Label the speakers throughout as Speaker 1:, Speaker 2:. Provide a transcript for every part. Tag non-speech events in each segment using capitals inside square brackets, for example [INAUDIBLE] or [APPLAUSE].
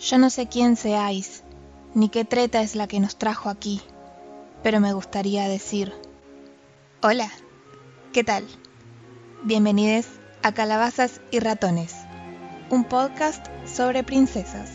Speaker 1: yo no sé quién seáis, ni qué treta es la que nos trajo aquí, pero me gustaría decir, hola, ¿qué tal? Bienvenidos a Calabazas y Ratones, un podcast sobre princesas.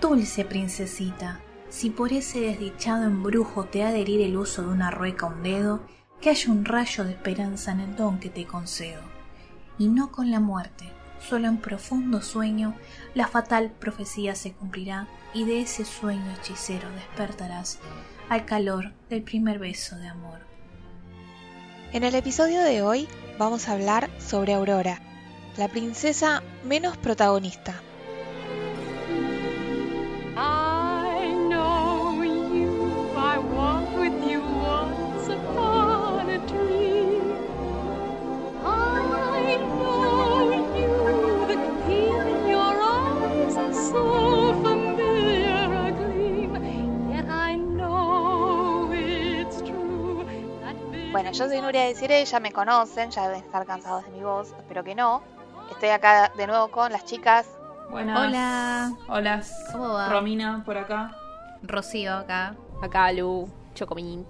Speaker 2: Dulce princesita, si por ese desdichado embrujo te ha de herir el uso de una rueca un dedo, que haya un rayo de esperanza en el don que te concedo. Y no con la muerte, solo en profundo sueño, la fatal profecía se cumplirá y de ese sueño hechicero despertarás al calor del primer beso de amor.
Speaker 1: En el episodio de hoy vamos a hablar sobre Aurora, la princesa menos protagonista.
Speaker 3: I know you. I walked with you once upon a dream. I know you. The appeal in your eyes is so familiar a gleam. Yet I know it's true. That
Speaker 4: Bueno, yo soy Nuria de Cire, ya me conocen, ya deben estar cansados de mi voz, espero que no. Estoy acá de nuevo con las chicas.
Speaker 5: Buenas.
Speaker 6: Hola.
Speaker 5: Hola.
Speaker 6: ¿Cómo va?
Speaker 5: Romina por acá
Speaker 6: Rocío acá.
Speaker 7: Acá Lu, Chocomint,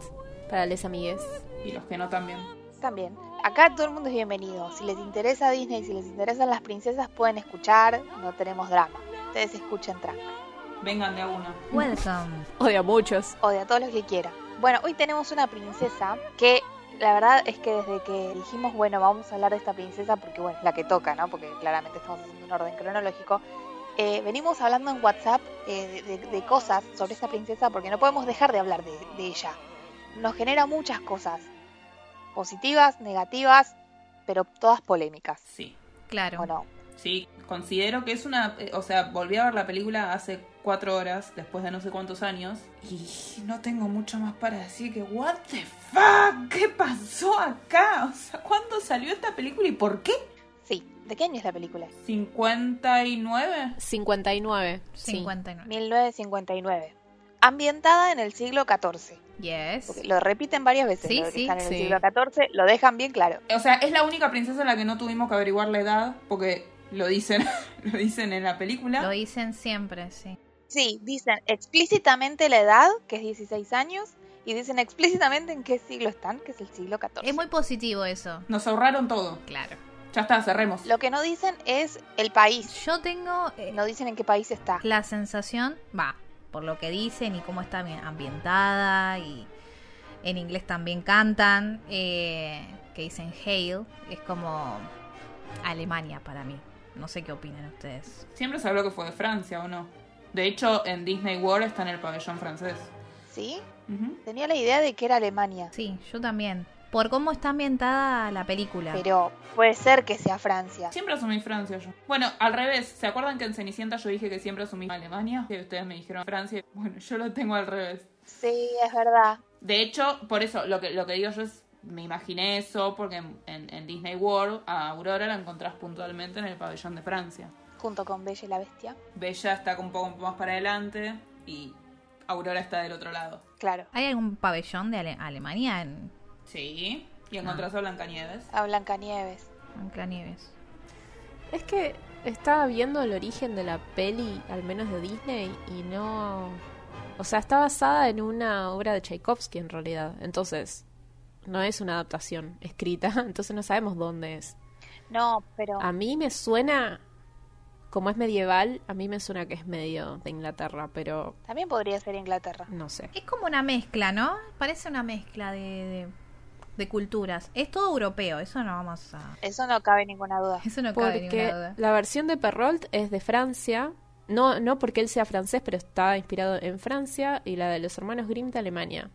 Speaker 7: para les amigues.
Speaker 5: y los que no también.
Speaker 4: También. Acá todo el mundo es bienvenido. Si les interesa Disney, si les interesan las princesas, pueden escuchar. No tenemos drama. Ustedes escuchen tranca.
Speaker 5: Vengan de a uno.
Speaker 6: Welcome.
Speaker 7: Odio a muchos.
Speaker 4: O de a todos los que quieran. Bueno, hoy tenemos una princesa que la verdad es que desde que dijimos, bueno, vamos a hablar de esta princesa, porque bueno, es la que toca, ¿no? Porque claramente estamos haciendo un orden cronológico. eh, venimos hablando en WhatsApp eh, de, de- de cosas sobre esta princesa porque no podemos dejar de hablar de, de ella. Nos genera muchas cosas, positivas, negativas, pero todas polémicas.
Speaker 5: Sí.
Speaker 6: Claro.
Speaker 4: ¿O no?
Speaker 5: Sí, considero que es una... eh, O sea, volví a ver la película hace cuatro horas, después de no sé cuántos años, y no tengo mucho más para decir que what the fuck, ¿qué pasó acá? O sea, ¿cuándo salió esta película y por qué?
Speaker 4: Sí. ¿De qué año es la película?
Speaker 5: ¿59?
Speaker 7: 59. sí.
Speaker 6: 59.
Speaker 4: 1959. Ambientada en el siglo XIV.
Speaker 6: Yes.
Speaker 4: Porque lo repiten varias veces.
Speaker 6: Sí,
Speaker 4: lo de que
Speaker 6: sí,
Speaker 4: están en
Speaker 7: sí.
Speaker 4: el siglo XIV lo dejan bien claro.
Speaker 5: O sea, es la única princesa a la que no tuvimos que averiguar la edad, porque lo dicen, [LAUGHS] lo dicen en la película.
Speaker 6: Lo dicen siempre, sí.
Speaker 4: Sí, dicen explícitamente la edad, que es 16 años, y dicen explícitamente en qué siglo están, que es el siglo XIV.
Speaker 6: Es muy positivo eso.
Speaker 5: Nos ahorraron todo.
Speaker 6: Claro.
Speaker 5: Ya está, cerremos.
Speaker 4: Lo que no dicen es el país.
Speaker 6: Yo tengo eh,
Speaker 4: No dicen en qué país está.
Speaker 6: la sensación, va, por lo que dicen y cómo está bien ambientada y en inglés también cantan, eh, que dicen Hail, es como Alemania para mí. No sé qué opinan ustedes.
Speaker 5: Siempre se habló que fue de Francia, ¿o no? De hecho, en Disney World está en el pabellón francés.
Speaker 4: ¿Sí?
Speaker 5: Ujú.
Speaker 4: Tenía la idea de que era Alemania.
Speaker 6: Sí, yo también. Por cómo está ambientada la película.
Speaker 4: Pero puede ser que sea Francia.
Speaker 5: Siempre asumí Francia yo. Bueno, al revés. ¿Se acuerdan que en Cenicienta yo dije que siempre asumí Alemania? Que ustedes me dijeron Francia. [LAUGHS] Bueno, yo lo tengo al revés.
Speaker 4: Sí, es verdad.
Speaker 5: De hecho, por eso, lo que, lo que digo yo es... Me imaginé eso porque en, en- en Disney World a Aurora la encontrás puntualmente en el pabellón de Francia.
Speaker 4: Junto con Bella y la Bestia.
Speaker 5: Bella está un poco más para adelante y Aurora está del otro lado.
Speaker 4: Claro.
Speaker 6: ¿Hay algún pabellón de Ale- Alemania en,
Speaker 5: Sí. Y encontrás a Blancanieves.
Speaker 4: A Blancanieves.
Speaker 6: en Clanieves?
Speaker 7: Es que estaba viendo el origen de la peli, al menos de Disney, y no. O sea, está basada en una obra de Tchaikovsky en realidad. Entonces, no es una adaptación escrita, [LAUGHS] entonces no sabemos dónde es.
Speaker 4: No, pero
Speaker 7: A mí me suena. Como es medieval, a mí me suena que es medio de Inglaterra, pero
Speaker 4: también podría ser Inglaterra.
Speaker 7: no sé.
Speaker 6: Es como una mezcla, ¿no? Parece una mezcla de, de- de culturas. Es todo europeo, eso no vamos a... [LAUGHS]
Speaker 4: Eso no cabe ninguna duda.
Speaker 6: Eso no cabe
Speaker 7: Porque
Speaker 6: ninguna duda.
Speaker 7: la versión de Perrault es de Francia. No, no porque él sea francés, pero está inspirado en Francia. Y la de los hermanos Grimm de Alemania.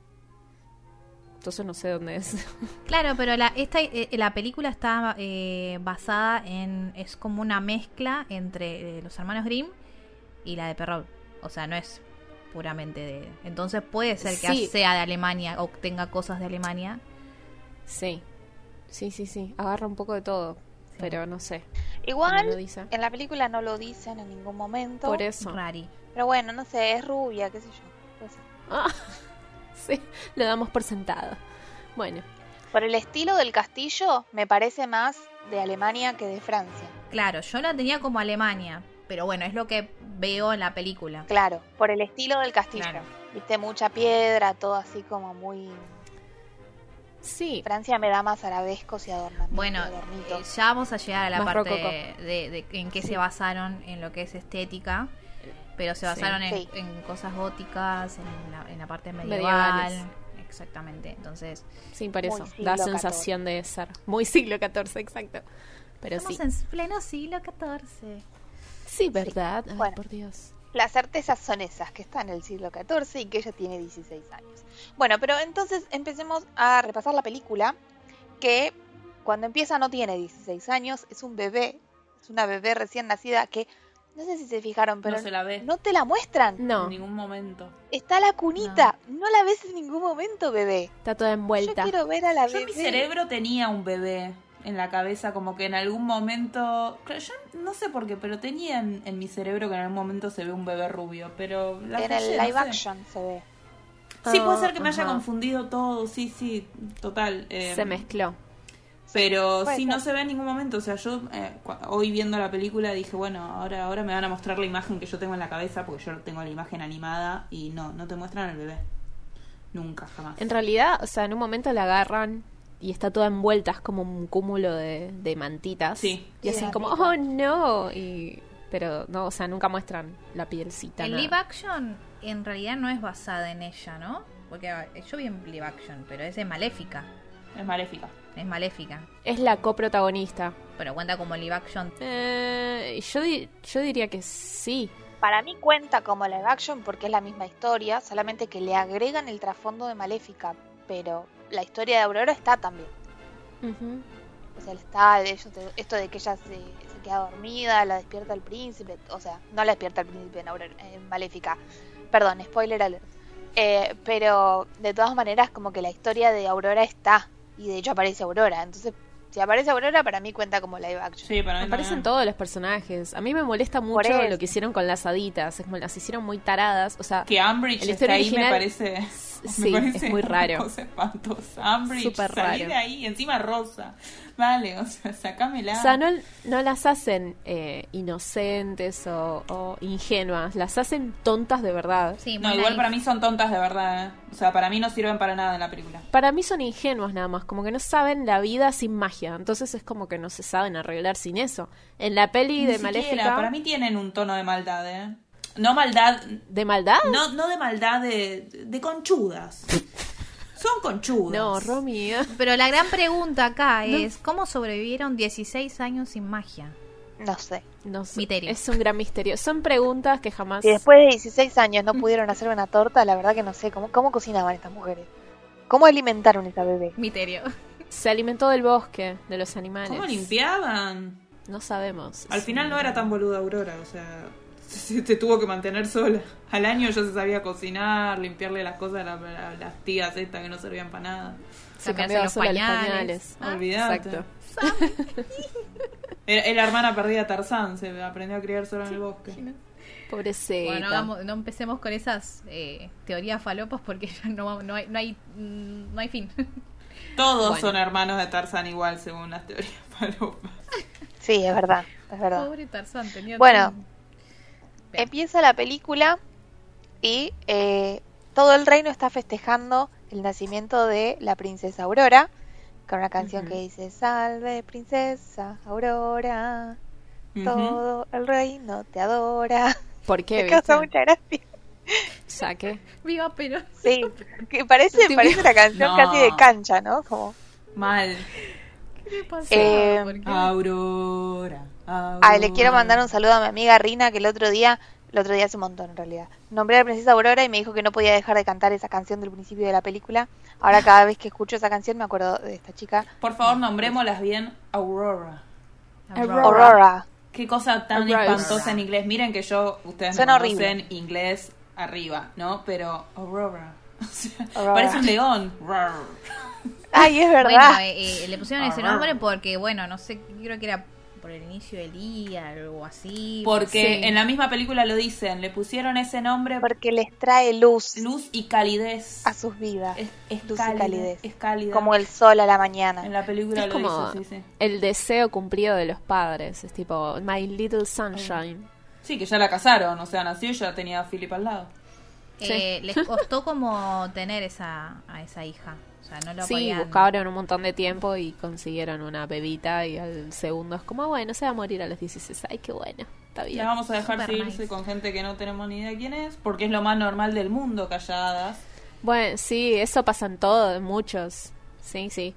Speaker 7: Entonces no sé dónde es. [LAUGHS]
Speaker 6: Claro, pero la, esta, eh, la película está eh, basada en... Es como una mezcla entre eh, los hermanos Grimm y la de Perrault. O sea, no es puramente de... Entonces puede ser que
Speaker 7: Sí.
Speaker 6: sea de Alemania o tenga cosas de Alemania.
Speaker 7: Sí. Sí, sí, sí. Agarra un poco de todo. pero no sé.
Speaker 4: Igual,
Speaker 7: no lo dice.
Speaker 4: en la película no lo dicen en ningún momento.
Speaker 7: Por eso.
Speaker 6: Rari.
Speaker 4: Pero bueno, no sé, es rubia, qué sé yo. Puede ser.
Speaker 7: Ah, [LAUGHS] sí, lo damos por sentado. Bueno,
Speaker 4: Por el estilo del castillo, me parece más de Alemania que de Francia.
Speaker 6: Claro, yo la tenía como Alemania, pero bueno, es lo que veo en la película.
Speaker 4: Claro, por el estilo del castillo.
Speaker 6: Claro.
Speaker 4: Viste, mucha piedra, todo así como muy...
Speaker 7: sí,
Speaker 4: Francia me da más arabescos y adornamientos.
Speaker 6: Bueno,
Speaker 4: adornitos.
Speaker 6: eh, ya vamos a llegar a la
Speaker 7: Más
Speaker 6: parte
Speaker 7: rococó.
Speaker 6: de, de en qué se basaron en lo que es estética, pero se
Speaker 7: Sí.
Speaker 6: basaron en,
Speaker 4: Sí.
Speaker 6: en cosas góticas, en la, en la parte medieval.
Speaker 7: Medievales.
Speaker 6: Exactamente, entonces
Speaker 7: sí, por eso.
Speaker 4: siglo
Speaker 7: Da sensación de ser muy siglo XIV, exacto. Pero sí.
Speaker 6: estamos en pleno siglo XIV.
Speaker 7: Sí, ¿verdad? Ay,
Speaker 4: Bueno.
Speaker 7: por Dios.
Speaker 4: Las certezas son esas, que está en el siglo XIV y que ella tiene 16 años. Bueno, pero entonces empecemos a repasar la película, que cuando empieza no tiene 16 años, es un bebé, es una bebé recién nacida que, no sé si se fijaron, pero
Speaker 5: no se la ve Mm.
Speaker 4: no te la muestran.
Speaker 5: en
Speaker 7: No,
Speaker 5: ningún momento.
Speaker 4: Está la cunita, no, la ves en ningún momento, bebé.
Speaker 7: está toda envuelta.
Speaker 4: Yo quiero ver a la
Speaker 5: Yo
Speaker 4: bebé.
Speaker 5: en mi cerebro tenía un bebé en la cabeza, como que en algún momento. Creo- Yo no sé por qué, pero tenía en, en mi cerebro que en algún momento se ve un bebé rubio. Pero la
Speaker 4: en el
Speaker 5: flashé,
Speaker 4: live
Speaker 5: no sé.
Speaker 4: action se ve.
Speaker 5: Sí, puede ser que me
Speaker 7: Ah,
Speaker 5: haya
Speaker 7: ajá.
Speaker 5: confundido todo, sí, sí, total. eh,
Speaker 7: Se mezcló.
Speaker 5: Pero
Speaker 4: Puede
Speaker 5: sí,
Speaker 4: ser.
Speaker 5: no se ve en ningún momento. O sea, yo eh, cu- hoy viendo la película dije, bueno, ahora, ahora me van a mostrar la imagen que yo tengo en la cabeza, porque yo tengo la imagen animada y no, no te muestran al bebé. Nunca, jamás.
Speaker 7: En realidad, o sea, en un momento la agarran y está toda envuelta, es como un cúmulo de, de mantitas.
Speaker 5: Sí.
Speaker 7: Y hacen como, oh no. Y, pero no, o sea, nunca muestran la pielcita.
Speaker 6: El
Speaker 7: nada.
Speaker 6: live action en realidad no es basada en ella, ¿no? Porque a ver, yo vi en live action, pero es de Maléfica.
Speaker 5: Es maléfica.
Speaker 6: Es Maléfica.
Speaker 7: Es la coprotagonista.
Speaker 6: Pero cuenta como live action.
Speaker 7: Eh, yo, di- yo diría que sí.
Speaker 4: Para mí cuenta como live action porque es la misma historia, solamente que le agregan el trasfondo de Maléfica, pero la historia de Aurora está también.
Speaker 7: Ujú.
Speaker 4: O sea, está de ellos, de- esto de que ella se, se queda dormida, la despierta el príncipe, o sea, no la despierta el príncipe en, Aurora- en Maléfica. Perdón, spoiler alert. Eh, pero de todas maneras, como que la historia de Aurora está, y de hecho aparece Aurora, entonces si aparece Aurora, para mí cuenta como live action.
Speaker 5: Sí, para mí
Speaker 7: Aparecen
Speaker 5: también.
Speaker 7: todos los personajes. A mí me molesta
Speaker 4: Por
Speaker 7: mucho
Speaker 4: eso.
Speaker 7: lo que hicieron con las haditas. Es como las hicieron muy taradas. O sea,
Speaker 5: Que Ambridge está
Speaker 7: El historia
Speaker 5: ahí me
Speaker 7: original-
Speaker 5: parece. [LAUGHS] me
Speaker 7: sí,
Speaker 5: parece
Speaker 7: es muy
Speaker 5: una
Speaker 7: raro.
Speaker 5: cosa espantosa. Ambridge,
Speaker 7: Súper
Speaker 5: salí
Speaker 7: raro.
Speaker 5: de ahí, encima rosa. Vale, o sea, sacámela.
Speaker 7: O sea, no, no las hacen eh, inocentes o, o ingenuas, las hacen tontas de verdad.
Speaker 6: Sí,
Speaker 5: No,
Speaker 6: muy
Speaker 5: igual
Speaker 6: nice.
Speaker 5: para mí son tontas de verdad. ¿eh? O sea, para mí no sirven para nada en la película.
Speaker 7: Para mí son ingenuas nada más, como que no saben la vida sin magia, entonces es como que no se saben arreglar sin eso. En la peli
Speaker 5: Ni
Speaker 7: de
Speaker 5: siquiera,
Speaker 7: Maléfica,
Speaker 5: Para mí tienen un tono de maldad, ¿eh? No maldad.
Speaker 7: ¿de maldad?
Speaker 5: No, no de maldad, de, de conchudas. Son conchudas.
Speaker 7: No, Romy. eh.
Speaker 6: Pero la gran pregunta acá es, ¿cómo sobrevivieron 16 años sin magia?
Speaker 4: No sé.
Speaker 7: No sé,
Speaker 6: Misterio.
Speaker 7: Es un gran misterio. Son preguntas que jamás...
Speaker 4: Si después de 16 años no pudieron hacer una torta, la verdad que no sé cómo, cómo cocinaban estas mujeres. ¿Cómo alimentaron esta bebé?
Speaker 6: Misterio.
Speaker 7: Se alimentó del bosque, de los animales.
Speaker 5: ¿Cómo limpiaban?
Speaker 7: No sabemos.
Speaker 5: Al
Speaker 7: Es
Speaker 5: final
Speaker 7: un-
Speaker 5: no era tan boluda Aurora, o sea, [LAUGHS] se, se tuvo que mantener sola. Al año ya se sabía cocinar, limpiarle las cosas a, la- a las tías estas que no servían para nada.
Speaker 7: Se
Speaker 6: Cambiarse
Speaker 7: cambiaba
Speaker 6: los
Speaker 7: sola
Speaker 6: pañales.
Speaker 7: los pañales.
Speaker 6: Ah,
Speaker 5: Olvidate.
Speaker 7: Exacto.
Speaker 5: Era, era hermana perdida de Tarzán, se aprendió a criar sola en el bosque.
Speaker 7: Pobrecita.
Speaker 6: Bueno, no, hagamos- no empecemos con esas eh, teorías falopas porque [LAUGHS] ya no, va- no, hay, no, hay, mm, no hay fin.
Speaker 5: Todos
Speaker 7: Bueno.
Speaker 5: son hermanos de Tarzán igual, según las teorías palopas.
Speaker 4: Sí, es verdad, es verdad.
Speaker 6: Pobre Tarzán, tenía
Speaker 4: Bueno.
Speaker 6: tan- Bien.
Speaker 4: Empieza la película y eh, todo el reino está festejando el nacimiento de la princesa Aurora con una canción
Speaker 7: Ujú.
Speaker 4: que dice Salve princesa Aurora,
Speaker 5: Ujú.
Speaker 4: todo el reino te adora.
Speaker 7: ¿Por
Speaker 4: [LAUGHS]
Speaker 7: qué?
Speaker 4: Me causa
Speaker 7: viste?
Speaker 4: mucha gracia.
Speaker 7: Ya que...
Speaker 6: Viva Perón.
Speaker 4: Sí, que parece,
Speaker 7: Te
Speaker 4: parece una canción
Speaker 5: No.
Speaker 4: casi de cancha, ¿no? Como
Speaker 5: Mal.
Speaker 6: ¿Qué pasó?
Speaker 4: Eh,
Speaker 6: ¿Por qué?
Speaker 5: Aurora. Aurora.
Speaker 4: Ah, le quiero mandar un saludo a mi amiga Rina, que el otro día, el otro día hace un montón en realidad, nombré a la princesa Aurora y me dijo que no podía dejar de cantar esa canción del principio de la película. Ahora cada vez que escucho esa canción me acuerdo de esta chica.
Speaker 5: Por favor, nombrémoslas bien Aurora.
Speaker 6: Aurora.
Speaker 4: Aurora.
Speaker 5: Qué cosa tan
Speaker 7: Aurora.
Speaker 5: espantosa en inglés. Miren que yo, ustedes
Speaker 4: Suena
Speaker 5: me
Speaker 4: horrible.
Speaker 5: conocen inglés arriba, ¿no? Pero Aurora. [LAUGHS] O sea,
Speaker 4: Aurora.
Speaker 5: Parece un león. Rar.
Speaker 4: Ay, es verdad.
Speaker 6: Bueno, eh, eh, le pusieron ese nombre porque, bueno, no sé, creo que era por el inicio del día, algo así.
Speaker 5: Porque
Speaker 7: Sí.
Speaker 5: en la misma película lo dicen, le pusieron ese nombre
Speaker 4: Porque les trae luz,
Speaker 5: luz y calidez.
Speaker 4: a sus vidas.
Speaker 5: Es, es
Speaker 4: luz y
Speaker 5: cálida,
Speaker 4: calidez.
Speaker 5: Es cálida.
Speaker 4: Como el sol a la mañana.
Speaker 5: en la película lo
Speaker 7: Es como-
Speaker 5: dice, sí, sí.
Speaker 7: El deseo cumplido de los padres. Es tipo, My Little Sunshine.
Speaker 5: Sí, que ya la casaron, o sea, nació y ya tenía a Philip al lado.
Speaker 6: Eh, les costó como tener esa, a esa hija. O sea, no lo
Speaker 7: Sí,
Speaker 6: podían-
Speaker 7: buscaron un montón de tiempo y consiguieron una bebita y al segundo es como, "Ah, bueno, se va a morir a los 16. Ay, qué bueno, está
Speaker 5: La
Speaker 7: bien.
Speaker 5: vamos a dejar
Speaker 6: Super
Speaker 5: seguirse
Speaker 6: nice.
Speaker 5: con gente que no tenemos ni idea quién es, porque es lo más normal del mundo, calladas.
Speaker 7: Bueno, sí, eso pasa en todo, en muchos. Sí, sí.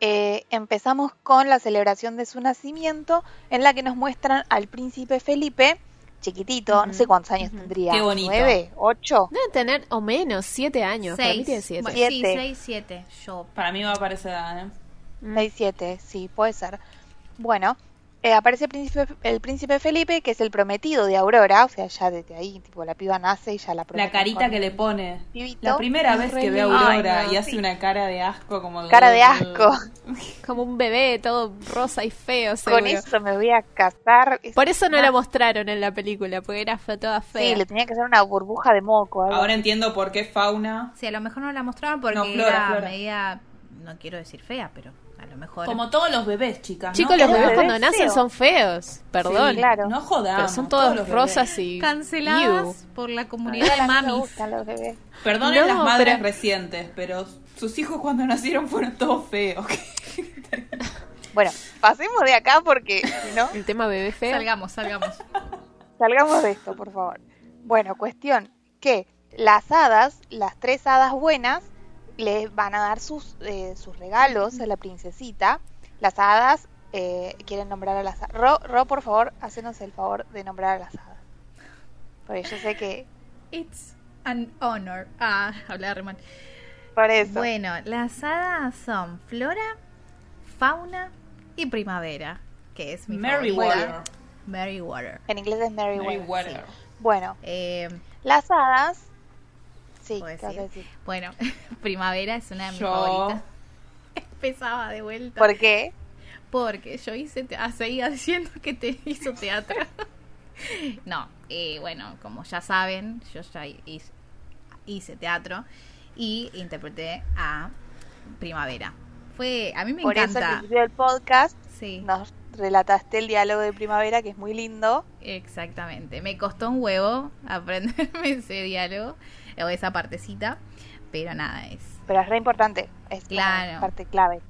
Speaker 4: Eh, empezamos con la celebración de su nacimiento, en la que nos muestran al príncipe Felipe, chiquitito, no sé cuántos años tendría.
Speaker 5: Qué bonito.
Speaker 4: ¿Nueve? ¿Ocho?
Speaker 7: Deben tener o menos siete años. Para mí tiene
Speaker 6: Seis.
Speaker 7: siete.
Speaker 6: Bueno,
Speaker 4: Siete.
Speaker 6: sí, seis, siete. Yo.
Speaker 5: Para mí va a parecer edad, ¿eh?
Speaker 7: Mm.
Speaker 4: Seis, siete, sí, puede ser. Bueno, eh, aparece el príncipe, el príncipe Felipe, que es el prometido de Aurora, o sea, ya desde ahí, tipo, la piba nace y ya la prometen
Speaker 5: La carita
Speaker 4: con
Speaker 5: que le pone.
Speaker 4: un pibito.
Speaker 5: La primera vez que ve a
Speaker 7: lindo.
Speaker 5: Aurora
Speaker 7: Ay, no,
Speaker 5: y hace una cara de asco como...
Speaker 4: Cara de asco.
Speaker 5: Oh,
Speaker 7: Como un bebé todo rosa y feo,
Speaker 4: [LAUGHS]
Speaker 7: seguro.
Speaker 4: Con eso me voy a casar. Es
Speaker 7: Por eso no
Speaker 4: una-
Speaker 7: la mostraron en la película, porque era fe- toda fea.
Speaker 4: Sí, le tenía que hacer una burbuja de moco. algo
Speaker 5: Ahora entiendo por qué Fauna...
Speaker 6: Sí, a lo mejor no la mostraron porque
Speaker 5: No, Flora,
Speaker 6: era
Speaker 5: Flora.
Speaker 6: media. No quiero decir fea, pero a lo mejor.
Speaker 5: Como todos los bebés, chicas, ¿no?
Speaker 7: Chicos, los
Speaker 4: Era
Speaker 7: bebés
Speaker 4: bebé
Speaker 7: cuando
Speaker 4: feo.
Speaker 7: nacen son feos, perdón.
Speaker 4: Sí, claro.
Speaker 5: No jodamos.
Speaker 7: Pero son todos,
Speaker 5: los bebés.
Speaker 7: rosas y...
Speaker 6: canceladas por la comunidad
Speaker 4: Ahora
Speaker 6: de
Speaker 4: a mí [LAUGHS] me
Speaker 6: mamis.
Speaker 4: gustan los bebés.
Speaker 5: Perdonen
Speaker 7: No,
Speaker 5: las madres
Speaker 7: pero-
Speaker 5: recientes, pero sus hijos cuando nacieron fueron todos [LAUGHS] feos.
Speaker 4: Bueno, pasemos de acá porque si
Speaker 7: [LAUGHS]
Speaker 4: no,
Speaker 7: Ew. El tema bebé feo.
Speaker 6: Salgamos, salgamos.
Speaker 4: salgamos de esto, por favor. Bueno, cuestión que las hadas, las tres hadas buenas, les van a dar sus, eh, sus regalos a la princesita. Las hadas eh, quieren nombrar a las hadas. Ro, Ro, por favor, hacenos el favor de nombrar a las hadas. Porque yo sé que...
Speaker 6: It's an honor. Ah, hablar mal.
Speaker 4: Por eso.
Speaker 6: Bueno, las hadas son flora, fauna y primavera, que es mi
Speaker 5: Mary
Speaker 6: favorita.
Speaker 5: Water.
Speaker 6: Mary Water.
Speaker 4: En inglés es Mary,
Speaker 5: Mary
Speaker 4: Water.
Speaker 5: Water.
Speaker 4: Bueno,
Speaker 6: Eh,
Speaker 4: las hadas... Sí,
Speaker 6: Puedo
Speaker 4: ¿qué vas a
Speaker 6: decir.
Speaker 4: decir?
Speaker 6: bueno, [LAUGHS] primavera es una de mis
Speaker 5: Yo-
Speaker 6: favoritas. [LAUGHS] Empezaba de vuelta.
Speaker 4: ¿Por qué?
Speaker 6: Porque yo hice, te- ah, seguía diciendo que te [LAUGHS] hizo teatro. no, eh, bueno, como ya saben, yo ya hice, hice teatro y interpreté a Primavera. Fue, a mí me
Speaker 4: Por eso al
Speaker 6: encanta.
Speaker 4: principio del podcast
Speaker 6: sí,
Speaker 4: nos relataste el diálogo de primavera, que es muy lindo.
Speaker 6: exactamente. Me costó un huevo [LAUGHS] aprenderme ese diálogo o esa partecita, pero nada, es
Speaker 4: Pero es re importante, es como
Speaker 6: Claro.
Speaker 4: parte clave.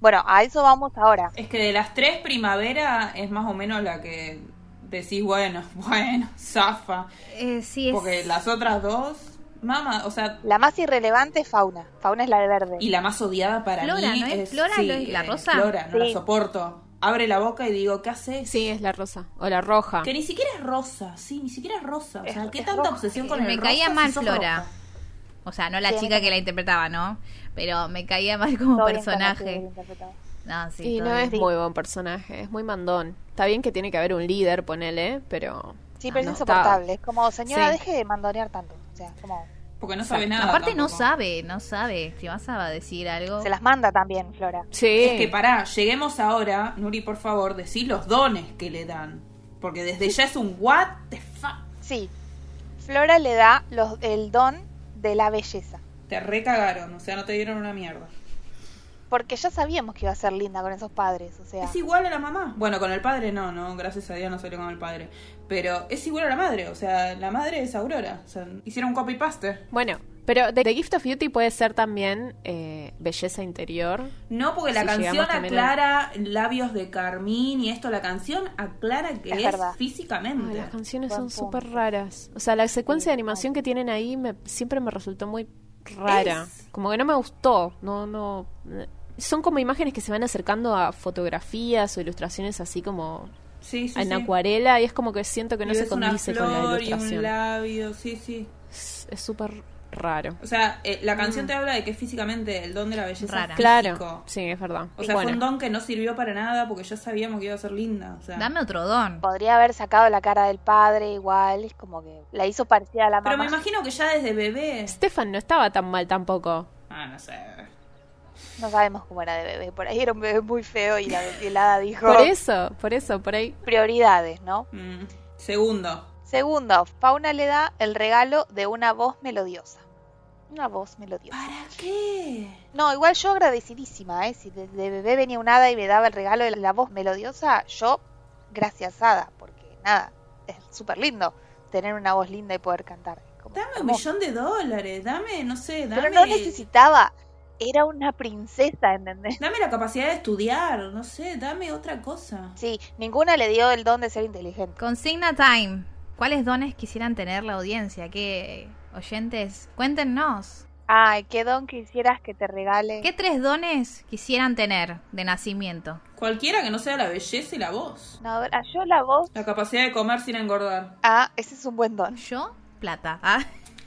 Speaker 4: Bueno, a eso vamos ahora.
Speaker 5: Es que de las tres, primavera es más o menos la que decís, bueno, [LAUGHS] bueno, zafa.
Speaker 6: Eh, sí, es-
Speaker 5: Porque las otras dos, mamá, o sea,
Speaker 4: La más irrelevante es fauna. Fauna es la de verde.
Speaker 5: y la más odiada para
Speaker 6: Flora,
Speaker 5: mí
Speaker 6: ¿no es?
Speaker 5: es
Speaker 6: Flora,
Speaker 5: sí,
Speaker 6: ¿no es la
Speaker 5: eh,
Speaker 6: rosa?
Speaker 5: Flora, no
Speaker 4: Sí.
Speaker 5: la soporto. Abre la boca y digo, ¿qué haces?
Speaker 7: Sí, es la rosa. O la roja.
Speaker 5: Que ni siquiera es rosa, sí, ni siquiera es rosa. O sea,
Speaker 4: Es-
Speaker 5: ¿qué
Speaker 4: es
Speaker 5: tanta
Speaker 4: roja.
Speaker 5: obsesión con el
Speaker 6: me
Speaker 5: rosa
Speaker 6: caía
Speaker 5: si
Speaker 6: mal
Speaker 5: sos
Speaker 6: Flora.
Speaker 5: roja?
Speaker 6: O sea, no la
Speaker 4: Sí, a mí
Speaker 6: chica que la interpretaba, ¿no? Pero me caía mal como
Speaker 4: Todo bien conocido y
Speaker 6: personaje.
Speaker 4: interpretado.
Speaker 6: No, sí,
Speaker 7: Y
Speaker 6: todo
Speaker 7: no
Speaker 6: bien.
Speaker 7: es muy buen personaje, es muy mandón. Está bien que tiene que haber un líder, ponele, pero...
Speaker 4: Sí, pero
Speaker 7: Ah, no
Speaker 4: es
Speaker 7: está.
Speaker 4: insoportable. Es como, señora,
Speaker 7: Sí.
Speaker 4: deje de mandonear tanto. O sea, como,
Speaker 5: Porque no sabe nada.
Speaker 6: Aparte no
Speaker 5: tampoco.
Speaker 6: sabe, no sabe. Si vas a decir algo...
Speaker 4: se las manda también, Flora.
Speaker 7: Sí.
Speaker 5: Es que pará, lleguemos ahora, Nuri, por favor, decí los dones que le dan. Porque desde ya es un what the fuck.
Speaker 4: Sí, Flora le da los, el don de la belleza.
Speaker 5: Te recagaron, o sea, no te dieron una mierda.
Speaker 4: Porque ya sabíamos que iba a ser linda con esos padres. O sea,
Speaker 5: Es igual a la mamá. Bueno, con el padre no, no, gracias a Dios no salió con el padre. Pero es igual a la madre, o sea, la madre es Aurora. O sea, hicieron un copy-paste.
Speaker 7: Bueno, pero The, The Gift of Beauty puede ser también eh, belleza interior.
Speaker 5: No, porque la
Speaker 7: Sí,
Speaker 5: canción
Speaker 7: llegamos también a-
Speaker 5: aclara labios de carmín y esto, la canción aclara que
Speaker 4: Es
Speaker 5: es,
Speaker 4: verdad.
Speaker 7: Ay,
Speaker 5: físicamente.
Speaker 7: Ah, las canciones
Speaker 4: Buen
Speaker 7: son
Speaker 4: punto.
Speaker 7: súper raras. O sea, la secuencia
Speaker 4: Sí,
Speaker 7: de animación que tienen ahí me, siempre me resultó muy rara. Como que no me gustó. No, no. eh, Son como imágenes que se van acercando a fotografías o ilustraciones así como
Speaker 5: sí, sí,
Speaker 7: en
Speaker 5: sí.
Speaker 7: acuarela y es como que siento que no
Speaker 5: Y
Speaker 7: se
Speaker 5: ves una
Speaker 7: condice con la
Speaker 5: flor y un
Speaker 7: ilustración.
Speaker 5: labio, sí, sí.
Speaker 7: Es es súper raro.
Speaker 5: O sea, eh, la canción te habla de que físicamente el don de la belleza
Speaker 6: Ah. Rara.
Speaker 5: es
Speaker 7: Claro.
Speaker 5: físico.
Speaker 7: Sí, es verdad.
Speaker 5: O sea, fue un
Speaker 7: bueno,
Speaker 5: don que no sirvió para nada porque ya sabíamos que iba a ser linda. O sea.
Speaker 6: Dame otro don.
Speaker 4: podría haber sacado la cara del padre igual. es Como que la hizo parecida a la
Speaker 5: Pero me
Speaker 4: mamá.
Speaker 5: imagino que ya desde bebé.
Speaker 7: Stefan no estaba tan mal tampoco.
Speaker 5: Ah, no sé.
Speaker 4: No sabemos cómo era de bebé. Por ahí era un bebé muy feo y la y el hada dijo
Speaker 7: Por eso, por eso, por ahí.
Speaker 4: prioridades, ¿no?
Speaker 5: Mm. Segundo.
Speaker 4: Segundo, Fauna le da el regalo de una voz melodiosa. Una voz melodiosa.
Speaker 5: ¿Para qué?
Speaker 4: No, igual yo agradecidísima, ¿eh? Si desde bebé venía un hada y me daba el regalo de la voz melodiosa, yo, gracias hada, porque nada, es súper lindo tener una voz linda y poder cantar. Como-
Speaker 5: Dame un
Speaker 4: como-
Speaker 5: millón de dólares, dame, no sé, dame.
Speaker 4: Pero no necesitaba, era una princesa, ¿entendés?
Speaker 5: Dame la capacidad de estudiar, no sé, dame otra cosa.
Speaker 4: Sí, ninguna le dio el don de ser inteligente.
Speaker 6: Consigna Time. ¿Cuáles dones quisieran tener la audiencia? ¿Qué oyentes? Cuéntenos.
Speaker 4: Ay, ¿qué don quisieras que te regale?
Speaker 6: ¿Qué tres dones quisieran tener de nacimiento?
Speaker 5: Cualquiera que no sea la belleza y la voz.
Speaker 4: No, a ver, ah, yo la voz.
Speaker 5: La capacidad de comer sin engordar.
Speaker 4: Ah, ese es un buen don.
Speaker 6: Yo, plata. Ah, [LAUGHS]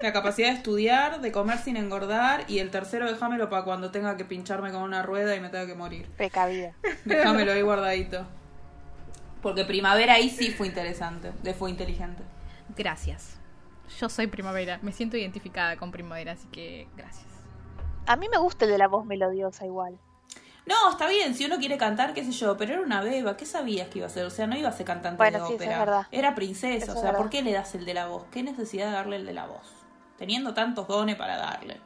Speaker 5: La capacidad de estudiar, de comer sin engordar. Y el tercero, déjamelo para cuando tenga que pincharme con una rueda y me tenga que morir.
Speaker 4: Precavida.
Speaker 5: Déjamelo ahí guardadito. Porque primavera ahí sí fue interesante. De fue inteligente.
Speaker 6: gracias. Yo soy primavera. Me siento identificada con primavera, así que gracias.
Speaker 4: A mí me gusta el de la voz melodiosa igual.
Speaker 5: No, está bien, si uno quiere cantar, qué sé yo, pero era una beba, ¿qué sabías que iba a ser? O sea, no iba a ser cantante
Speaker 4: Bueno,
Speaker 5: de
Speaker 4: sí, eso
Speaker 5: ópera.
Speaker 4: es verdad.
Speaker 5: Era princesa,
Speaker 4: Eso
Speaker 5: o
Speaker 4: es
Speaker 5: sea, ¿por
Speaker 4: verdad.
Speaker 5: qué le das el de la voz? ¿Qué necesidad de darle el de la voz? Teniendo tantos dones para darle.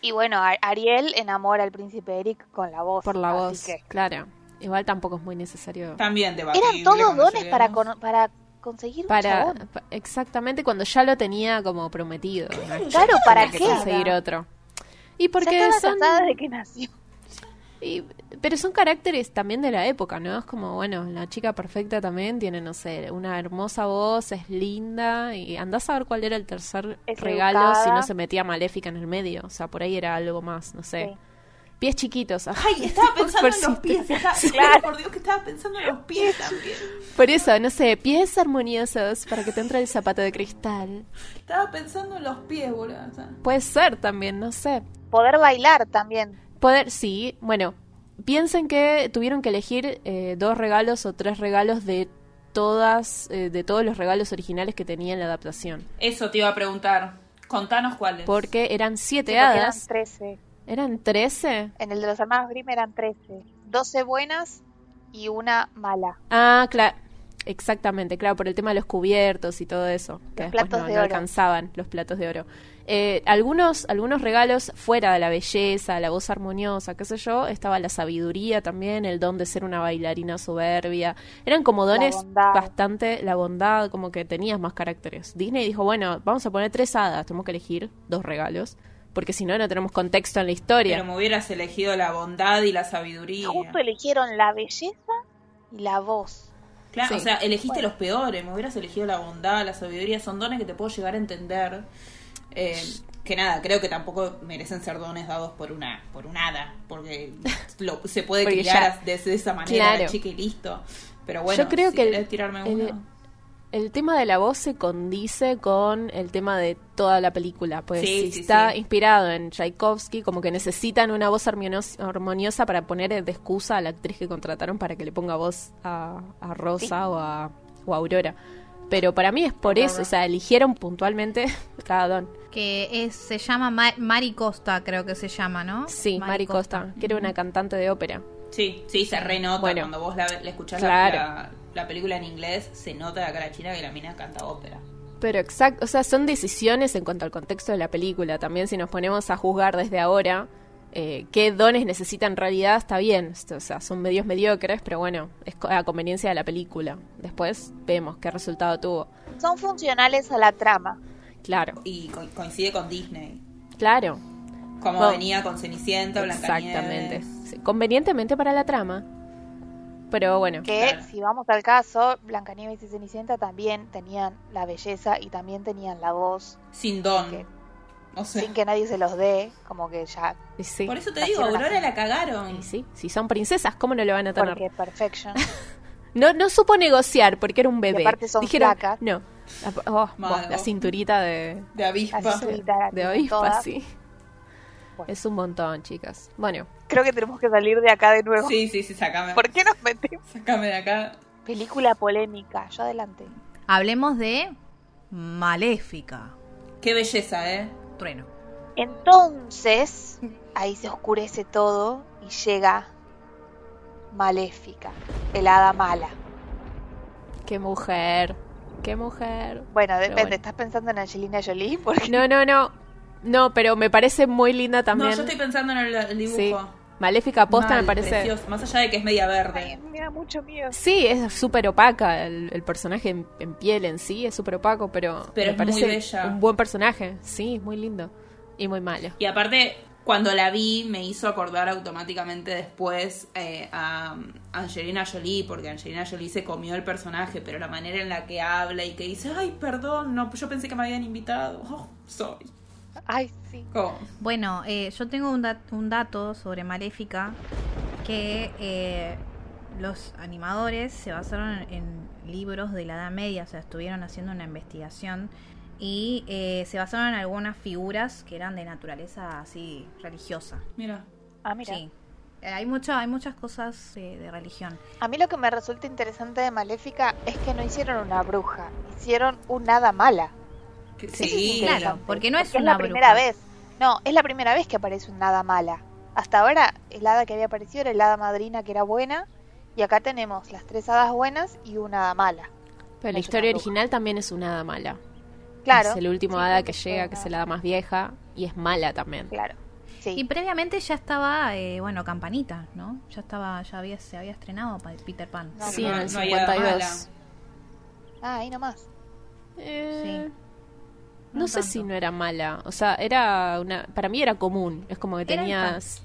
Speaker 4: Y bueno, a- Ariel enamora al príncipe Eric con la voz.
Speaker 7: Por la
Speaker 4: así
Speaker 7: voz,
Speaker 4: que-
Speaker 7: claro. Igual tampoco es muy necesario.
Speaker 5: También debatible.
Speaker 4: Eran todos
Speaker 5: cuando
Speaker 4: dones para,
Speaker 5: lleguemos.
Speaker 4: con- para conseguir un
Speaker 7: Para,
Speaker 4: chabón.
Speaker 7: pa- exactamente cuando ya lo tenía como prometido. ¿no?
Speaker 4: Claro, ¿para
Speaker 7: Para
Speaker 4: qué?
Speaker 7: que conseguir otro. Y
Speaker 4: ya
Speaker 7: porque
Speaker 4: estaba
Speaker 7: son.
Speaker 4: casada desde que nació.
Speaker 7: y- pero son caracteres también de la época, ¿no? Es como, bueno, la chica perfecta también tiene, no sé, una hermosa voz, es linda. Y andás a ver cuál era el tercer
Speaker 4: Es
Speaker 7: regalo si
Speaker 4: educada.
Speaker 7: no se metía maléfica en el medio. O sea, por ahí era algo más, no sé.
Speaker 4: Sí.
Speaker 7: Pies chiquitos.
Speaker 5: [LAUGHS] Ay,
Speaker 7: [LAUGHS]
Speaker 5: estaba pensando en los
Speaker 7: Pobrecita.
Speaker 5: pies. estaba-
Speaker 7: Claro.
Speaker 5: Por Dios que estaba pensando en los pies también.
Speaker 7: Por eso, no sé, pies armoniosos para que te entre el zapato de cristal.
Speaker 5: Estaba pensando en los pies, boludo. o sea.
Speaker 7: Puede ser también, no sé.
Speaker 4: Poder bailar también.
Speaker 7: Poder, sí, bueno, piensen que tuvieron que elegir eh, dos regalos o tres regalos de todas, eh, de todos los regalos originales que tenía en la adaptación.
Speaker 5: Eso te iba a preguntar. Contanos cuáles.
Speaker 7: Porque eran siete
Speaker 4: Sí, porque eran
Speaker 7: hadas.
Speaker 4: 13.
Speaker 7: ¿Eran trece?
Speaker 4: En el de los hermanos Grimm eran 13. 12 buenas y una mala.
Speaker 7: Ah, claro. Exactamente, claro, por el tema de los cubiertos y todo eso, que
Speaker 4: Los
Speaker 7: después
Speaker 4: platos
Speaker 7: no,
Speaker 4: de
Speaker 7: no
Speaker 4: oro.
Speaker 7: alcanzaban los platos de oro. Eh, algunos, algunos regalos fuera de la belleza, la voz armoniosa, qué sé yo, estaba la sabiduría también, el don de ser una bailarina soberbia. Eran como dones
Speaker 4: bondad.
Speaker 7: bastante, la bondad, como que tenías más caracteres. Disney dijo, bueno, vamos a poner tres hadas, tenemos que elegir dos regalos, porque si no, no tenemos contexto en la historia.
Speaker 5: Pero me hubieras elegido la bondad y la sabiduría.
Speaker 4: Justo eligieron la belleza y la voz.
Speaker 5: Claro,
Speaker 7: Sí.
Speaker 5: o sea, elegiste los peores, me hubieras elegido la bondad, la sabiduría, son dones que te puedo llegar a entender. Eh, que nada, creo que tampoco merecen ser dones dados por una, por un hada, porque
Speaker 7: [LAUGHS]
Speaker 5: lo- se puede
Speaker 7: Porque
Speaker 5: criar
Speaker 7: ya-
Speaker 5: as- de, de esa manera, la
Speaker 7: Claro.
Speaker 5: chica y listo. Pero bueno,
Speaker 7: Yo creo
Speaker 5: si
Speaker 7: que el-
Speaker 5: querés tirarme
Speaker 7: el-
Speaker 5: uno.
Speaker 7: El tema de la voz se condice con el tema de toda la película, pues
Speaker 5: Sí,
Speaker 7: si
Speaker 5: sí,
Speaker 7: está
Speaker 5: sí.
Speaker 7: inspirado en Tchaikovsky, como que necesitan una voz armoniosa, armoniosa para poner de excusa a la actriz que contrataron para que le ponga voz a, a Rosa o, a, o a Aurora. Pero para mí es por eso, o sea, eligieron puntualmente [LAUGHS] cada don.
Speaker 6: Que es, se llama Ma- Mari Costa, creo que se llama, ¿no?
Speaker 7: Sí, Mari Costa, que era una cantante de ópera.
Speaker 5: Sí, sí, se renota
Speaker 7: Bueno.
Speaker 5: cuando vos la, la escuchás
Speaker 7: Claro.
Speaker 5: la, la- la película en inglés, se nota la cara china que la mina canta ópera.
Speaker 7: Pero exacto, o sea, son decisiones en cuanto al contexto de la película. También si nos ponemos a juzgar desde ahora eh, qué dones necesitan en realidad, está bien. O sea, son medios mediocres, pero bueno, es co- a conveniencia de la película. Después vemos qué resultado tuvo.
Speaker 4: Son funcionales a la trama.
Speaker 7: Claro,
Speaker 5: Y co- coincide con Disney,
Speaker 7: claro,
Speaker 5: como
Speaker 7: Bueno,
Speaker 5: venía con Cenicienta, Blancanieves.
Speaker 7: exactamente. Sí, Convenientemente para la trama. Pero bueno,
Speaker 4: Que
Speaker 5: Claro.
Speaker 4: si vamos al caso, Blancanieves y Cenicienta también tenían la belleza y también tenían la voz,
Speaker 5: Sin don.
Speaker 4: Que-
Speaker 5: O sea,
Speaker 4: sin que nadie se los dé, como que ya,
Speaker 7: y sí.
Speaker 5: Por eso te
Speaker 4: Así
Speaker 5: digo,
Speaker 4: no la
Speaker 5: Aurora
Speaker 4: hacen.
Speaker 5: la cagaron.
Speaker 7: Y sí, si son princesas, ¿cómo no lo van a tener?
Speaker 4: porque perfection.
Speaker 7: No, no supo negociar porque era un bebé.
Speaker 4: aparte son
Speaker 7: Dijeron,
Speaker 4: flacas.
Speaker 7: No. Ah, oh,
Speaker 5: Malo.
Speaker 7: vos, la cinturita de,
Speaker 5: De avispa.
Speaker 4: Así solita la
Speaker 7: [LAUGHS] de
Speaker 4: tienen
Speaker 7: avispa,
Speaker 4: todas.
Speaker 7: sí.
Speaker 4: Bueno.
Speaker 7: Es un montón, chicas. Bueno,
Speaker 4: Creo que tenemos que salir de acá de nuevo.
Speaker 5: Sí, sí, sí, sacame.
Speaker 4: ¿Por qué nos metemos?
Speaker 5: Sacame de acá.
Speaker 4: Película polémica, yo adelante.
Speaker 6: Hablemos de Maléfica.
Speaker 5: Qué belleza, ¿eh?
Speaker 6: Trueno.
Speaker 4: Entonces, ahí se oscurece todo y llega Maléfica, el hada mala.
Speaker 7: Qué mujer. Qué mujer.
Speaker 4: Bueno, depende,
Speaker 7: bueno.
Speaker 4: ¿estás pensando en Angelina Jolie? Porque
Speaker 7: No, no, no. No, pero me parece muy linda también.
Speaker 5: No, yo estoy pensando en el, el dibujo.
Speaker 7: Sí. Maléfica posta
Speaker 5: Mal,
Speaker 7: me parece.
Speaker 5: precioso. Más allá de que es media
Speaker 4: Ay,
Speaker 5: verde.
Speaker 4: me da mucho miedo.
Speaker 7: Sí, es súper opaca. El, el personaje en, en piel en sí es súper opaco, pero,
Speaker 5: Pero
Speaker 7: me
Speaker 5: es muy
Speaker 7: parece
Speaker 5: bella.
Speaker 7: un buen personaje. Sí, es muy lindo. Y muy malo.
Speaker 5: Y aparte, cuando la vi, me hizo acordar automáticamente después eh, a Angelina Jolie, porque Angelina Jolie se comió el personaje, pero la manera en la que habla y que dice, ay, perdón, no, yo pensé que me habían invitado. Oh, sorry.
Speaker 4: Ay, sí.
Speaker 5: Como,
Speaker 6: Bueno, eh, yo tengo un, dat- un dato sobre Maléfica que eh, los animadores se basaron en, en libros de la Edad Media, o sea, estuvieron haciendo una investigación y eh, se basaron en algunas figuras que eran de naturaleza así religiosa.
Speaker 5: Mira.
Speaker 4: Ah, mira.
Speaker 6: Sí. Eh, Hay, mucho, hay muchas cosas eh, de religión.
Speaker 4: A mí lo que me resulta interesante de Maléfica es que no hicieron una bruja, hicieron un hada mala.
Speaker 5: Que-
Speaker 4: Eso es
Speaker 5: Sí,
Speaker 4: interesante,
Speaker 6: claro, porque no es
Speaker 4: la
Speaker 6: una
Speaker 4: primera
Speaker 6: bruja.
Speaker 4: vez. No, es la primera vez que aparece un hada mala. Hasta ahora el hada que había aparecido era el hada madrina que era buena y acá tenemos las tres hadas buenas y una hada mala.
Speaker 7: Pero la
Speaker 4: Es una
Speaker 7: historia
Speaker 4: bruja.
Speaker 7: original también es una hada mala.
Speaker 4: Claro.
Speaker 7: Es el último
Speaker 4: Sí,
Speaker 7: hada
Speaker 4: porque
Speaker 7: que
Speaker 4: fue
Speaker 7: llega,
Speaker 4: una-
Speaker 7: que es el hada más vieja, y es mala también.
Speaker 4: Claro. Sí.
Speaker 6: Y previamente ya estaba, eh, bueno, Campanita, ¿no? Ya estaba, ya había, se había estrenado pa- Peter Pan.
Speaker 4: No,
Speaker 7: sí,
Speaker 4: no,
Speaker 7: en el
Speaker 5: no hay hada
Speaker 7: 52.
Speaker 4: Ah, ahí nomás.
Speaker 7: Eh,
Speaker 6: Sí.
Speaker 7: no,
Speaker 6: No
Speaker 7: sé si
Speaker 6: tanto.
Speaker 7: no era mala. O sea, era una. Para mí era común. Es como que
Speaker 6: Era
Speaker 7: tenías.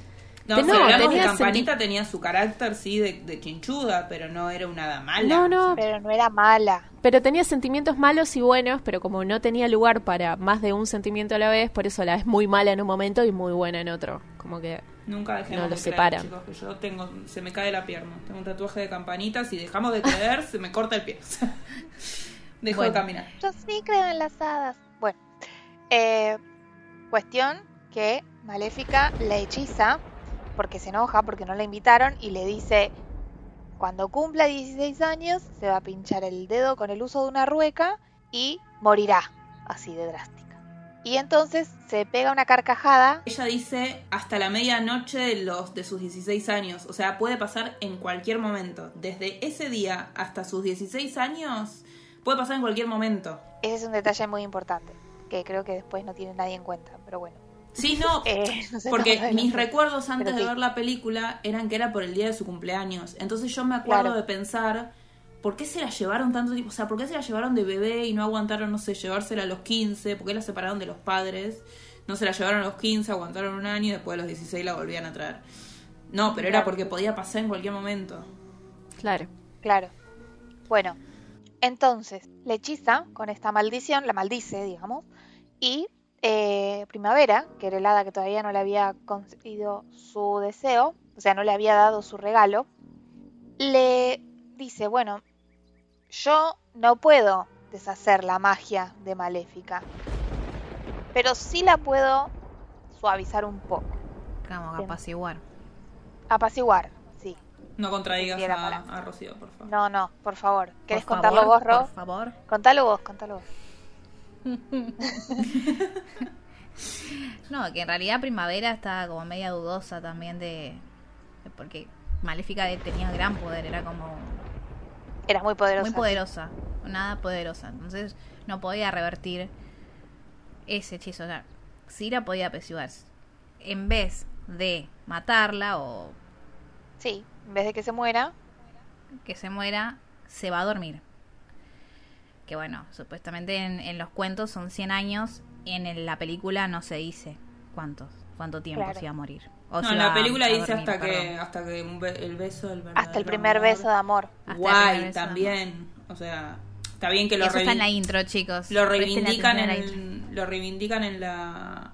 Speaker 5: No,
Speaker 7: Te-
Speaker 5: si
Speaker 7: no,
Speaker 5: hablamos de
Speaker 7: tenía
Speaker 5: Campanita, tenía su carácter, sí, de, de chinchuda, pero no era una hada mala.
Speaker 7: No, no,
Speaker 4: Pero no era mala.
Speaker 7: Pero tenía sentimientos malos y buenos, pero como no tenía lugar para más de un sentimiento a la vez, por eso la es muy mala en un momento y muy buena en otro. Como que
Speaker 5: Nunca dejemos
Speaker 7: No
Speaker 5: de
Speaker 7: los
Speaker 5: creer,
Speaker 7: separan.
Speaker 5: chicos, que yo tengo, se me cae la pierna. Tengo un tatuaje de campanitas y dejamos de creer, se me corta el pie. [LAUGHS] Dejo
Speaker 6: Bueno.
Speaker 5: de caminar.
Speaker 4: Yo sí creo en las hadas. Bueno, eh, cuestión que Maléfica la hechiza porque se enoja, porque no la invitaron y le dice, cuando cumpla 16 años se va a pinchar el dedo con el uso de una rueca y morirá, así de drástica. Y entonces se pega una carcajada.
Speaker 5: Ella dice hasta la medianoche de los de sus 16 años, o sea, puede pasar en cualquier momento. Desde ese día hasta sus 16 años puede pasar en cualquier
Speaker 7: [LAUGHS]
Speaker 5: momento.
Speaker 4: Ese es un detalle muy importante, que creo que después no tiene nadie en cuenta, pero bueno.
Speaker 5: Sí, no,
Speaker 4: Eh, [LAUGHS] no sé cómo
Speaker 5: Porque
Speaker 4: adelantar.
Speaker 5: mis recuerdos antes
Speaker 4: Pero
Speaker 5: de
Speaker 4: sí.
Speaker 5: ver la película eran que era por el día de su cumpleaños. Entonces yo me acuerdo
Speaker 4: Claro.
Speaker 5: de pensar, ¿por qué se la llevaron tanto tiempo? O sea, ¿por qué se la llevaron de bebé y no aguantaron, no sé, llevársela a los 15? ¿Por qué la separaron de los padres? No se la llevaron a los 15, aguantaron un año y después a los 16 la volvían a traer. No, pero era porque podía pasar en cualquier momento.
Speaker 7: claro.
Speaker 4: Claro. Bueno, entonces le hechiza con esta maldición, la maldice, digamos, y eh, Primavera, que era el hada que todavía no le había concedido su deseo, o sea, no le había dado su regalo, le dice, bueno, yo no puedo deshacer la magia de Maléfica, pero sí la puedo suavizar un poco,
Speaker 6: Como apaciguar.
Speaker 4: apaciguar, sí.
Speaker 5: No contradigas
Speaker 4: Sí, era
Speaker 5: a,
Speaker 4: para-
Speaker 5: a Rocío, por favor.
Speaker 4: No, no, por favor, ¿querés
Speaker 6: Ah. Por
Speaker 4: contarlo vos,
Speaker 6: favor,
Speaker 4: Ro?
Speaker 6: Por favor.
Speaker 4: Contalo vos, contalo vos.
Speaker 6: No, que en realidad Primavera estaba como media dudosa también de... de porque Maléfica de- tenía gran poder, era como
Speaker 4: Era muy poderosa.
Speaker 6: muy poderosa, nada poderosa. Entonces no podía revertir ese hechizo. O sea, sí la podía apaciguar. En vez de matarla o
Speaker 4: Sí, en vez de que se muera,
Speaker 6: que se muera, se va a dormir. Que bueno, supuestamente en, en los cuentos son 100 años, en el- la película no se dice cuántos, cuánto tiempo
Speaker 4: Claro.
Speaker 6: se iba a morir. O
Speaker 5: No,
Speaker 6: se
Speaker 5: en
Speaker 6: iba
Speaker 5: la
Speaker 6: a-
Speaker 5: película
Speaker 6: a
Speaker 5: dice
Speaker 6: dormir,
Speaker 5: hasta que,
Speaker 6: perdón.
Speaker 5: hasta que un be- el beso del verdadero
Speaker 4: hasta el primer
Speaker 5: amor.
Speaker 4: beso de amor.
Speaker 6: Hasta el primer
Speaker 5: Guay,
Speaker 6: beso de amor.
Speaker 5: también. O sea, está bien que lo
Speaker 6: Eso está en
Speaker 5: revi-
Speaker 6: la intro, chicos.
Speaker 5: lo
Speaker 7: este
Speaker 6: Presten
Speaker 5: reivindican
Speaker 6: atención a la intro.
Speaker 5: en lo reivindican en la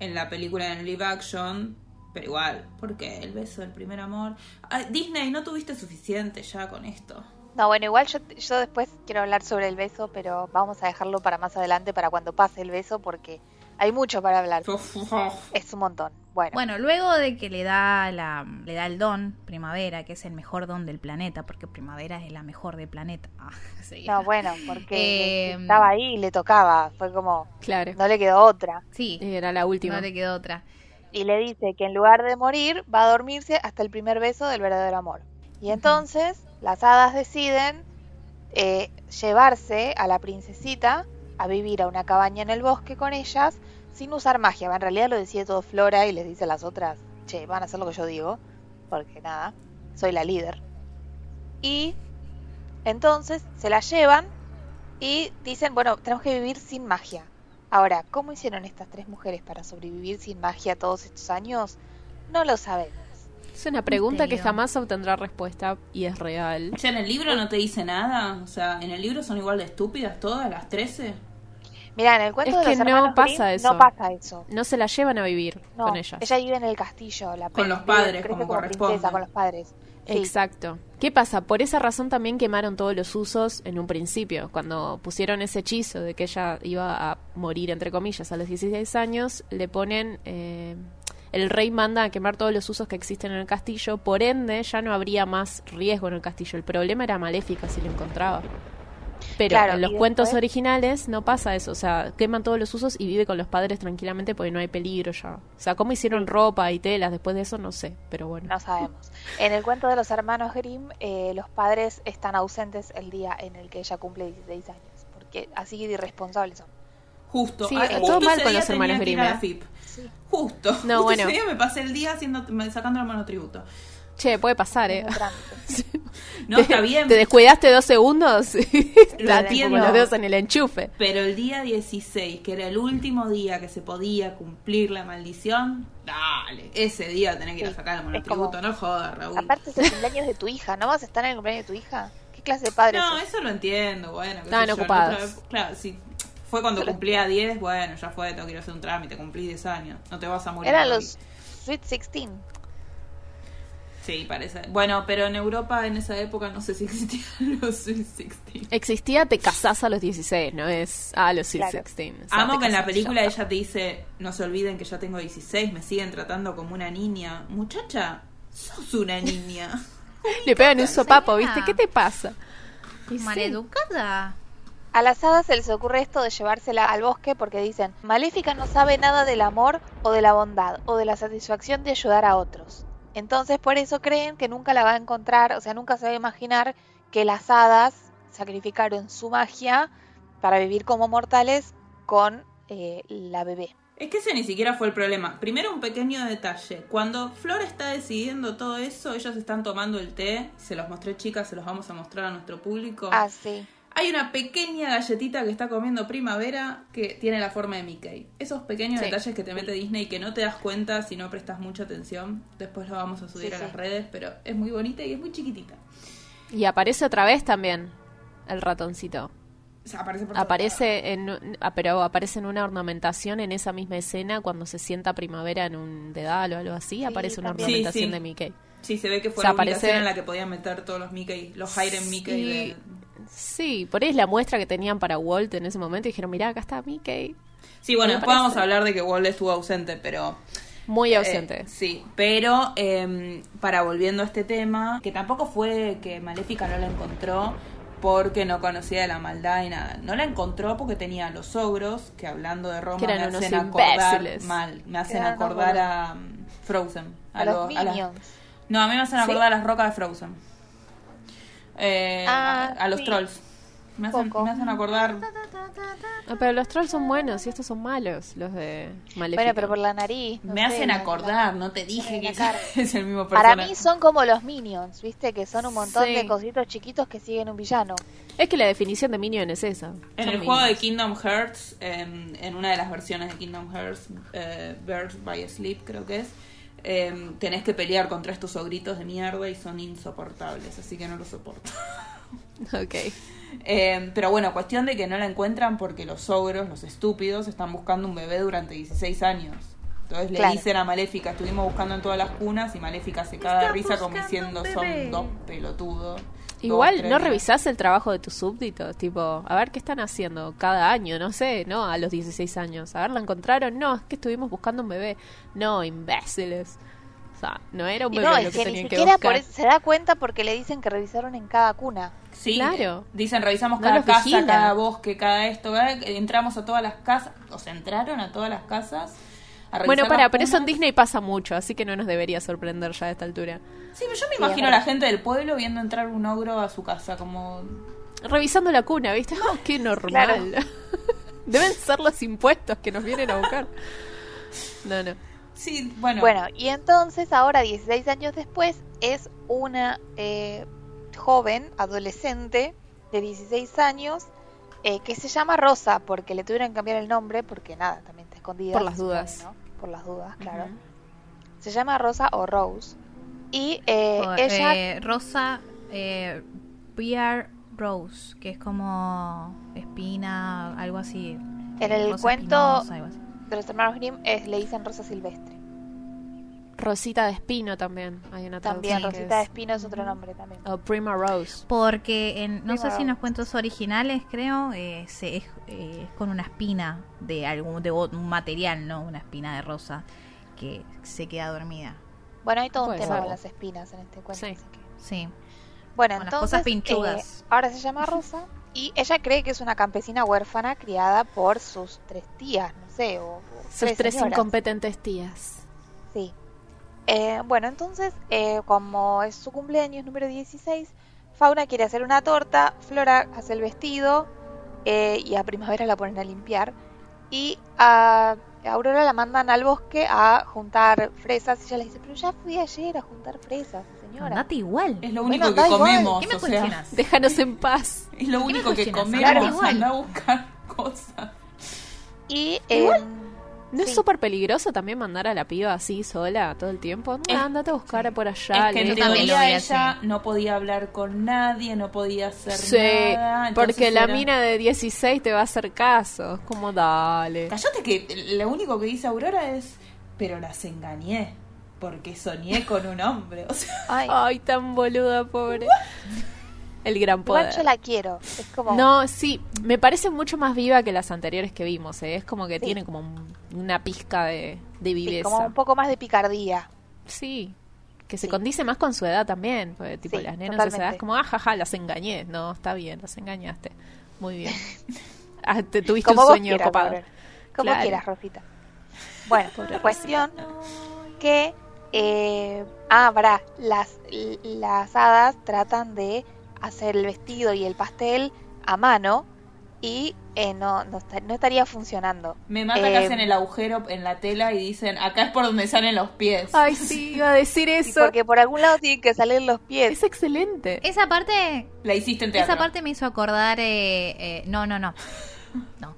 Speaker 5: en la película en el live action pero igual porque el beso del primer amor Ay, Disney no tuviste suficiente ya con
Speaker 7: [LAUGHS]
Speaker 5: esto
Speaker 4: No, bueno, igual yo, yo después quiero hablar sobre el beso, pero vamos a dejarlo para más adelante, para cuando pase el beso, porque hay mucho para hablar. Es un montón. Bueno,
Speaker 6: Bueno, luego de que le da, la, le da el don, Primavera, que es el mejor don del planeta, porque Primavera es la mejor del planeta. [LAUGHS] Ah, sí.
Speaker 4: no, bueno, porque
Speaker 6: Eh,
Speaker 4: estaba ahí y le tocaba, fue como,
Speaker 7: Claro.
Speaker 4: no le quedó otra.
Speaker 6: Sí,
Speaker 7: Y Era la última.
Speaker 6: no le quedó otra.
Speaker 4: Y le dice que en lugar de morir, va a dormirse hasta el primer beso del verdadero amor. Y entonces, las hadas deciden eh, llevarse a la princesita a vivir a una cabaña en el bosque con ellas, sin usar magia. En realidad lo decide todo Flora y les dice a las otras, che, van a hacer lo que yo digo, porque nada, soy la líder. Y entonces se la llevan y dicen, bueno, tenemos que vivir sin magia. Ahora, ¿cómo hicieron estas tres mujeres para sobrevivir sin magia todos estos años? No lo sabemos.
Speaker 7: Es una pregunta que
Speaker 6: Misterio.
Speaker 7: jamás obtendrá respuesta y es real.
Speaker 5: Che, en el libro no te dice nada. O sea, en el libro son igual de estúpidas todas las 13.
Speaker 4: Mira, en el cuento
Speaker 7: Es
Speaker 4: de
Speaker 7: que
Speaker 4: los
Speaker 7: no
Speaker 4: hermanos
Speaker 7: pasa
Speaker 4: Grimm
Speaker 7: eso.
Speaker 4: no pasa eso.
Speaker 7: No se la llevan a vivir
Speaker 4: No,
Speaker 7: con ellas.
Speaker 4: Ella vive en el castillo, la
Speaker 5: Con los
Speaker 4: vive-
Speaker 5: padres,
Speaker 4: crece
Speaker 5: como
Speaker 4: princesa,
Speaker 5: corresponde.
Speaker 4: con los padres. Sí.
Speaker 7: Exacto. ¿Qué pasa? Por esa razón también quemaron todos los usos en un principio. Cuando pusieron ese hechizo de que ella iba a morir, entre comillas, a los 16 años, le ponen... eh, el rey manda a quemar todos los usos que existen en el castillo, por ende ya no habría más riesgo en el castillo. El problema era maléfica si lo encontraba. Pero
Speaker 4: Claro,
Speaker 7: en
Speaker 4: y
Speaker 7: los cuentos
Speaker 4: después-
Speaker 7: originales no pasa eso, o sea, queman todos los usos y vive con los padres tranquilamente porque no hay peligro ya. O sea, cómo hicieron ropa y telas después de eso no sé, pero bueno.
Speaker 4: No sabemos. En el cuento de los hermanos Grimm, eh, los padres están ausentes el día en el que ella cumple 16 años, porque así de irresponsables son.
Speaker 5: Justo.
Speaker 7: Sí,
Speaker 5: Ah,
Speaker 7: está
Speaker 5: justo
Speaker 7: todo mal
Speaker 5: ese
Speaker 7: con
Speaker 5: día
Speaker 7: los hermanos
Speaker 5: tenía que ir a
Speaker 7: Grimm,
Speaker 5: la
Speaker 7: ¿eh?
Speaker 5: FIP. Justo.
Speaker 7: No,
Speaker 5: Justo
Speaker 7: bueno.
Speaker 5: Ese día me pasé el día haciendo, sacando el monotributo.
Speaker 7: Che, puede pasar,
Speaker 4: Es
Speaker 7: ¿eh?
Speaker 4: un trámite.
Speaker 7: [LAUGHS]
Speaker 5: No, está bien.
Speaker 7: ¿Te descuidaste dos segundos? [LAUGHS] Está tipo
Speaker 5: entiendo.
Speaker 7: con los dedos en el enchufe.
Speaker 5: Pero el día 16, que era el último día que se podía cumplir la maldición, dale. Ese día tenés que ir a
Speaker 4: Sí,
Speaker 5: sacar el
Speaker 4: es
Speaker 5: monotributo,
Speaker 4: como-
Speaker 5: no jodas, Raúl.
Speaker 4: Aparte es el cumpleaños de tu hija, ¿no vas a estar en el cumpleaños de tu hija? ¿Qué clase de padre
Speaker 5: No,
Speaker 4: sos?
Speaker 5: eso lo entiendo, bueno. qué
Speaker 7: Estaban
Speaker 5: sé yo, la
Speaker 7: ocupados.
Speaker 5: otra vez- Claro, sí. Fue cuando cumplía 10, bueno, ya fue, tengo que ir a hacer un trámite, cumplí 10 años. No te vas a morir.
Speaker 4: Eran
Speaker 5: Raúl.
Speaker 4: los Sweet 16.
Speaker 5: Sí, parece. Bueno, pero en Europa en esa época no sé si existían [LAUGHS] los Sweet 16.
Speaker 7: Existía te casás a los 16, ¿no es? Ah, a los
Speaker 4: Claro.
Speaker 7: 16. o sea,
Speaker 5: Amo
Speaker 7: te
Speaker 5: que en la
Speaker 7: casás,
Speaker 5: película
Speaker 7: ya
Speaker 5: ella te dice, no se olviden que ya tengo 16, me siguen tratando como una niña. Muchacha, sos una niña.
Speaker 7: está. Le pegan un sopapo,
Speaker 6: Señora.
Speaker 7: ¿viste? ¿Qué te pasa? Y sí.
Speaker 6: Maleducada.
Speaker 4: A las hadas se les ocurre esto de llevársela al bosque porque dicen, Maléfica no sabe nada del amor o de la bondad o de la satisfacción de ayudar a otros. Entonces por eso creen que nunca la va a encontrar, o sea, nunca se va a imaginar que las hadas sacrificaron su magia para vivir como mortales con eh, la bebé.
Speaker 5: Es que ese ni siquiera fue el problema. Primero un pequeño detalle. Cuando Flora está decidiendo todo eso, ellos están tomando el té. Se los mostré chicas, se los vamos a mostrar a nuestro público.
Speaker 4: Así.
Speaker 5: Hay una pequeña galletita que está comiendo Primavera que tiene la forma de Mickey. Esos pequeños
Speaker 7: Sí.
Speaker 5: detalles que te mete Disney que no te das cuenta si no prestas mucha atención. Después lo vamos a subir
Speaker 4: Sí,
Speaker 5: a
Speaker 4: sí.
Speaker 5: las redes, pero es muy bonita y es muy chiquitita.
Speaker 7: Y aparece otra vez también el ratoncito.
Speaker 5: O sea, aparece por todos lados.
Speaker 7: Aparece en, un- ah, pero aparece en una ornamentación en esa misma escena cuando se sienta primavera en un dedal o algo así. aparece una
Speaker 4: también.
Speaker 5: Sí,
Speaker 7: ornamentación
Speaker 5: sí.
Speaker 7: de Mickey.
Speaker 5: Sí, se ve que fue
Speaker 7: O sea,
Speaker 5: la única
Speaker 7: aparece-
Speaker 5: escena en la que podían meter todos los Mickey, los Hiram Mickey.
Speaker 7: Sí.
Speaker 5: del-
Speaker 7: Sí, por ahí es la muestra que tenían para Walt en ese momento. Y dijeron, mirá, acá está Mickey.
Speaker 5: Sí, bueno,
Speaker 7: Me
Speaker 5: después vamos
Speaker 7: parece.
Speaker 5: a hablar de que Walt estuvo ausente, pero...
Speaker 7: Muy ausente.
Speaker 5: Eh, sí, pero eh, para volviendo a este tema, que tampoco fue que Maléfica no la encontró porque no conocía de la maldad y nada. No la encontró porque tenía a los ogros, que hablando de Roma
Speaker 7: Que eran
Speaker 5: me
Speaker 7: unos
Speaker 5: hacen acordar
Speaker 7: imbéciles.
Speaker 5: mal, me hacen
Speaker 4: Eran unos
Speaker 5: acordar
Speaker 4: boludos.
Speaker 5: a um, Frozen.
Speaker 4: A, los
Speaker 5: lo- a las-
Speaker 4: minions.
Speaker 5: No, a mí me hacen acordar a las rocas de Frozen. Eh,
Speaker 4: Ah,
Speaker 5: a, a los
Speaker 4: sí.
Speaker 5: trolls. Me hacen,
Speaker 4: Poco.
Speaker 5: me hacen acordar...
Speaker 7: Ah, pero los trolls son buenos y estos son malos, los de Maléfica.
Speaker 4: Bueno, pero por la nariz. no
Speaker 5: Me
Speaker 4: sé,
Speaker 5: hacen
Speaker 4: la- la-
Speaker 5: acordar, no te dije
Speaker 4: en la
Speaker 5: que
Speaker 4: cara.
Speaker 5: [LAUGHS] es el mismo personaje.
Speaker 4: Para mí son como los minions, ¿viste? Que son un montón
Speaker 7: Sí.
Speaker 4: de cositos chiquitos que siguen un villano.
Speaker 7: Es que la definición de Minion es esa.
Speaker 5: En
Speaker 7: Son
Speaker 5: el juego de
Speaker 7: minions.
Speaker 5: Kingdom Hearts, em, en una de las versiones de Kingdom Hearts, eh, Birds by Sleep creo que es, em, tenés que pelear contra estos ogritos de mierda y son insoportables, así que no los soporto.
Speaker 7: [LAUGHS] Ok.
Speaker 5: Em, pero bueno, cuestión de que no la encuentran porque los ogros, los estúpidos, están buscando un bebé durante 16 años. Entonces le
Speaker 4: Claro.
Speaker 5: dicen a Maléfica, estuvimos buscando en todas las cunas y Maléfica se caga de risa como diciendo son dos pelotudos.
Speaker 7: Igual,
Speaker 5: tres
Speaker 7: ¿no
Speaker 5: días.
Speaker 7: revisás el trabajo de tus súbditos? Tipo, a ver qué están haciendo cada año, no sé, ¿no? A los 16 años. A ver, ¿la encontraron? No, es que estuvimos buscando un bebé. No, imbéciles. O sea, no era un
Speaker 4: Y
Speaker 7: bebé
Speaker 4: no, es
Speaker 7: lo
Speaker 4: que ni
Speaker 7: que tenían que
Speaker 4: siquiera
Speaker 7: buscar.
Speaker 4: por eso se da cuenta porque le dicen que revisaron en cada cuna.
Speaker 5: Sí,
Speaker 7: Claro.
Speaker 5: eh, Dicen, revisamos
Speaker 7: No
Speaker 5: cada
Speaker 7: los
Speaker 5: casa,
Speaker 7: vigilan.
Speaker 5: cada bosque, cada esto. cada- Entramos a todas las casas. O sea, entraron a todas las casas. a revisar
Speaker 7: Bueno,
Speaker 5: las
Speaker 7: para, pero eso en
Speaker 5: cunas.
Speaker 7: Disney pasa mucho, así que no nos debería sorprender ya a esta altura.
Speaker 5: Sí, pero yo me imagino a la gente del pueblo viendo entrar un ogro a su casa, como...
Speaker 7: Revisando la cuna, ¿viste? Oh, [LAUGHS] ¡Qué normal! [LAUGHS] Deben ser los impuestos que nos vienen a buscar. No, no.
Speaker 5: Sí, bueno.
Speaker 4: Bueno, y entonces ahora, 16 años después, es una eh, joven, adolescente de 16 años, eh, que se llama Rosa, porque le tuvieron que cambiar el nombre, porque nada, también está escondida.
Speaker 7: Por las
Speaker 4: se supone,
Speaker 7: dudas.
Speaker 4: ¿no? Por las dudas, claro. Se llama Rosa o Rose. Y eh,
Speaker 6: O,
Speaker 4: ella...
Speaker 6: eh, Rosa eh, Briar Rose, que es como espina, algo así.
Speaker 4: En
Speaker 6: Eh,
Speaker 4: el
Speaker 6: Rosa
Speaker 4: cuento-
Speaker 6: Espinosa, algo así.
Speaker 4: de los hermanos Grimm es- le dicen Rosa Silvestre.
Speaker 7: Rosita de Espino también. Hay una
Speaker 4: También,
Speaker 7: traducción que
Speaker 4: Rosita de
Speaker 7: es,
Speaker 4: Espino es otro nombre también.
Speaker 7: oh, Prima Rose.
Speaker 6: Porque en, no
Speaker 4: Sí,
Speaker 6: sé si en los
Speaker 4: Rose.
Speaker 6: cuentos originales, creo, eh, se, es, eh, es con una espina de algún de o- un material, ¿no? Una espina de rosa que se queda dormida.
Speaker 4: Bueno, hay todo un
Speaker 7: Puede
Speaker 4: tema
Speaker 7: ser.
Speaker 4: con las espinas en este cuento.
Speaker 7: Sí.
Speaker 4: así que-
Speaker 6: Sí.
Speaker 4: Bueno,
Speaker 6: Con las
Speaker 4: entonces.
Speaker 6: cosas pinchudas.
Speaker 4: eh, ahora se llama Rosa y ella cree que es una campesina huérfana criada por sus tres tías, no sé, o. o
Speaker 7: Sus tres
Speaker 4: señoras.
Speaker 7: incompetentes tías.
Speaker 4: Sí. Eh, bueno, entonces, eh, como es su cumpleaños número 16, Fauna quiere hacer una torta, Flora hace el vestido eh, y a primavera la ponen a limpiar. Y a Aurora la mandan al bosque a juntar fresas. Y ella le dice, pero ya fui ayer a juntar fresas, señora.
Speaker 6: Andate igual.
Speaker 5: Es lo único
Speaker 4: Bueno, da
Speaker 5: que
Speaker 4: igual,
Speaker 5: comemos.
Speaker 6: ¿Qué me
Speaker 5: o sea,
Speaker 6: cuestionas?
Speaker 7: Déjanos en paz.
Speaker 5: es lo
Speaker 6: me
Speaker 5: único que
Speaker 6: cuestionas?
Speaker 5: comemos.
Speaker 4: Claro,
Speaker 6: igual.
Speaker 5: Anda a buscar cosas.
Speaker 4: Y em,
Speaker 7: ¿No
Speaker 4: Sí.
Speaker 7: es súper peligroso también mandar a la piba así sola todo el tiempo? No,
Speaker 5: Es-
Speaker 7: andate a buscar por
Speaker 5: es
Speaker 7: allá.
Speaker 5: que en
Speaker 7: lejos.
Speaker 6: yo también lo
Speaker 5: teoría
Speaker 6: vi
Speaker 5: ella
Speaker 6: así.
Speaker 5: no podía hablar con nadie, no podía hacer
Speaker 7: Sí,
Speaker 5: nada. entonces
Speaker 7: porque la
Speaker 5: era-
Speaker 7: mina de 16 te va a hacer caso. Es como, dale.
Speaker 5: Callate que lo único que dice Aurora es, pero las engañé, porque soñé con un hombre. O sea,
Speaker 4: ay,
Speaker 7: Ay, tan boluda, pobre. El gran
Speaker 4: igual
Speaker 7: poder.
Speaker 4: yo la quiero. Es como,
Speaker 7: No, sí, me parece mucho más viva que las anteriores que vimos. ¿eh? Es como que
Speaker 4: Sí.
Speaker 7: tiene como un- una pizca de, de
Speaker 4: sí,
Speaker 7: viveza. Sí,
Speaker 4: como un poco más de picardía.
Speaker 7: que se
Speaker 4: Sí.
Speaker 7: condice más con su edad también. Porque, tipo,
Speaker 4: Sí,
Speaker 7: las nenas a esa edad
Speaker 4: totalmente.
Speaker 7: es como, ah, jaja, las engañé. No, está bien, las engañaste. Muy
Speaker 4: [LAUGHS]
Speaker 7: bien. Ah, te tuviste
Speaker 4: Como
Speaker 7: un
Speaker 4: vos
Speaker 7: sueño
Speaker 4: quieras,
Speaker 7: copado.
Speaker 4: Aurora. Como
Speaker 7: Claro.
Speaker 4: quieras, Rosita. Bueno, cuestión que. Eh, ah, pará, las, l- las hadas tratan de hacer el vestido y el pastel a mano y eh, no, no, esta- no estaría funcionando.
Speaker 5: me mata que
Speaker 4: Eh,
Speaker 5: hacen el agujero en la tela y dicen, acá es por donde salen los pies.
Speaker 7: Ay, sí, iba a
Speaker 4: [LAUGHS]
Speaker 7: decir
Speaker 4: Y
Speaker 7: eso.
Speaker 4: porque por algún lado tienen que salir los pies.
Speaker 7: Es excelente.
Speaker 6: Esa parte
Speaker 5: La hiciste en teatro.
Speaker 6: Esa parte me hizo acordar. eh, eh, no, no, no. No.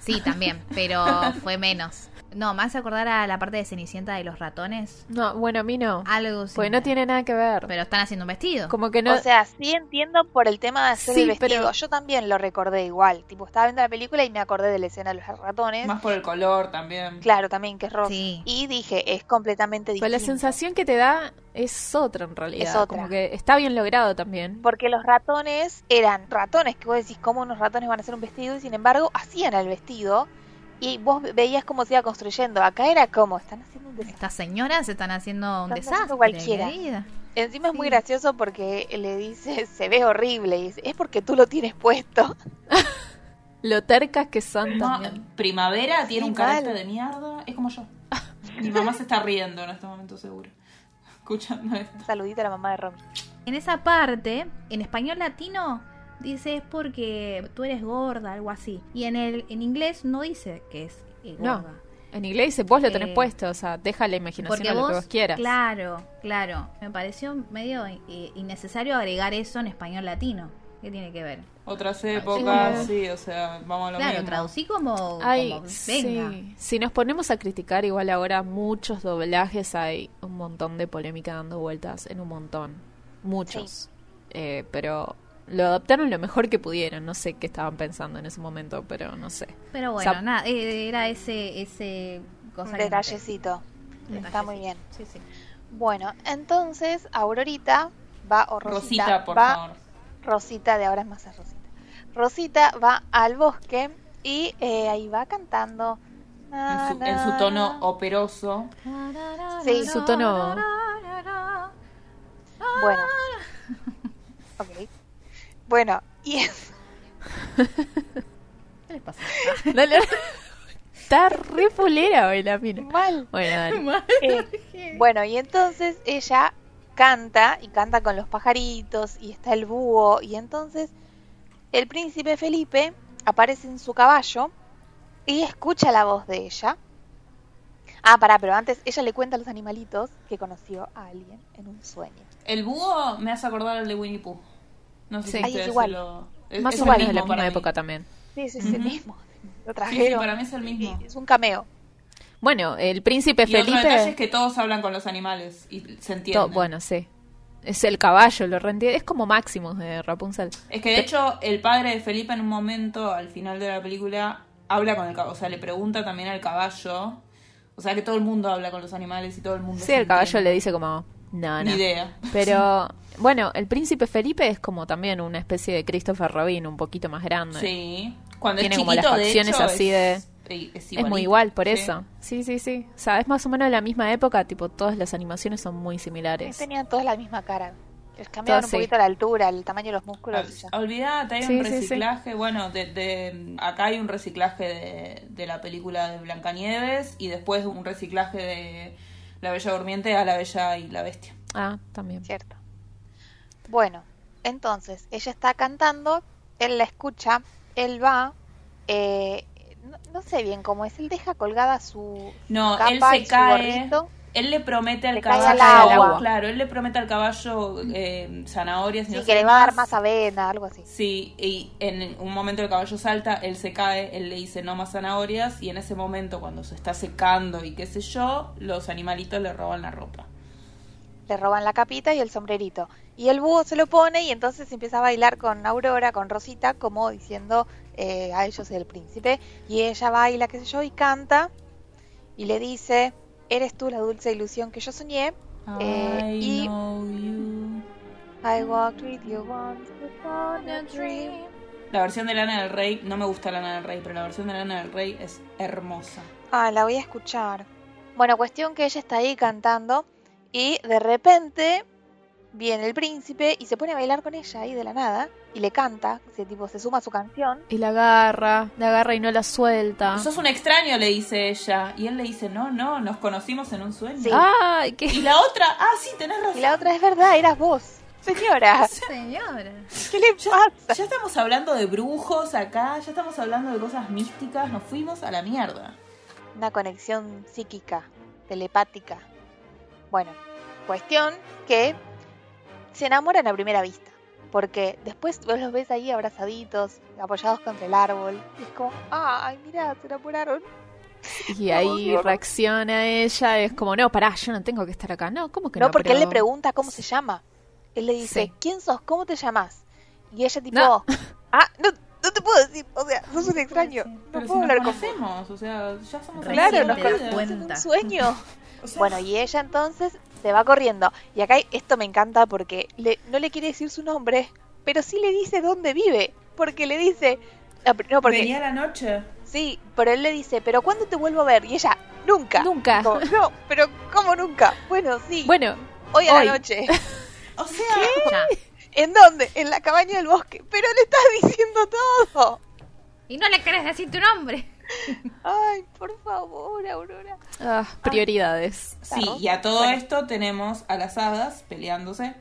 Speaker 6: Sí, también, pero fue menos. No, más acordar a la parte de Cenicienta de los ratones.
Speaker 7: No, bueno, a mí no.
Speaker 4: Ah,
Speaker 6: Algo
Speaker 7: Porque
Speaker 6: similar.
Speaker 7: Pues no tiene nada que ver.
Speaker 6: Pero están haciendo un vestido.
Speaker 7: Como que no.
Speaker 4: O sea, sí entiendo por el tema de hacer
Speaker 7: Sí,
Speaker 4: el vestido.
Speaker 7: pero-
Speaker 4: Yo también lo recordé igual. Tipo, estaba viendo la película y me acordé de la escena de los ratones.
Speaker 5: Más por el color también.
Speaker 4: Claro, también que es rosa.
Speaker 6: Sí.
Speaker 4: Y dije, es completamente
Speaker 7: Pero
Speaker 4: distinto.
Speaker 7: la sensación que te da es otra en realidad.
Speaker 4: Es otra.
Speaker 7: Como que está bien logrado también.
Speaker 4: Porque los ratones eran ratones, que vos decís cómo unos ratones van a hacer un vestido, y sin embargo hacían el vestido, y vos veías cómo se iba construyendo. Acá era como, están haciendo un desastre.
Speaker 6: Estas señoras están haciendo un
Speaker 4: Están haciendo
Speaker 6: desastre.
Speaker 4: cualquiera.
Speaker 6: querida.
Speaker 4: Encima es muy
Speaker 6: Sí.
Speaker 4: gracioso porque le dice, [LAUGHS] se ve horrible, y dice, es porque tú lo tienes puesto. [LAUGHS]
Speaker 7: Lo tercas que son
Speaker 5: No,
Speaker 7: también.
Speaker 5: primavera tiene
Speaker 4: Sí,
Speaker 5: un carácter
Speaker 4: mal.
Speaker 5: de mierda. Es como yo. Mi mamá se está riendo en este momento, seguro. Escuchando esto.
Speaker 4: Saludito a la mamá de Romy.
Speaker 6: En esa parte, en español latino, dice es porque tú eres gorda, algo así. Y en el en inglés no dice que es eh,
Speaker 7: No.
Speaker 6: gorda.
Speaker 7: En inglés dice, vos lo tenés
Speaker 6: Eh,
Speaker 7: puesto, o sea, deja la imaginación
Speaker 6: Porque
Speaker 7: a lo
Speaker 6: vos,
Speaker 7: que vos quieras.
Speaker 6: Claro, claro. Me pareció medio eh, innecesario agregar eso en español latino. ¿Qué tiene que ver?
Speaker 5: Otras épocas,
Speaker 7: Sí.
Speaker 5: sí, o sea, vamos a lo
Speaker 6: claro,
Speaker 5: mismo.
Speaker 6: traducí como,
Speaker 7: Ay,
Speaker 6: como venga.
Speaker 7: sí. Si nos ponemos a criticar, igual ahora muchos doblajes hay un montón de polémica dando vueltas en un montón. Muchos. Eh, pero lo adaptaron lo mejor que pudieron. No sé qué estaban pensando en ese momento, pero no sé.
Speaker 6: Pero bueno,
Speaker 7: O sea,
Speaker 6: nada, eh, era ese, ese cosa
Speaker 4: Un
Speaker 6: que noté.
Speaker 4: detallecito. Está muy bien.
Speaker 6: Sí, sí.
Speaker 4: Bueno, entonces Aurorita va, o Rosita,
Speaker 5: Rosita, por
Speaker 4: va
Speaker 5: favor.
Speaker 4: Rosita, de ahora es más a Rosita. Rosita va al bosque y eh, ahí va cantando.
Speaker 5: En su, en su
Speaker 7: Ah.
Speaker 5: tono operoso.
Speaker 4: Sí.
Speaker 7: Su tono.
Speaker 5: [LAUGHS]
Speaker 4: Bueno. Ok. Bueno, y es-
Speaker 6: ¿Qué les pasa?
Speaker 7: [LAUGHS] Dale. Está re polera hoy la mina.
Speaker 4: mal.
Speaker 7: Bueno, dale.
Speaker 4: Eh, bueno, y entonces ella canta y canta con los pajaritos y está el búho y entonces el príncipe Felipe aparece en su caballo y escucha la voz de ella. Ah, pará, pero antes ella le cuenta a los animalitos que conoció a alguien en un sueño.
Speaker 5: El búho me hace acordar al de Winnie Pooh. No sé si
Speaker 7: Sí.
Speaker 4: Ahí es
Speaker 5: ustedes se
Speaker 4: igual.
Speaker 5: lo- es-
Speaker 7: [LAUGHS] Más
Speaker 5: es
Speaker 7: o
Speaker 5: el
Speaker 7: menos de la
Speaker 5: mismo para
Speaker 7: misma
Speaker 5: mí.
Speaker 7: época también.
Speaker 4: Sí, sí, es el
Speaker 5: Ujú.
Speaker 4: mismo. Lo
Speaker 5: Sí, sí,
Speaker 4: trajeron.
Speaker 5: para mí es el mismo.
Speaker 4: Sí, Es un cameo.
Speaker 7: Bueno, el príncipe
Speaker 5: Y otro detalle es
Speaker 7: Felipe.
Speaker 5: que todos hablan con los animales y se
Speaker 7: To-
Speaker 5: entienden.
Speaker 7: bueno, sí. Es el caballo, lo renté. Es como Maximus de Rapunzel.
Speaker 5: Es que de hecho el padre de Felipe en un momento al final de la película habla con el caballo, o sea, le pregunta también al caballo. O sea, que todo el mundo habla con los animales y todo el mundo
Speaker 7: Sí,
Speaker 5: se
Speaker 7: el caballo le
Speaker 5: entiende.
Speaker 7: dice como. No, no.
Speaker 5: Ni idea.
Speaker 7: Pero bueno, el príncipe Felipe es como también una especie de Christopher Robin, un poquito más grande.
Speaker 5: Sí. Cuando
Speaker 7: Tiene
Speaker 5: es
Speaker 7: como
Speaker 5: chiquito,
Speaker 7: las
Speaker 5: de
Speaker 7: facciones
Speaker 5: hecho,
Speaker 7: así
Speaker 5: es-
Speaker 7: Es muy
Speaker 5: igualito.
Speaker 7: igual, por
Speaker 5: Sí.
Speaker 7: eso. Sí, sí, sí. O sea, es más o menos de la misma época, tipo, todas las animaciones son muy similares.
Speaker 4: Tenían todas la misma cara. Les cambiaron
Speaker 7: Todas,
Speaker 4: un poquito
Speaker 7: sí.
Speaker 4: la altura, el tamaño de los músculos. y ya.
Speaker 5: Ol- Olvidate, hay
Speaker 7: Sí,
Speaker 5: un
Speaker 7: sí, sí.
Speaker 5: reciclaje, bueno, de, de- acá hay un reciclaje de, de la película de Blancanieves y después un reciclaje de La Bella Durmiente a La Bella y la Bestia.
Speaker 7: Ah, también.
Speaker 4: Cierto. Bueno, entonces, ella está cantando, él la escucha, él va, eh, no, no sé bien cómo es, él deja colgada su
Speaker 5: No,
Speaker 4: capa
Speaker 5: él se
Speaker 4: y su
Speaker 5: cae,
Speaker 4: gorrito.
Speaker 5: él le promete al
Speaker 4: Le cae
Speaker 5: caballo,
Speaker 4: al
Speaker 7: agua.
Speaker 5: claro, él le promete al caballo eh, zanahorias y
Speaker 4: Sí,
Speaker 5: no
Speaker 4: que
Speaker 5: sé
Speaker 4: le va a dar
Speaker 5: qué
Speaker 4: más avena, algo así.
Speaker 5: Sí, y en un momento el caballo salta, él se cae, él le dice no más zanahorias y en ese momento cuando se está secando y qué sé yo, los animalitos le roban la ropa.
Speaker 4: Le roban la capita y el sombrerito. Y el búho se lo pone y entonces empieza a bailar con Aurora, con Rosita, como diciendo eh, a ellos el príncipe. Y ella baila, qué sé yo, y canta y le dice, eres tú la dulce ilusión que yo soñé. Eh,
Speaker 5: I
Speaker 4: y-
Speaker 5: know you.
Speaker 4: I walked with you once upon a dream.
Speaker 5: La versión de Lana del Rey, no me gusta Lana del Rey, pero la versión de Lana del Rey es hermosa.
Speaker 4: Ah, la voy a escuchar. Bueno, cuestión que ella está ahí cantando y de repente viene el príncipe y se pone a bailar con ella ahí de la nada y le canta, se, tipo, se suma a su canción.
Speaker 7: Y la agarra, la agarra y no la suelta.
Speaker 5: Sos un extraño, le dice ella. Y él le dice, no, no, nos conocimos en un sueño.
Speaker 4: Sí.
Speaker 7: ¡Ay, qué!
Speaker 5: Y la otra, ah, sí, tenés razón.
Speaker 4: Y la otra es verdad, eras vos. [LAUGHS] Señora,
Speaker 6: Señora.
Speaker 4: ¿qué le pasa?
Speaker 5: Ya estamos hablando de brujos acá, ya estamos hablando de cosas místicas, nos fuimos a la mierda.
Speaker 4: Una conexión psíquica, telepática. Bueno, cuestión que se enamoran a primera vista. Porque después vos los ves ahí abrazaditos, apoyados contra el árbol. Y es como, ay, mirá, se enamoraron.
Speaker 7: Y ahí reacciona ella, es como, no, pará, yo no tengo que estar acá. No, ¿cómo que no?
Speaker 4: No, porque él le
Speaker 7: Pero-
Speaker 4: pregunta cómo se llama. Él le dice,
Speaker 7: Sí.
Speaker 4: ¿quién sos? ¿Cómo te llamas? Y ella tipo,
Speaker 7: No.
Speaker 4: ah, no, no te puedo decir, o sea,
Speaker 7: [LAUGHS]
Speaker 4: sos un extraño, no puedo
Speaker 5: Pero si
Speaker 4: hablar
Speaker 5: nos
Speaker 4: con
Speaker 5: conocemos, o sea, ya somos
Speaker 6: Recién
Speaker 4: Claro,
Speaker 5: amigos
Speaker 4: nos
Speaker 5: de la
Speaker 6: das
Speaker 5: vida.
Speaker 4: Es un
Speaker 6: cuenta.
Speaker 4: sueño.
Speaker 5: O sea,
Speaker 4: bueno, y ella entonces se va corriendo. Y acá esto me encanta porque le- no le quiere decir su nombre, pero sí le dice dónde vive. Porque le dice, no, pero- no, porque
Speaker 5: venía la noche.
Speaker 4: sí, pero él le dice, pero ¿cuándo te vuelvo a ver? Y ella, nunca.
Speaker 7: Nunca.
Speaker 4: Como, no, pero ¿cómo nunca? Bueno, sí,
Speaker 7: Bueno,
Speaker 4: hoy a
Speaker 7: hoy.
Speaker 4: la noche. [LAUGHS]
Speaker 5: O sea,
Speaker 6: Ya.
Speaker 4: ¿En dónde? En la cabaña del bosque. Pero le estás diciendo todo.
Speaker 6: Y no le querés decir tu nombre.
Speaker 4: [LAUGHS] Ay, por favor, Aurora.
Speaker 7: ah, prioridades.
Speaker 5: sí, y a todo esto tenemos a las hadas peleándose.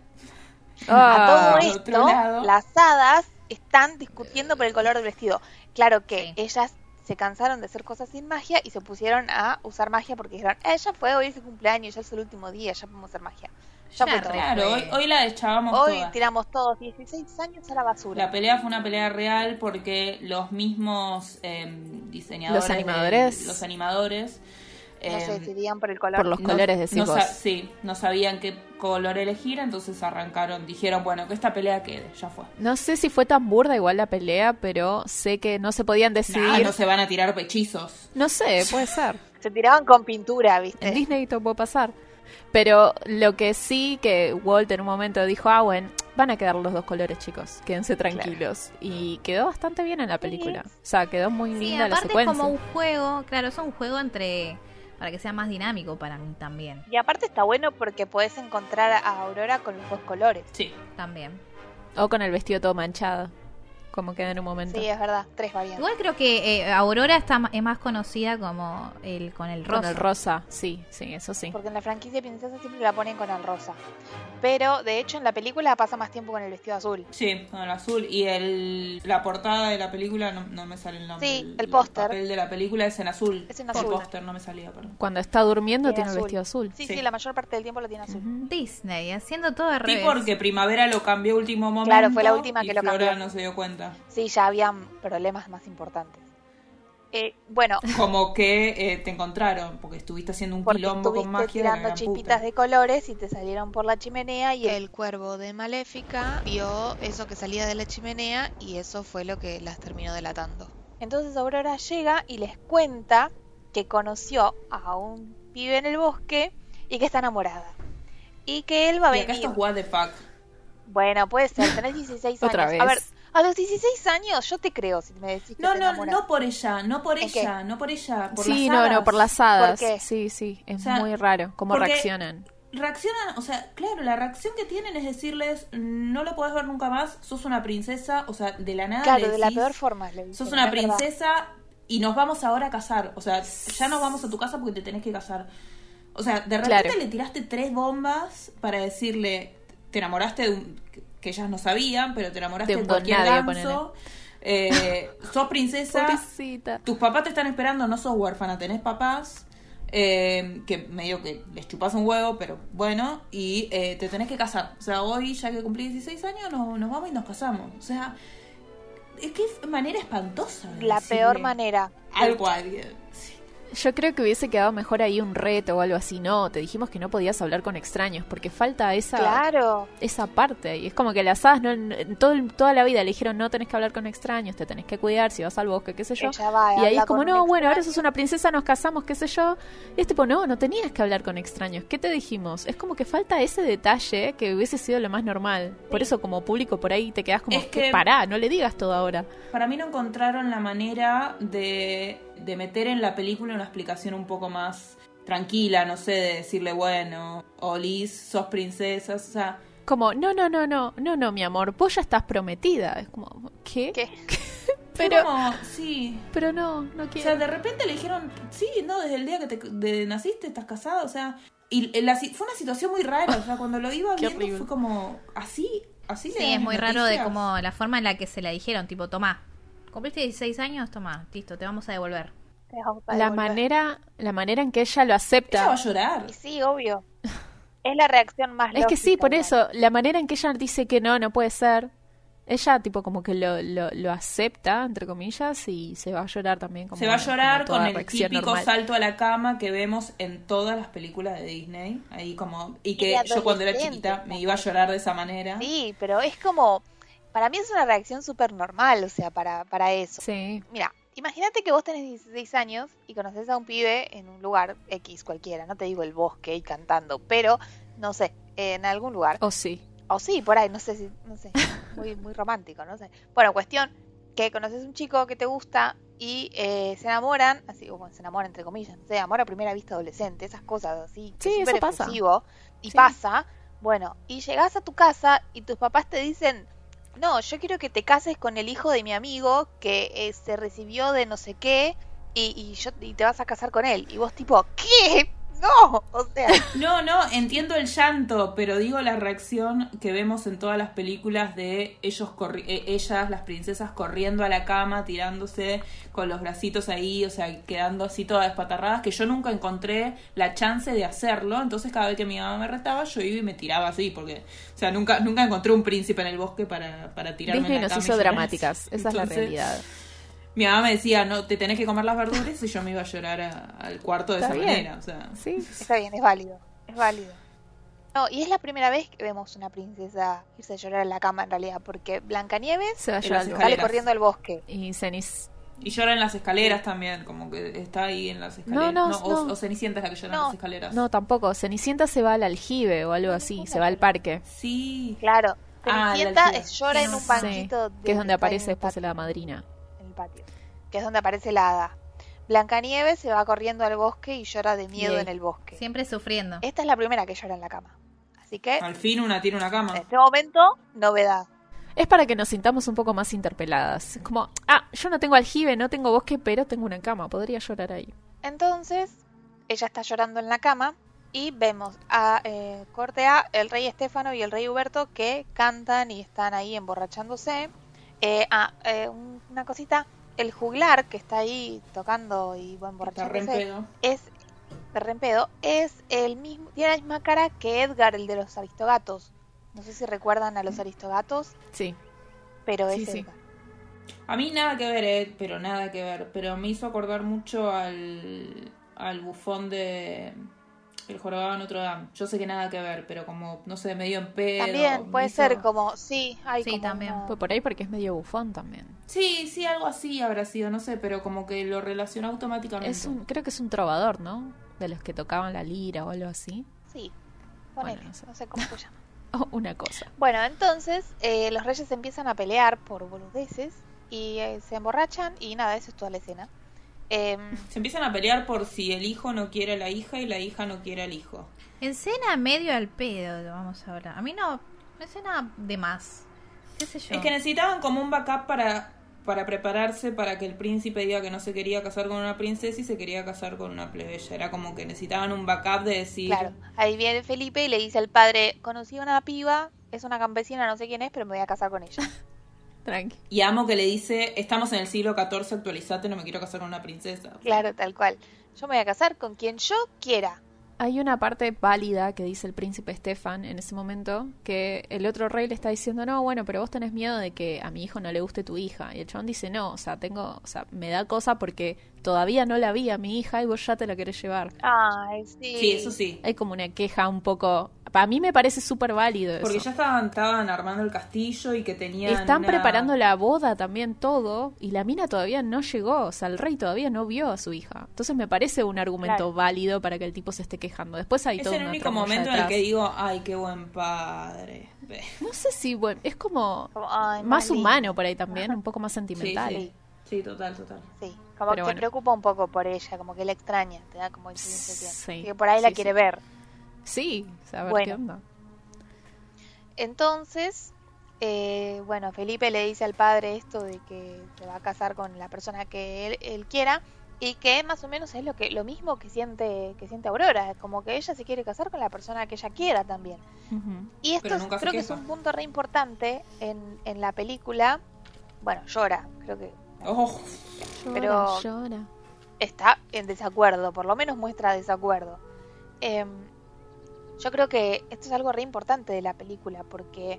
Speaker 4: A todo
Speaker 5: por
Speaker 7: Ah,
Speaker 5: otro
Speaker 4: esto,
Speaker 5: lado.
Speaker 4: las hadas están discutiendo por el color del vestido. Claro que
Speaker 6: Sí.
Speaker 4: ellas se cansaron de hacer cosas sin magia y se pusieron a usar magia porque dijeron, ella fue hoy es su cumpleaños, ya es el último día, ya podemos hacer magia. Ya fue
Speaker 6: Ya
Speaker 4: todo.
Speaker 6: re.
Speaker 5: Claro, hoy, hoy la echábamos
Speaker 4: Hoy
Speaker 5: toda.
Speaker 4: tiramos todos 16 años a la basura.
Speaker 5: La pelea fue una pelea real porque los mismos eh, diseñadores,
Speaker 7: Los animadores.
Speaker 5: de- los animadores,
Speaker 4: no
Speaker 5: eh,
Speaker 4: se decidían por el color.
Speaker 7: por los colores, decís
Speaker 5: no
Speaker 7: vos.
Speaker 5: sa- sí, no sabían qué color elegir, entonces arrancaron, dijeron, bueno, que esta pelea quede, ya fue.
Speaker 7: No sé si fue tan burda igual la pelea, pero sé que no se podían decidir.
Speaker 5: Nah, no se van a tirar hechizos.
Speaker 7: No sé, puede ser.
Speaker 4: Se tiraban con pintura, ¿viste?
Speaker 7: En Disney todo puede pasar. Pero lo que sí que Walt en un momento dijo, ah, bueno, van a quedar los dos colores, chicos, quédense tranquilos. Y quedó bastante bien en la película. O sea, quedó muy
Speaker 6: Sí,
Speaker 7: linda la
Speaker 6: aparte es
Speaker 7: secuencia.
Speaker 6: como un juego, claro, es un juego entre para que sea más dinámico para mí también,
Speaker 4: Y aparte está bueno porque podés encontrar a Aurora con los dos colores.
Speaker 5: Sí.
Speaker 6: también.
Speaker 7: O con el vestido todo manchado, como queda en un momento.
Speaker 4: Sí, es verdad, tres variantes.
Speaker 6: Igual creo que eh, Aurora está ma- es más conocida como el con el rosa.
Speaker 7: Con el rosa, sí, sí, eso sí.
Speaker 4: Porque en la franquicia princesa siempre la ponen con el rosa. Pero de hecho en la película pasa más tiempo con el vestido azul.
Speaker 5: Sí, con el azul. Y el, la portada de la película, no, no me sale el nombre.
Speaker 4: Sí, el póster.
Speaker 5: papel de la película es en azul.
Speaker 4: Es en
Speaker 5: El
Speaker 4: azul.
Speaker 5: póster no me salía, perdón.
Speaker 7: Cuando está durmiendo
Speaker 4: Tiene
Speaker 7: tiene el
Speaker 4: azul.
Speaker 7: vestido azul.
Speaker 4: Sí,
Speaker 5: Sí.
Speaker 4: sí, la mayor parte del tiempo lo tiene azul.
Speaker 6: Disney haciendo todo al
Speaker 5: Sí,
Speaker 6: revés.
Speaker 5: porque Primavera lo cambió último momento.
Speaker 4: Claro, fue la última
Speaker 5: y
Speaker 4: que lo
Speaker 5: Flora
Speaker 4: cambió.
Speaker 5: no se dio cuenta.
Speaker 4: Sí, ya habían problemas más importantes. Eh, bueno,
Speaker 5: Como que eh, te encontraron, porque estuviste haciendo un
Speaker 4: porque
Speaker 5: quilombo
Speaker 4: estuviste
Speaker 5: con magia. de la
Speaker 4: tirando
Speaker 5: gran
Speaker 4: chispitas
Speaker 5: puta.
Speaker 4: de colores y te salieron por la chimenea y el...
Speaker 8: El cuervo de Maléfica vio eso que salía de la chimenea y eso fue lo que las terminó delatando.
Speaker 4: entonces Aurora llega y les cuenta que conoció a un pibe en el bosque y que está enamorada. Y que él va a
Speaker 5: Y acá
Speaker 4: venir.
Speaker 5: esto es what the fuck.
Speaker 4: Bueno, puede ser, tenés
Speaker 5: [LAUGHS]
Speaker 4: 16 años.
Speaker 7: Otra
Speaker 4: A ver,
Speaker 7: vez.
Speaker 4: a los 16 años yo te creo si me decís que
Speaker 5: No,
Speaker 4: te
Speaker 5: no,
Speaker 4: enamoras.
Speaker 5: no por ella, no por
Speaker 4: ¿En
Speaker 5: ella, no por ella, por
Speaker 7: sí,
Speaker 5: las
Speaker 7: no, no,
Speaker 5: hadas.
Speaker 7: por las hadas.
Speaker 4: ¿Por qué?
Speaker 7: Sí, sí, es
Speaker 5: O sea,
Speaker 7: muy raro cómo
Speaker 5: porque-
Speaker 7: reaccionan.
Speaker 5: Reaccionan, o sea, claro, la reacción que tienen es decirles, no lo podés ver nunca más, sos una princesa, o sea, de la nada
Speaker 4: Claro,
Speaker 5: le
Speaker 4: de la
Speaker 5: decís,
Speaker 4: peor forma. le
Speaker 5: Sos
Speaker 4: dicen,
Speaker 5: una
Speaker 4: es verdad.
Speaker 5: princesa y nos vamos ahora a casar. O sea, ya nos vamos a tu casa porque te tenés que casar. O sea, de repente
Speaker 7: Claro.
Speaker 5: le tiraste tres bombas para decirle, te enamoraste de un... que ellas no sabían, pero te enamoraste
Speaker 7: De
Speaker 5: de,
Speaker 7: un
Speaker 5: cualquier
Speaker 7: don nadie,
Speaker 5: ganso. Eh, sos
Speaker 7: [LAUGHS]
Speaker 5: princesa,
Speaker 7: Pobrecita.
Speaker 5: tus papás te están esperando, no sos huérfana, tenés papás. eh, que medio que les chupás un huevo, pero bueno, y eh, te tenés que casar. O sea, hoy ya que cumplí 16 años, no- nos vamos y nos casamos. O sea, es que es manera espantosa. de
Speaker 4: La
Speaker 5: decirle
Speaker 4: peor manera.
Speaker 5: Algo a alguien. Sí.
Speaker 7: Yo creo que hubiese quedado mejor ahí un reto o algo así. No, te dijimos que no podías hablar con extraños porque falta esa,
Speaker 4: Claro.
Speaker 7: esa parte. Y es como que las hadas no, en todo el- toda la vida le dijeron no tenés que hablar con extraños, te tenés que cuidar si vas al bosque, qué sé yo.
Speaker 4: Ella va
Speaker 7: Y ahí
Speaker 4: habla
Speaker 7: es como,
Speaker 4: con
Speaker 7: no,
Speaker 4: un
Speaker 7: bueno, ahora
Speaker 4: extraño.
Speaker 7: sos una princesa, nos casamos, qué sé yo. Y es tipo, no, no tenías que hablar con extraños. ¿Qué te dijimos? Es como que falta ese detalle que hubiese sido lo más normal. Por eso, como público, por ahí te quedas como,
Speaker 5: Es
Speaker 7: que...
Speaker 5: que-
Speaker 7: pará, no le digas todo ahora.
Speaker 5: Para mí no encontraron la manera de, de meter en la película una explicación un poco más tranquila, no sé, de decirle, bueno, Olis, sos princesa, o sea,
Speaker 7: Como, no, no, no, no, no, no, mi amor, vos ya estás prometida. Es como, ¿qué?
Speaker 4: ¿Qué?
Speaker 5: pero...
Speaker 7: pero,
Speaker 5: sí.
Speaker 7: pero no, no
Speaker 5: O sea,
Speaker 7: quiero.
Speaker 5: de repente le dijeron, sí, no, desde el día que te, de- naciste estás casada, o sea, y la si- fue una situación muy rara, o sea, cuando lo iba
Speaker 7: Qué
Speaker 5: viendo
Speaker 7: horrible.
Speaker 5: fue como, así, así le
Speaker 6: Sí,
Speaker 5: dan
Speaker 6: es
Speaker 5: las
Speaker 6: muy raro de
Speaker 5: noticias.
Speaker 6: como la forma en la que se la dijeron, tipo, tomá, cumpliste 16 años, tomá, listo, te vamos a devolver.
Speaker 4: Te vamos a
Speaker 7: La
Speaker 4: devolver.
Speaker 7: manera, la manera en que ella lo
Speaker 5: Ella va
Speaker 7: acepta.
Speaker 5: a llorar.
Speaker 4: Y sí, obvio. [LAUGHS] Es la reacción más
Speaker 7: Es que sí,
Speaker 4: lógica,
Speaker 7: por
Speaker 4: igual.
Speaker 7: eso, la manera en que ella dice que no, no puede ser. Ella, tipo, como que lo, lo, lo acepta, entre comillas, y se va a llorar también. Como,
Speaker 5: Se va a llorar
Speaker 7: como toda
Speaker 5: con el
Speaker 7: reacción
Speaker 5: típico
Speaker 7: normal.
Speaker 5: salto a la cama que vemos en todas las películas de Disney. Ahí como. Y que
Speaker 4: de
Speaker 5: yo cuando era
Speaker 4: adolescente,
Speaker 5: chiquita me iba a llorar de esa manera.
Speaker 4: Sí, pero es como... Para mí es una reacción súper normal, o sea, para, para eso.
Speaker 7: Sí,
Speaker 4: Mira, imagínate que vos tenés 16 años y conoces a un pibe en un lugar X cualquiera, no te digo el bosque y cantando, pero no sé, en algún lugar.
Speaker 7: o sí.
Speaker 4: O sí, por ahí, no sé si, no
Speaker 7: [LAUGHS]
Speaker 4: sé, muy, muy romántico, no sé. Bueno, cuestión que conoces un chico que te gusta y eh, se enamoran, así, o bueno, se enamoran entre comillas, no sé, amor a primera vista adolescente, esas cosas así, que
Speaker 7: Sí,
Speaker 4: es
Speaker 7: eso
Speaker 4: súper
Speaker 7: pasa.
Speaker 4: efusivo, y
Speaker 7: Sí.
Speaker 4: pasa, bueno, y llegás a tu casa y tus papás te dicen, no, yo quiero que te cases con el hijo de mi amigo que eh, se recibió de no sé qué y, y yo, y te vas a casar con él. Y vos tipo, ¿qué? No, o sea,
Speaker 5: No, no, entiendo el llanto, pero digo la reacción que vemos en todas las películas de ellos corri- eh, ellas, las princesas, corriendo a la cama, tirándose con los bracitos ahí, o sea, quedando así todas despatarradas, que yo nunca encontré la chance de hacerlo. Entonces, cada vez que mi mamá me retaba, yo iba y me tiraba así, porque, o sea, nunca, nunca encontré un príncipe en el bosque para, para tirarme.
Speaker 7: Disney
Speaker 5: en la
Speaker 7: nos
Speaker 5: cama y
Speaker 7: hizo
Speaker 5: llorar.
Speaker 7: dramáticas, esa es la
Speaker 5: Entonces,
Speaker 7: realidad.
Speaker 5: Mi mamá me decía, no, te tenés que comer las verduras, y yo me iba a llorar a- al cuarto de
Speaker 7: Está
Speaker 5: esa
Speaker 7: bien.
Speaker 5: manera, o sea.
Speaker 7: Sí,
Speaker 4: Está bien, es válido, es válido. No, y es la primera vez que vemos una princesa irse a llorar en la cama en realidad, porque Blancanieves
Speaker 7: se va a
Speaker 5: En
Speaker 7: llorar.
Speaker 5: las
Speaker 7: al
Speaker 5: escaleras.
Speaker 4: sale corriendo al bosque.
Speaker 7: bosque. Y Cenis
Speaker 5: Y llora en las escaleras también, como que está ahí en las escaleras.
Speaker 7: no,
Speaker 5: o,
Speaker 7: no.
Speaker 5: o Cenicienta es la que llora en
Speaker 4: No,
Speaker 5: las escaleras.
Speaker 7: No, tampoco. Cenicienta se va al aljibe o algo así, se va al parque,
Speaker 5: Sí.
Speaker 4: Claro.
Speaker 5: Ah, la
Speaker 4: Cenicienta
Speaker 5: altura.
Speaker 4: es- llora en
Speaker 7: No
Speaker 4: un
Speaker 7: sé.
Speaker 4: banquito. de-
Speaker 7: que es donde
Speaker 4: que está
Speaker 7: aparece
Speaker 4: en el
Speaker 7: después
Speaker 4: patio.
Speaker 7: la madrina.
Speaker 4: en el patio, que es donde aparece la hada. Blancanieves se va corriendo al bosque y llora de miedo
Speaker 7: Yay.
Speaker 4: en el bosque.
Speaker 6: Siempre sufriendo.
Speaker 5: Eh.
Speaker 4: Esta es la primera que llora en la cama. Así que,
Speaker 7: Ah.
Speaker 5: Al fin una tiene una
Speaker 4: en
Speaker 7: Eh,
Speaker 5: cama.
Speaker 4: este momento, novedad.
Speaker 7: Es para que nos sintamos un poco más interpeladas. Es Como, ah, yo no tengo aljibe, no tengo bosque, pero tengo una cama, podría llorar ahí.
Speaker 4: Entonces, ella está llorando en la cama y vemos a eh, corte A, el rey Estefano y el rey Huberto que cantan y están ahí emborrachándose. Eh, ah, eh, un- una cosita, el juglar que está ahí tocando y
Speaker 5: Está re en
Speaker 4: emborrachándose
Speaker 5: pedo.
Speaker 4: es de Rempedo es el mismo, tiene la misma cara que Edgar, el de los Aristogatos. No sé si recuerdan a los Aristogatos,
Speaker 7: Sí.
Speaker 4: pero
Speaker 7: Sí,
Speaker 4: es
Speaker 7: sí.
Speaker 4: Edgar.
Speaker 5: A mí nada que ver, eh, pero nada que ver. Pero me hizo acordar mucho al, al bufón de El Jorobado de Notre Dame. Yo sé que nada que ver, pero como, no sé, medio en pedo.
Speaker 4: También
Speaker 5: me
Speaker 4: puede
Speaker 5: hizo-
Speaker 4: ser como sí, hay
Speaker 6: Sí,
Speaker 4: como
Speaker 6: también.
Speaker 4: una-
Speaker 7: Fue por ahí porque es medio bufón también.
Speaker 5: Sí, sí, algo así habrá sido, no sé, pero como que lo relacionó automáticamente.
Speaker 7: Es un, creo que es un trovador, ¿no? De los que tocaban la lira o algo así. [LAUGHS]
Speaker 4: sí. ponele,
Speaker 7: Bueno, no
Speaker 4: no,
Speaker 7: sé.
Speaker 4: sé. cómo se llama.
Speaker 7: O una cosa.
Speaker 4: Bueno, entonces eh, los reyes empiezan a pelear por boludeces y eh, se emborrachan y nada, eso es toda la escena. Em,
Speaker 5: Se empiezan a pelear por si el hijo no quiere a la hija y la hija no quiere al hijo.
Speaker 6: Escena medio al pedo, lo vamos a hablar. A mí no, escena de más. ¿Qué sé yo?
Speaker 5: Es que necesitaban como un backup para, para prepararse para que el príncipe diga que no se quería casar con una princesa y se quería casar con una plebeya. Era como que necesitaban un backup de decir...
Speaker 4: Claro, ahí viene Felipe y le dice al padre, conocí a una piba, es una campesina, no sé quién es, pero me voy a casar con
Speaker 7: [LAUGHS]
Speaker 4: ella.
Speaker 7: Tranqui.
Speaker 5: Y amo que le dice, estamos en el siglo XIV, actualizate, no me quiero casar con una princesa.
Speaker 4: Claro, tal cual. Yo me voy a casar con quien yo quiera.
Speaker 7: Hay una parte válida que dice el príncipe Estefan en ese momento, que el otro rey le está diciendo, no, bueno, pero vos tenés miedo de que a mi hijo no le guste tu hija. Y el chabón dice, no, o sea, tengo, o sea, me da cosa porque todavía no la vi a mi hija y vos ya te la querés llevar.
Speaker 4: Ay, sí.
Speaker 5: Sí, eso sí.
Speaker 7: Hay como una queja un poco... Para mí me parece súper válido eso.
Speaker 5: Porque ya estaban, estaban armando el castillo y que tenían...
Speaker 7: Están
Speaker 5: una-
Speaker 7: preparando la boda también todo y la mina todavía no llegó, o sea, el rey todavía no vio a su hija. Entonces me parece un argumento
Speaker 4: Claro.
Speaker 7: válido para que el tipo se esté quejando. Después hay
Speaker 5: Es
Speaker 7: todo
Speaker 5: el
Speaker 7: una
Speaker 5: único
Speaker 7: tramoya
Speaker 5: momento en el
Speaker 7: detrás.
Speaker 5: que digo, ay, qué buen padre.
Speaker 7: No sé si, bueno, es como
Speaker 4: Como, ay,
Speaker 7: más
Speaker 4: Mali.
Speaker 7: humano por ahí también, un poco más sentimental.
Speaker 5: Sí, sí. Sí, total, total.
Speaker 4: Sí, como
Speaker 7: Pero
Speaker 4: que
Speaker 7: bueno.
Speaker 4: se preocupa un poco por ella, como que la extraña, te da como
Speaker 7: Sí,
Speaker 4: sensación. Que por ahí la
Speaker 7: sí,
Speaker 4: quiere
Speaker 7: sí.
Speaker 4: ver.
Speaker 7: Sí, o sea, a ver
Speaker 4: Bueno.
Speaker 7: qué onda.
Speaker 4: Entonces, eh, bueno, Felipe le dice al padre esto de que se va a casar con la persona que él, él quiera y que más o menos es lo que lo mismo que siente que siente Aurora, como que ella se quiere casar con la persona que ella quiera también.
Speaker 7: Ujú.
Speaker 4: Y esto
Speaker 5: Pero
Speaker 4: es-
Speaker 5: nunca se
Speaker 4: creo que es
Speaker 5: queja.
Speaker 4: un punto re importante en, en la película. Bueno, llora, creo que
Speaker 5: Oh,
Speaker 4: Pero-
Speaker 7: Llora,
Speaker 4: está en desacuerdo, por lo menos muestra desacuerdo. Em, yo creo que esto es algo re importante de la película, porque,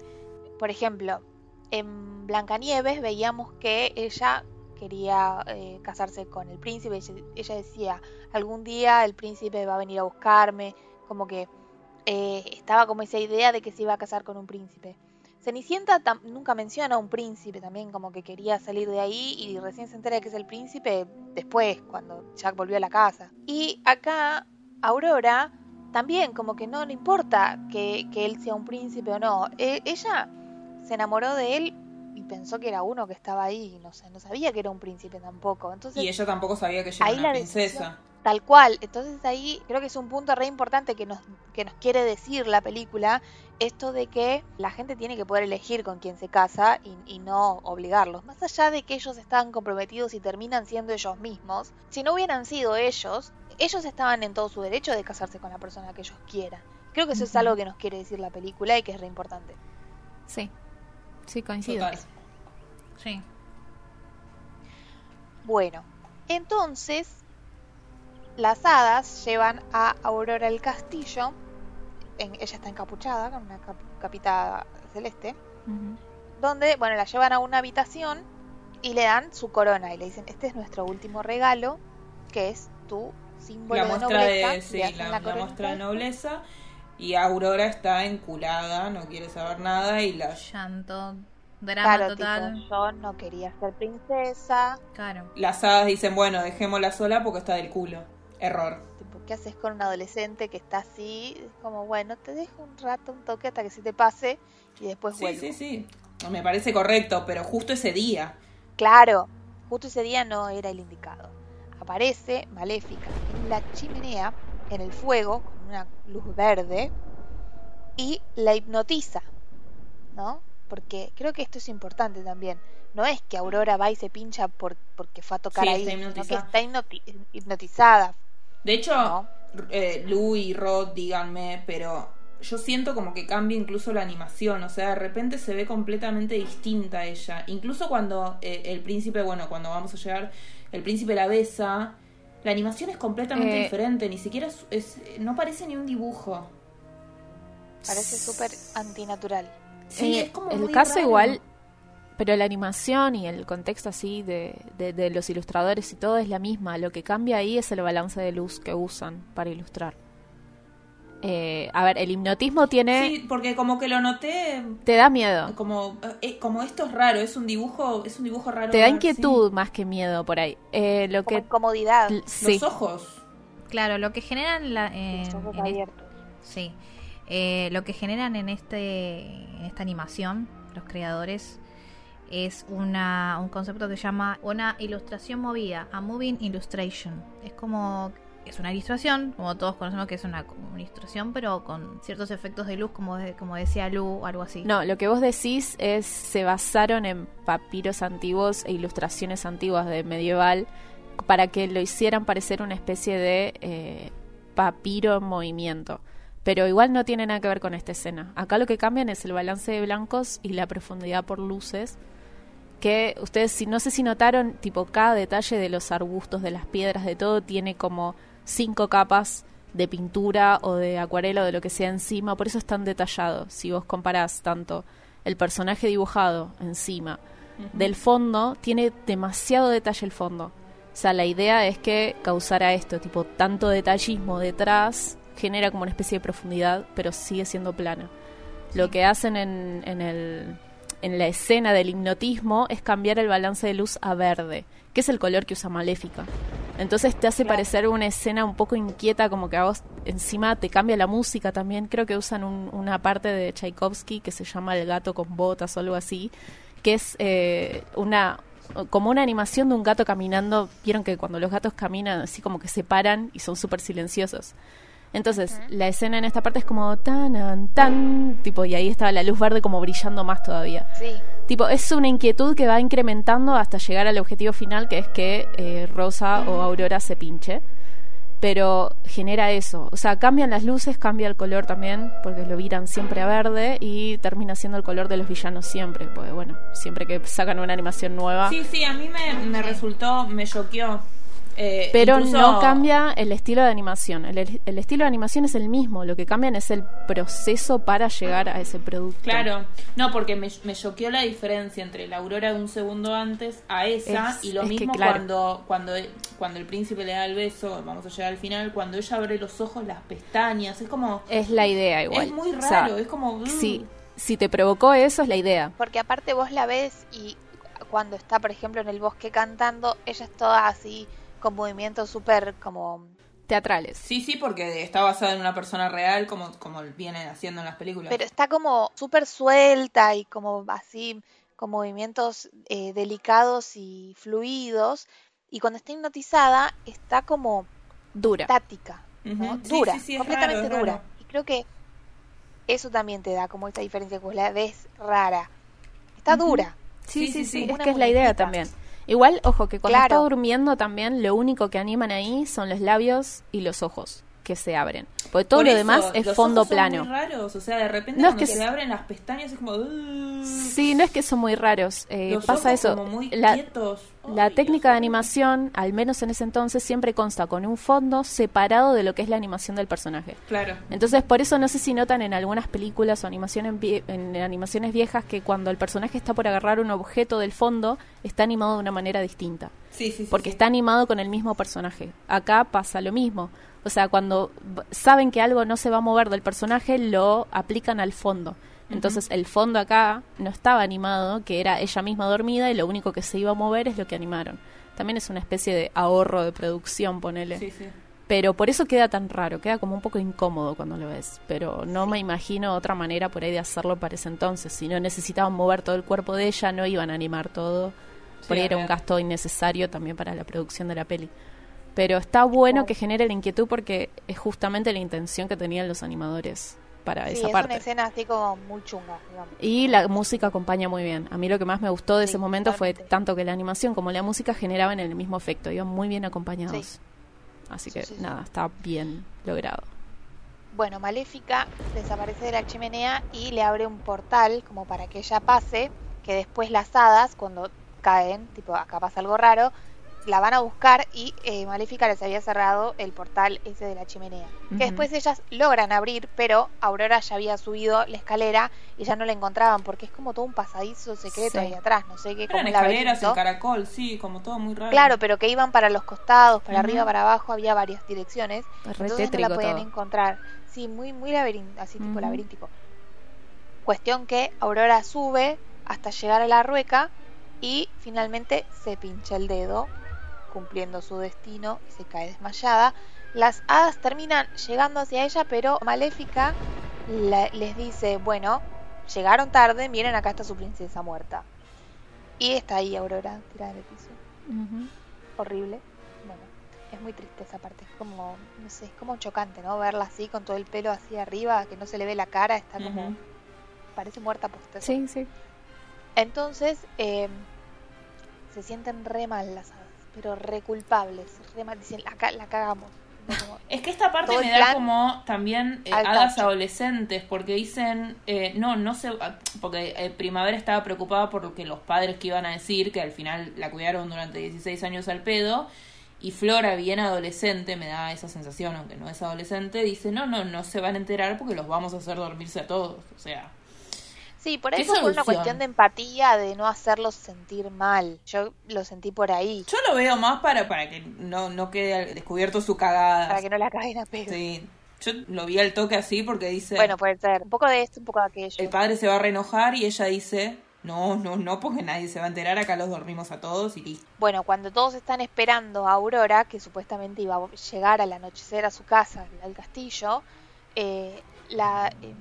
Speaker 4: por ejemplo, en Blancanieves veíamos que ella quería eh, casarse con el príncipe, ella, ella decía, algún día el príncipe va a venir a buscarme, como que eh, estaba como esa idea de que se iba a casar con un príncipe. Cenicienta tam- nunca menciona a un príncipe también, como que quería salir de ahí y recién se entera que es el príncipe después, cuando Jack volvió a la casa. Y acá, Aurora también, como que no le importa que, que él sea un príncipe o no. E- ella se enamoró de él y pensó que era uno que estaba ahí, no sé, no sabía que era un príncipe tampoco. Entonces,
Speaker 5: y ella tampoco sabía que yo era
Speaker 4: Ahí
Speaker 5: una
Speaker 4: la
Speaker 5: princesa.
Speaker 4: Tal cual, entonces ahí creo que es un punto re importante que nos, que nos quiere decir la película, esto de que la gente tiene que poder elegir con quién se casa y, y no obligarlos, más allá de que ellos estaban comprometidos y terminan siendo ellos mismos, si no hubieran sido ellos, ellos estaban en todo su derecho de casarse con la persona que ellos quieran. Creo que eso es
Speaker 7: Ujú.
Speaker 4: algo que nos quiere decir la película y que es re importante.
Speaker 7: Sí, sí, coincido.
Speaker 5: Total.
Speaker 6: Sí.
Speaker 4: Bueno, entonces las hadas llevan a Aurora al castillo. En- ella está encapuchada con una cap- capita celeste.
Speaker 7: Ujú.
Speaker 4: Donde, bueno, la llevan a una habitación y le dan su corona. Y le dicen, este es nuestro último regalo, que es tu símbolo
Speaker 5: la
Speaker 4: de
Speaker 5: muestra
Speaker 4: nobleza.
Speaker 5: de, sí,
Speaker 4: Le hacen
Speaker 5: la,
Speaker 4: la
Speaker 5: la
Speaker 4: coronita.
Speaker 5: muestra de nobleza y Aurora está enculada, no quiere saber nada y la
Speaker 6: Llanto, Drama
Speaker 4: Claro,
Speaker 6: total.
Speaker 4: tipo, yo no quería ser princesa.
Speaker 6: Claro.
Speaker 5: Las hadas dicen, bueno, dejémosla sola porque está del culo. Error.
Speaker 4: Tipo, ¿qué haces con un adolescente que está así? Es como, bueno, te dejo un rato, un toque hasta que se te pase y después
Speaker 5: Sí,
Speaker 4: vuelvo.
Speaker 5: sí, sí. Me parece correcto, pero justo ese día.
Speaker 4: Claro, justo ese día no era el indicado. Aparece Maléfica en la chimenea, en el fuego, con una luz verde, y la hipnotiza, ¿no? Porque creo que esto es importante también. No es que Aurora va y se pincha por, porque fue a tocar
Speaker 5: Sí,
Speaker 4: ahí,
Speaker 5: está
Speaker 4: sino que
Speaker 5: hipnotizada.
Speaker 4: está hipnoti- hipnotizada,
Speaker 5: De hecho,
Speaker 4: ¿no?
Speaker 5: eh, Lu y Rod, díganme, pero yo siento como que cambia incluso la animación, o sea, de repente se ve completamente distinta ella. Incluso cuando eh, el príncipe, bueno, cuando vamos a llegar, el príncipe la besa, la animación es completamente
Speaker 7: Eh.
Speaker 5: diferente, ni siquiera es- es- no parece ni un dibujo.
Speaker 4: Parece súper antinatural.
Speaker 5: Sí,
Speaker 7: Eh,
Speaker 5: es como
Speaker 7: el
Speaker 5: muy
Speaker 7: caso
Speaker 5: raro.
Speaker 7: igual, pero la animación y el contexto así de, de- de los ilustradores y todo es la misma. Lo que cambia ahí es el balance de luz que usan para ilustrar. Eh, a ver, el hipnotismo tiene...
Speaker 5: Sí, porque como que lo noté
Speaker 7: Te da miedo.
Speaker 5: como eh, como esto es raro, es un dibujo, es un dibujo raro.
Speaker 7: Te da
Speaker 5: sí.
Speaker 7: inquietud más que miedo por ahí. Eh, lo
Speaker 4: Como
Speaker 7: que...
Speaker 4: incomodidad,
Speaker 7: l-
Speaker 4: los
Speaker 7: Sí.
Speaker 5: Los ojos.
Speaker 6: Claro, lo que generan la, en-
Speaker 4: ojos
Speaker 6: en este-
Speaker 4: abiertos.
Speaker 6: Sí. Eh, lo que generan en, este, en esta animación, los creadores, es una, un concepto que se llama una ilustración movida, a moving illustration. Es como, es una ilustración, como todos conocemos que es una, una ilustración, pero con ciertos efectos de luz, como, de- como decía Lu, o algo así.
Speaker 7: No, lo que vos decís es se basaron en papiros antiguos e ilustraciones antiguas de medieval para que lo hicieran parecer una especie de eh, papiro en movimiento. Pero igual no tiene nada que ver con esta escena. Acá lo que cambian es el balance de blancos y la profundidad por luces. Que ustedes, si, no sé si notaron, tipo cada detalle de los arbustos, de las piedras, de todo, tiene como cinco capas de pintura o de acuarela o de lo que sea encima, por eso es tan detallado. Si vos comparás tanto el personaje dibujado encima del fondo, tiene demasiado detalle el fondo. O sea, la idea es que causara esto, tipo tanto detallismo detrás genera como una especie de profundidad, pero sigue siendo plana. Lo que hacen en, en el, en la escena del hipnotismo es cambiar el balance de luz a verde, que es el color que usa Maléfica. Entonces te hace parecer una escena un poco inquieta, como que a vos encima te cambia la música también. Creo que usan un- una parte de Tchaikovsky que se llama El gato con botas o algo así, que es eh, una como una animación de un gato caminando. Vieron que cuando los gatos caminan así como que se paran y son súper silenciosos. Entonces, la escena en esta parte es como tan, tan, tan, tipo, y ahí estaba la luz verde como brillando más todavía.
Speaker 4: Sí,
Speaker 7: Tipo, es una inquietud que va incrementando hasta llegar al objetivo final, que es que eh, Rosa o Aurora se pinche. Pero genera eso. O sea, cambian las luces, cambia el color también, porque lo viran siempre a verde y termina siendo el color de los villanos siempre. Porque, bueno, siempre que sacan una animación nueva.
Speaker 5: Sí, sí, a mí me, me resultó, me choqueó. Eh,
Speaker 7: Pero
Speaker 5: incluso-
Speaker 7: no cambia el estilo de animación. El, el estilo de animación es el mismo. Lo que cambian es el proceso para llegar a ese producto.
Speaker 5: Claro, no, porque me, me choqueó la diferencia entre la aurora de un segundo antes a esa
Speaker 7: Es-
Speaker 5: y lo
Speaker 7: es que
Speaker 5: mismo
Speaker 7: claro.
Speaker 5: cuando, cuando, cuando el príncipe le da el beso, vamos a llegar al final, cuando ella abre los ojos, las pestañas, es como...
Speaker 7: Es la idea igual.
Speaker 5: Es muy
Speaker 7: O sea,
Speaker 5: raro, es como... mm,
Speaker 7: si, si te provocó eso, es la idea.
Speaker 4: porque aparte vos la ves y cuando está, por ejemplo, en el bosque cantando, ella es toda así con movimientos súper como...
Speaker 7: Teatrales.
Speaker 5: Sí, sí, porque está basada en una persona real, como, como vienen haciendo en las películas.
Speaker 4: Pero está como súper suelta y como así, con movimientos eh, delicados y fluidos. Y cuando está hipnotizada, está como
Speaker 7: Dura.
Speaker 4: tática, ¿no?
Speaker 5: Ujú. Sí,
Speaker 4: dura,
Speaker 5: sí, sí, es
Speaker 4: completamente
Speaker 5: raro, es
Speaker 4: dura.
Speaker 5: raro.
Speaker 4: Y creo que eso también te da como esta diferencia, que vos la ves rara. Está dura.
Speaker 5: Sí, sí, sí.
Speaker 7: Es
Speaker 4: una
Speaker 7: que es la idea
Speaker 4: muñequita.
Speaker 7: también. Igual, ojo, que cuando
Speaker 4: Claro.
Speaker 7: está durmiendo también, lo único que animan ahí son los labios y los ojos que se abren. Porque todo
Speaker 5: Por
Speaker 7: lo
Speaker 5: eso,
Speaker 7: demás es
Speaker 5: los
Speaker 7: fondo
Speaker 5: ojos son
Speaker 7: plano.
Speaker 5: muy raros, o sea, de repente
Speaker 7: No, es
Speaker 5: cuando
Speaker 7: que
Speaker 5: se
Speaker 7: es-
Speaker 5: le abren las pestañas es como... "Uh".
Speaker 7: Sí, no es que son muy raros. eh,
Speaker 5: Los
Speaker 7: pasa
Speaker 5: ojos
Speaker 7: eso.
Speaker 5: como muy
Speaker 7: La-
Speaker 5: quietos.
Speaker 7: La
Speaker 5: Ay,
Speaker 7: técnica de
Speaker 5: Dios mío.
Speaker 7: animación, al menos en ese entonces, siempre consta con un fondo separado de lo que es la animación del personaje.
Speaker 5: Claro.
Speaker 7: Entonces, por eso no sé si notan en algunas películas o animaciones vie- en animaciones viejas que cuando el personaje está por agarrar un objeto del fondo, está animado de una manera distinta.
Speaker 5: Sí, sí, sí.
Speaker 7: Porque
Speaker 5: sí.
Speaker 7: está animado con el mismo personaje. Acá pasa lo mismo. O sea, cuando b- saben que algo no se va a mover del personaje, lo aplican al fondo. Entonces el fondo acá no estaba animado, que era ella misma dormida y lo único que se iba a mover es lo que animaron. También es una especie de ahorro de producción, ponele.
Speaker 5: Sí, sí.
Speaker 7: Pero por eso queda tan raro, queda como un poco incómodo cuando lo ves. Pero no me imagino otra manera por ahí de hacerlo para ese entonces. Si no necesitaban mover todo el cuerpo de ella, no iban a animar todo. Por
Speaker 5: Sí,
Speaker 7: ahí era un
Speaker 5: obvio.
Speaker 7: gasto innecesario también para la producción de la peli. Pero está bueno que genere la inquietud porque es justamente la intención que tenían los animadores
Speaker 5: Ah,
Speaker 7: para
Speaker 4: Sí,
Speaker 7: esa
Speaker 4: es
Speaker 7: parte.
Speaker 4: una escena así como muy chunga, digamos.
Speaker 7: Y la música acompaña muy bien. A mí lo que más me gustó de
Speaker 4: Sí,
Speaker 7: ese momento fue
Speaker 4: totalmente.
Speaker 7: tanto que la animación como la música generaban el mismo efecto, iban muy bien acompañados.
Speaker 4: Sí.
Speaker 7: Así
Speaker 4: Sí,
Speaker 7: que
Speaker 4: sí, sí.
Speaker 7: nada, está bien logrado.
Speaker 4: Bueno, Maléfica desaparece de la chimenea y le abre un portal como para que ella pase, que después las hadas, cuando caen, tipo acá pasa algo raro, la van a buscar y eh, Maléfica les había cerrado el portal ese de la chimenea.
Speaker 7: Ujú.
Speaker 4: Que después ellas logran abrir, pero Aurora ya había subido la escalera y ya no la encontraban porque es como todo un pasadizo secreto
Speaker 7: Sí.
Speaker 4: ahí atrás, no sé qué, como
Speaker 5: Eran
Speaker 4: un
Speaker 5: escaleras, el
Speaker 4: laberinto.
Speaker 5: caracol, sí, como todo muy raro.
Speaker 4: Claro, pero que iban para los costados, para
Speaker 7: Ujú.
Speaker 4: arriba, para abajo, había varias direcciones.
Speaker 7: Re
Speaker 4: Entonces no
Speaker 7: tétrico
Speaker 4: la podían
Speaker 7: todo.
Speaker 4: encontrar. Sí, muy, muy laberin- así tipo
Speaker 7: Ujú.
Speaker 4: laberíntico. Cuestión que Aurora sube hasta llegar a la rueca y finalmente se pincha el dedo, cumpliendo su destino y se cae desmayada. Las hadas terminan llegando hacia ella, pero Maléfica la- les dice, bueno, llegaron tarde, miren acá está su princesa muerta. Y está ahí Aurora, tirada en el piso
Speaker 7: Ujú.
Speaker 4: horrible. Bueno, es muy triste esa parte. Es como, no sé, es como chocante, ¿no? Verla así, con todo el pelo así arriba, que no se le ve la cara, está como,
Speaker 5: Ujú.
Speaker 4: parece muerta posta.
Speaker 7: Sí, sí.
Speaker 4: Entonces, eh, se sienten re mal las hadas, pero re culpables, re mal. Dicen, la, ca- la cagamos. Como,
Speaker 5: Es que esta parte
Speaker 4: Todo
Speaker 5: me
Speaker 4: el
Speaker 5: da
Speaker 4: plan
Speaker 5: como también eh,
Speaker 4: al
Speaker 5: hadas
Speaker 4: caucho.
Speaker 5: adolescentes, porque dicen, eh, no, no sé, ah, porque eh, Primavera estaba preocupada por lo que los padres que iban a decir, que al final la cuidaron durante 16 años al pedo, y Flora, bien adolescente, me da esa sensación, aunque no es adolescente, dice, no, no, no se van a enterar porque los vamos a hacer dormirse a todos, o sea,
Speaker 4: Sí, por
Speaker 5: ¿Qué
Speaker 4: ahí fue por una
Speaker 5: solución?
Speaker 4: cuestión de empatía, de no hacerlos sentir mal. Yo lo sentí por ahí,
Speaker 5: yo lo veo más para, para que no, no quede al- descubierto su cagada.
Speaker 4: para que no la caguen a pedo.
Speaker 5: Sí, yo lo vi al toque así porque dice...
Speaker 4: Bueno, pues, puede ser. Un poco de esto, un poco de aquello.
Speaker 5: El padre se va a reenojar y ella dice, no, no, no, porque nadie se va a enterar, acá los dormimos a todos y listo.
Speaker 4: Bueno, cuando todos están esperando a Aurora, que supuestamente iba a llegar al anochecer a su casa, al castillo, eh, la, eh,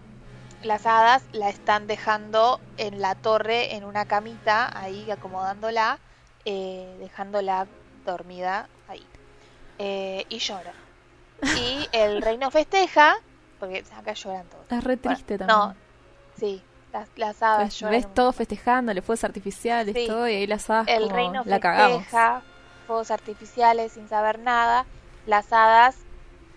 Speaker 4: las hadas la están dejando en la torre, en una camita, ahí acomodándola, eh, dejándola dormida ahí. Eh, y llora. Y el reino festeja, porque acá lloran todos.
Speaker 7: Es re
Speaker 4: Bueno,
Speaker 7: triste
Speaker 4: No,
Speaker 7: también. Pues,
Speaker 4: sí, las, las hadas
Speaker 7: Ves-
Speaker 4: lloran. un
Speaker 7: ves todo festejando, le fuegos artificiales,
Speaker 4: Sí.
Speaker 7: todo, y ahí las hadas
Speaker 4: el
Speaker 7: como,
Speaker 4: reino
Speaker 7: la cagamos.
Speaker 4: festeja fuegos artificiales sin saber nada, las hadas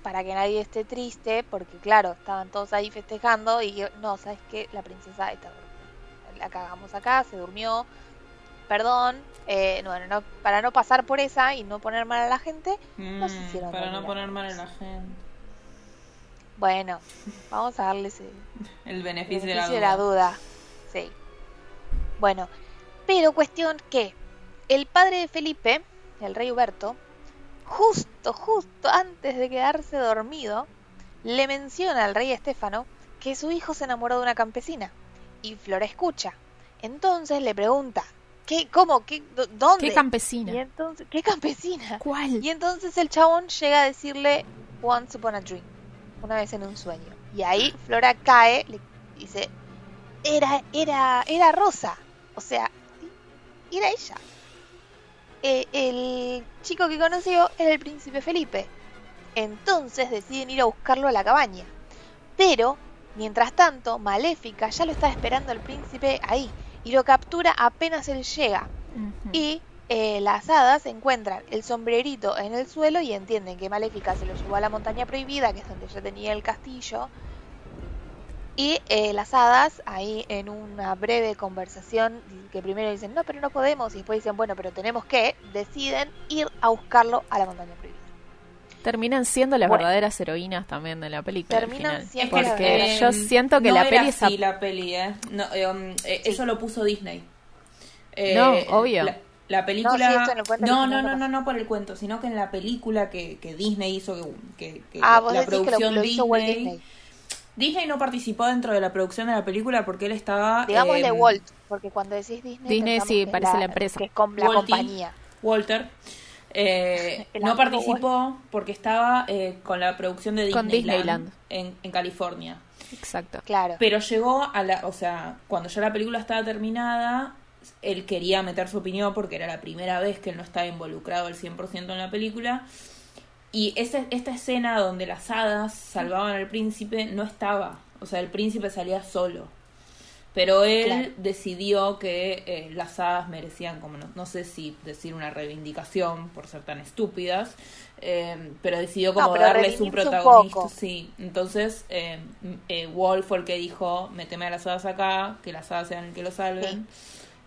Speaker 4: para que nadie esté triste, porque claro, estaban todos ahí festejando y yo- no, sabes que la princesa está durmiendo. la cagamos acá, se durmió, perdón, eh, bueno, no, para no pasar por esa y no poner mal a la gente, Nos
Speaker 5: Mm,
Speaker 4: hicieron
Speaker 5: para no
Speaker 4: dormir a
Speaker 5: poner
Speaker 4: todos.
Speaker 5: mal a la gente.
Speaker 4: bueno, vamos a eh, darle ese
Speaker 5: El beneficio,
Speaker 4: beneficio
Speaker 5: de
Speaker 4: de
Speaker 5: la
Speaker 4: la
Speaker 5: duda.
Speaker 4: duda, sí. Bueno, pero cuestión que el padre de Felipe, el rey Huberto, justo, justo antes de quedarse dormido, le menciona al rey Estéfano que su hijo se enamoró de una campesina y Flora escucha. Entonces le pregunta, ¿qué, cómo, qué, dó- dónde?
Speaker 7: ¡Qué
Speaker 4: y
Speaker 7: campesina!
Speaker 4: entonces, ¿qué campesina? [LAUGHS]
Speaker 7: ¿Cuál?
Speaker 4: Y entonces el chabón llega a decirle Once upon a dream, una vez en un sueño. Y ahí Flora cae, le dice, era, era, era Rosa. O sea, era ella. Eh, el chico que conoció era el príncipe Felipe. Entonces deciden ir a buscarlo a la cabaña. Pero, mientras tanto, Maléfica ya lo está esperando el príncipe ahí. Y lo captura apenas él llega.
Speaker 7: Ujú.
Speaker 4: Y eh, las hadas encuentran el sombrerito en el suelo y entienden que Maléfica se lo llevó a la montaña prohibida, que es donde ella tenía el castillo. Y eh, las hadas, ahí en una breve conversación, que primero dicen, no, pero no podemos, y después dicen, bueno, pero tenemos que, deciden ir a buscarlo a la montaña prohibida.
Speaker 7: Terminan siendo las
Speaker 4: Bueno.
Speaker 7: verdaderas heroínas también de la película. al
Speaker 4: Terminan
Speaker 7: final.
Speaker 4: siendo
Speaker 7: Porque
Speaker 4: las verdaderas.
Speaker 7: yo siento que
Speaker 5: no
Speaker 7: la
Speaker 5: era
Speaker 7: peli es
Speaker 5: así la peli, ¿eh? No, eh, um, eh, Eso lo puso Disney. Eh,
Speaker 7: No, obvio.
Speaker 5: La, la película...
Speaker 4: sí, esto no cuenta,
Speaker 5: no,
Speaker 4: esto
Speaker 5: no,
Speaker 4: no
Speaker 5: no,
Speaker 4: pasa.
Speaker 5: no, no por el cuento, sino que en la película que, que Disney hizo, que, que, que
Speaker 4: Ah, vos
Speaker 5: la
Speaker 4: decís que lo,
Speaker 5: producción
Speaker 4: lo hizo Walt Disney.
Speaker 5: Disney no participó dentro de la producción de la película porque él estaba.
Speaker 4: Digámosle
Speaker 5: em,
Speaker 4: Walt, porque cuando decís Disney.
Speaker 7: Disney
Speaker 4: pensamos
Speaker 7: sí,
Speaker 4: que es
Speaker 7: parece la empresa.
Speaker 4: Que es con la
Speaker 5: Walt Disney.
Speaker 4: compañía.
Speaker 5: Walter. eh,
Speaker 4: [LAUGHS] El
Speaker 5: no
Speaker 4: amigo
Speaker 5: participó porque estaba eh, con la producción de
Speaker 7: Con
Speaker 5: Disneyland,
Speaker 7: Disneyland.
Speaker 5: En, en California.
Speaker 7: Exacto.
Speaker 4: Claro.
Speaker 5: Pero llegó a la. O sea, cuando ya la película estaba terminada, él quería meter su opinión porque era la primera vez que él no estaba involucrado al 100% en la película. Y esa, esta escena donde las hadas salvaban al príncipe no estaba. O sea, el príncipe salía solo. Pero él
Speaker 4: Claro.
Speaker 5: decidió que eh, las hadas merecían, como no, no sé si decir una reivindicación por ser tan estúpidas, eh, pero decidió como
Speaker 4: No, pero
Speaker 5: darles un
Speaker 4: redimirse un
Speaker 5: protagonista.
Speaker 4: poco.
Speaker 5: sí, entonces eh, m- eh, Wolf fue el que dijo, meteme a las hadas acá, que las hadas sean el que lo salven.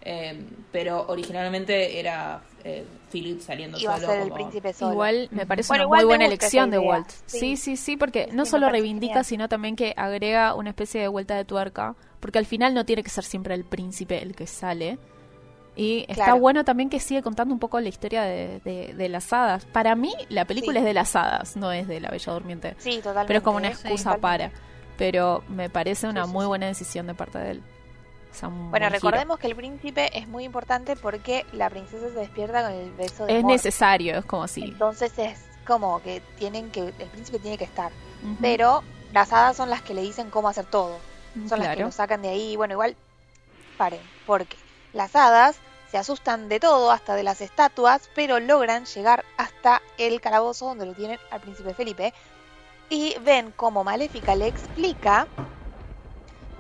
Speaker 5: Eh, pero originalmente era eh, Philip saliendo
Speaker 4: Iba a
Speaker 5: solo.
Speaker 4: ser el
Speaker 5: como-
Speaker 4: príncipe solo.
Speaker 7: Igual me parece
Speaker 4: Bueno,
Speaker 7: una
Speaker 4: igual
Speaker 7: muy
Speaker 4: me
Speaker 7: buena
Speaker 4: gusta esa
Speaker 7: elección de
Speaker 4: idea.
Speaker 7: Walt.
Speaker 4: Sí.
Speaker 7: Sí, sí, sí, porque
Speaker 4: Sí,
Speaker 7: no
Speaker 4: sí, me
Speaker 7: solo
Speaker 4: parece
Speaker 7: reivindica,
Speaker 4: genial.
Speaker 7: sino también que agrega una especie de vuelta de tuerca, porque al final no tiene que ser siempre el príncipe el que sale. Y está
Speaker 4: Claro.
Speaker 7: bueno también que sigue contando un poco la historia de, de- de las hadas. Para mí, la película
Speaker 4: Sí.
Speaker 7: es de las hadas, no es de la Bella Durmiente.
Speaker 4: Sí, totalmente.
Speaker 7: Pero es como una
Speaker 4: ¿eh?
Speaker 7: excusa
Speaker 4: Totalmente.
Speaker 7: para. Pero me parece una
Speaker 4: sí,
Speaker 7: muy
Speaker 4: sí.
Speaker 7: buena decisión de parte de él. O sea, un
Speaker 4: Bueno,
Speaker 7: buen giro.
Speaker 4: recordemos que el príncipe es muy importante porque la princesa se despierta con el beso de
Speaker 7: Es
Speaker 4: Mor.
Speaker 7: necesario, es como si.
Speaker 4: Entonces es como que tienen que el príncipe tiene que estar,
Speaker 7: Ujú.
Speaker 4: pero las hadas son las que le dicen cómo hacer todo. Son las que
Speaker 7: Claro.
Speaker 4: lo sacan de ahí. Bueno, igual paren, porque las hadas se asustan de todo, hasta de las estatuas, pero logran llegar hasta el calabozo donde lo tienen al príncipe Felipe y ven como Maléfica le explica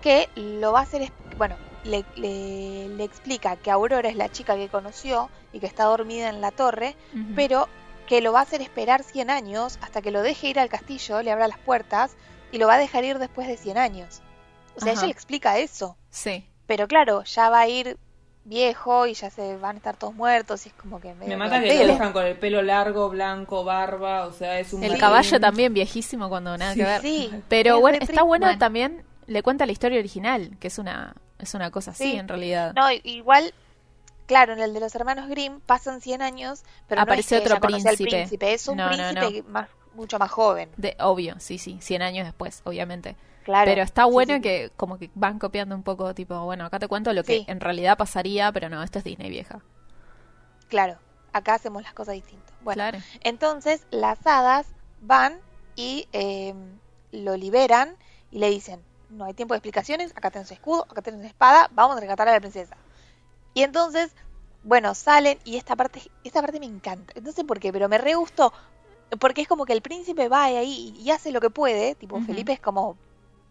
Speaker 4: que lo va a hacer, es- bueno, le, le- le explica que Aurora es la chica que conoció y que está dormida en la torre
Speaker 7: Ujú.
Speaker 4: pero que lo va a hacer esperar 100 años hasta que lo deje ir al castillo, le abra las puertas y lo va a dejar ir después de 100 años. O sea,
Speaker 7: Ajá.
Speaker 4: ella le explica eso.
Speaker 7: Sí.
Speaker 4: Pero claro, ya va a ir viejo y ya se van a estar todos muertos y es como que medio
Speaker 5: Me mata que
Speaker 4: al
Speaker 5: lo
Speaker 4: pelo.
Speaker 5: dejan con el pelo largo, blanco, barba, o sea, es un...
Speaker 7: El
Speaker 5: barril.
Speaker 7: caballo también viejísimo cuando nada
Speaker 5: Sí.
Speaker 7: que ver.
Speaker 4: Sí,
Speaker 7: Pero
Speaker 4: es
Speaker 7: bueno,
Speaker 4: re
Speaker 7: está
Speaker 4: triste.
Speaker 7: bueno
Speaker 6: Bueno.
Speaker 7: también le cuenta la historia original, que es una es una cosa así
Speaker 4: Sí.
Speaker 7: en realidad.
Speaker 4: No, i- igual, claro, en el de los hermanos Grimm pasan 100 años, pero
Speaker 7: Aparece
Speaker 4: no es que
Speaker 7: otro
Speaker 4: ella conoce al
Speaker 7: príncipe.
Speaker 4: príncipe, es un
Speaker 7: No, no, no.
Speaker 4: príncipe más- mucho más joven.
Speaker 7: De obvio, sí, sí, 100 años después, obviamente.
Speaker 4: Claro.
Speaker 7: Pero está
Speaker 4: Sí,
Speaker 7: bueno
Speaker 4: sí, sí.
Speaker 7: que como que van copiando un poco, tipo, bueno, acá te cuento lo que
Speaker 4: Sí.
Speaker 7: en realidad pasaría, pero no, esto es Disney vieja.
Speaker 4: Claro, acá hacemos las cosas distintas. Bueno,
Speaker 7: Claro.
Speaker 4: Entonces las hadas van y eh, lo liberan y le dicen, no hay tiempo de explicaciones, acá tenés un escudo, acá tenés una espada, vamos a rescatar a la princesa. Y entonces, bueno, salen y esta parte, esta parte me encanta. No sé por qué, pero me re gustó. Porque es como que el príncipe va ahí y hace lo que puede. Tipo,
Speaker 7: Ujú.
Speaker 4: Felipe es como,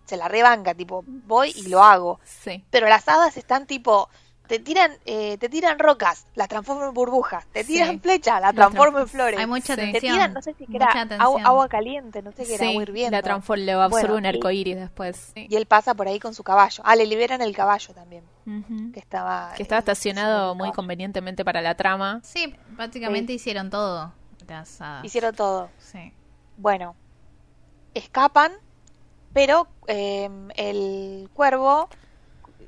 Speaker 4: se la rebanca, tipo, voy y lo hago.
Speaker 7: Sí.
Speaker 4: Pero las hadas están tipo, te tiran, eh, te tiran rocas, las transforman en burbujas. Te
Speaker 7: Sí.
Speaker 4: tiran flechas, las
Speaker 7: Las
Speaker 4: transforman en
Speaker 7: transf-
Speaker 4: flores.
Speaker 6: Hay mucha
Speaker 7: Sí.
Speaker 4: Te
Speaker 6: atención.
Speaker 4: tiran, no sé si que era
Speaker 6: mucha
Speaker 4: agu- agua,
Speaker 6: atención.
Speaker 4: caliente, no sé qué era,
Speaker 7: Sí,
Speaker 4: agua hirviendo.
Speaker 7: la transforma, lo absorbe
Speaker 4: Bueno,
Speaker 7: un
Speaker 4: y-
Speaker 7: arcoíris después.
Speaker 4: Y él pasa por ahí con su caballo. Ah, le liberan el caballo también,
Speaker 7: Ujú.
Speaker 4: que estaba...
Speaker 7: Que estaba
Speaker 4: eh,
Speaker 7: estacionado
Speaker 4: estacionado.
Speaker 7: muy convenientemente para la trama.
Speaker 6: Sí, prácticamente hicieron todo. Las hadas.
Speaker 4: Hicieron todo.
Speaker 6: Sí.
Speaker 4: Bueno, escapan, pero eh, el cuervo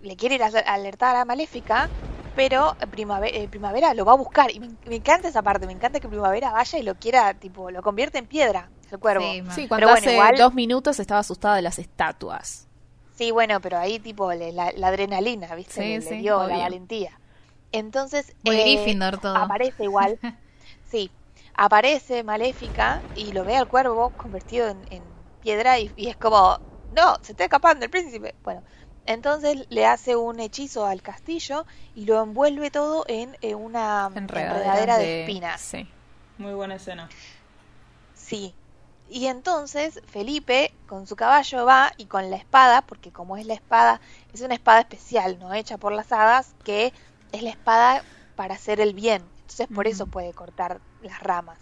Speaker 4: le quiere ir a a alertar a Maléfica, pero Primavera, Primavera lo va a buscar. Y me, me encanta esa parte, me encanta que Primavera vaya y lo quiera, tipo, lo convierte en piedra, el cuervo.
Speaker 6: Sí, ma.
Speaker 7: Sí, cuando
Speaker 4: bueno,
Speaker 7: hace
Speaker 4: igual-
Speaker 7: dos minutos estaba asustada de las estatuas.
Speaker 4: Sí, bueno, pero ahí tipo le- la, la adrenalina, ¿viste?
Speaker 7: Sí,
Speaker 4: le, le
Speaker 7: sí,
Speaker 4: dio la
Speaker 7: obvio.
Speaker 4: valentía. Entonces,
Speaker 6: Muy
Speaker 4: eh,
Speaker 6: Gryffindor todo.
Speaker 4: aparece igual, sí, aparece Maléfica y lo ve al cuervo convertido en, en piedra y, y es como, no, se está escapando el príncipe. Bueno, entonces le hace un hechizo al castillo y lo envuelve todo en, eh, una
Speaker 7: Enredaderas
Speaker 4: enredadera de, espinas.
Speaker 7: Sí.
Speaker 5: Muy buena escena.
Speaker 4: Sí. Y entonces Felipe con su caballo va y con la espada, porque como es la espada, es una espada especial, ¿no? Hecha por las hadas, que es la espada para hacer el bien. Entonces por eso
Speaker 7: Ujú.
Speaker 4: puede cortar las ramas.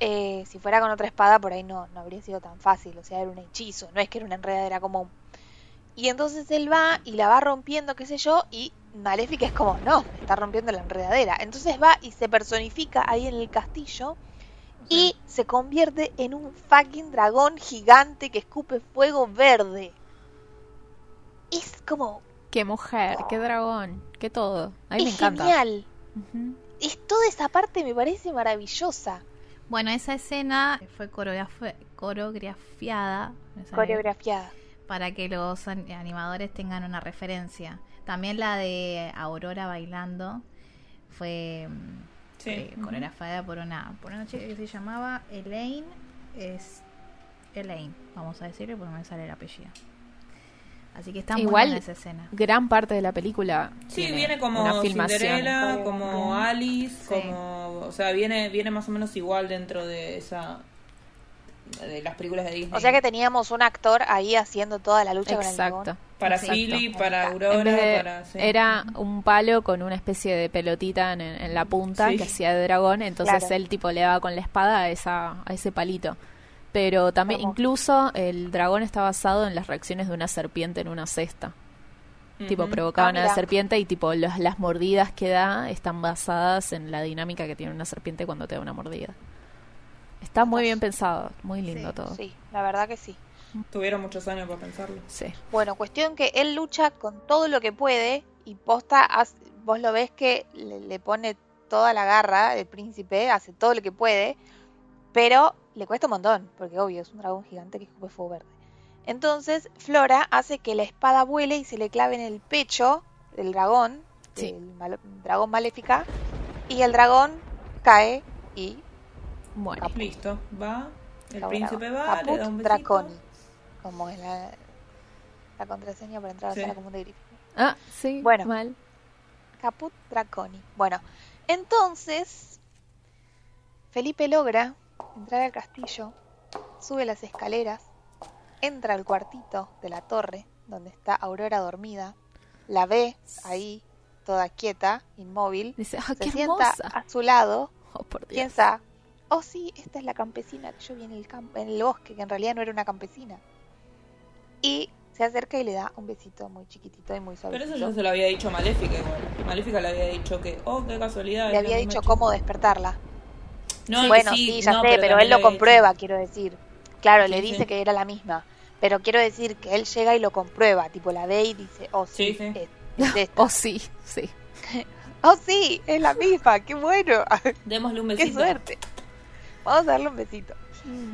Speaker 4: Eh, si fuera con otra espada, por ahí no, no habría sido tan fácil. O sea, era un hechizo, no es que era una enredadera común. Y entonces él va y la va rompiendo, qué sé yo, y Maléfica es como, no, me está rompiendo la enredadera. Entonces va y se personifica ahí en el castillo y se convierte en un fucking dragón gigante que escupe fuego verde. Es como,
Speaker 7: Qué mujer, qué dragón, qué todo. A mí me
Speaker 4: es
Speaker 7: encanta.
Speaker 4: genial.
Speaker 7: Ujú.
Speaker 4: Es toda esa parte me parece maravillosa.
Speaker 6: Bueno, esa escena fue coreograf- coreografiada. me sale,
Speaker 4: Coreografiada.
Speaker 6: para que los an- animadores tengan una referencia. También la de Aurora bailando fue mm,
Speaker 5: Sí.
Speaker 6: eh,
Speaker 5: Ujú.
Speaker 6: coreografiada por una, por una chica que se llamaba Elaine. Es Elaine, vamos a decirle porque no me sale el apellido. Así que está muy
Speaker 7: Igual-
Speaker 6: buena esa escena.
Speaker 7: Gran parte de la película.
Speaker 5: Sí,
Speaker 7: tiene
Speaker 5: viene
Speaker 7: una
Speaker 5: como
Speaker 7: filmación.
Speaker 5: Cinderella, como Alice,
Speaker 6: Sí.
Speaker 5: como... O sea, viene, viene más o menos igual dentro de esa... De las películas de Disney.
Speaker 4: O sea que teníamos un actor ahí haciendo toda la lucha con el
Speaker 7: Exacto.
Speaker 5: Para
Speaker 6: Exacto.
Speaker 5: Philly, para
Speaker 7: En
Speaker 5: Aurora,
Speaker 7: vez de-
Speaker 5: para... sí.
Speaker 7: Era un palo con una especie de pelotita en, en la punta
Speaker 5: Sí.
Speaker 7: que hacía de dragón, entonces
Speaker 4: Claro.
Speaker 7: el tipo le daba con la espada a, esa, a ese palito. Pero también,
Speaker 4: Hermoso.
Speaker 7: incluso el dragón está basado en las reacciones de una serpiente en una cesta.
Speaker 5: Ujú.
Speaker 7: Tipo, provocaban
Speaker 4: Ah,
Speaker 7: a la
Speaker 4: mira.
Speaker 7: serpiente y tipo las, las mordidas que da están basadas en la dinámica que tiene una serpiente cuando te da una mordida. Está muy bien pensado, muy lindo
Speaker 6: Sí,
Speaker 7: todo.
Speaker 4: dragón. Sí, la verdad que sí.
Speaker 5: Tuvieron muchos años para pensarlo.
Speaker 7: Sí.
Speaker 4: Bueno, cuestión que él lucha con todo lo que puede y posta, hace- vos lo ves que le, le pone toda la garra, el príncipe hace todo lo que puede, pero le cuesta un montón, porque obvio, es un dragón gigante que escupe fuego verde. Entonces, Flora hace que la espada vuele y se le clave en el pecho del dragón,
Speaker 7: Sí.
Speaker 4: del mal- dragón maléfica, y el dragón cae y
Speaker 7: Bueno.
Speaker 4: Caput.
Speaker 5: Listo, va. El
Speaker 4: Cabo
Speaker 5: príncipe
Speaker 4: Dragón.
Speaker 5: va, le
Speaker 4: Caput
Speaker 5: da un besito.
Speaker 4: Draconi, como es la, la contraseña para entrar a la
Speaker 5: Sí.
Speaker 4: sala común de Gryffindor.
Speaker 7: Ah, sí.
Speaker 4: Bueno.
Speaker 7: Mal.
Speaker 4: Caput Draconi. Bueno, entonces Felipe logra entrar al castillo, sube las escaleras, entra al cuartito de la torre donde está Aurora dormida, la ve ahí toda quieta, inmóvil,
Speaker 7: Dice, ah,
Speaker 4: se
Speaker 7: qué
Speaker 4: sienta
Speaker 7: hermosa.
Speaker 4: a su lado,
Speaker 7: Oh, por Dios.
Speaker 4: piensa, oh sí, esta es la campesina que yo vi en el, camp- en el bosque, que en realidad no era una campesina. Y se acerca y le da un besito muy chiquitito y muy suave.
Speaker 5: Pero eso yo se lo había dicho Maléfica igual. Maléfica le había dicho que, oh, qué casualidad.
Speaker 4: Le
Speaker 5: era
Speaker 4: había
Speaker 5: la
Speaker 4: dicho
Speaker 5: misma
Speaker 4: cómo despertarla.
Speaker 5: chica. No,
Speaker 4: bueno,
Speaker 5: que
Speaker 4: sí, ya
Speaker 5: no,
Speaker 4: sé, pero
Speaker 5: también
Speaker 4: él lo
Speaker 5: le había
Speaker 4: comprueba, quiero decir. Claro,
Speaker 5: Sí,
Speaker 4: le
Speaker 5: sí.
Speaker 4: dice que era la misma. Pero quiero decir que él llega y lo comprueba. Tipo, la ve y dice, oh, sí,
Speaker 5: Sí, sí.
Speaker 4: Es, [LAUGHS] es esta.
Speaker 7: Oh, sí, sí.
Speaker 4: Oh, sí, es la misma, qué bueno. [LAUGHS]
Speaker 5: dicho. Démosle un
Speaker 4: qué
Speaker 5: besito.
Speaker 4: suerte. Vamos a darle un besito.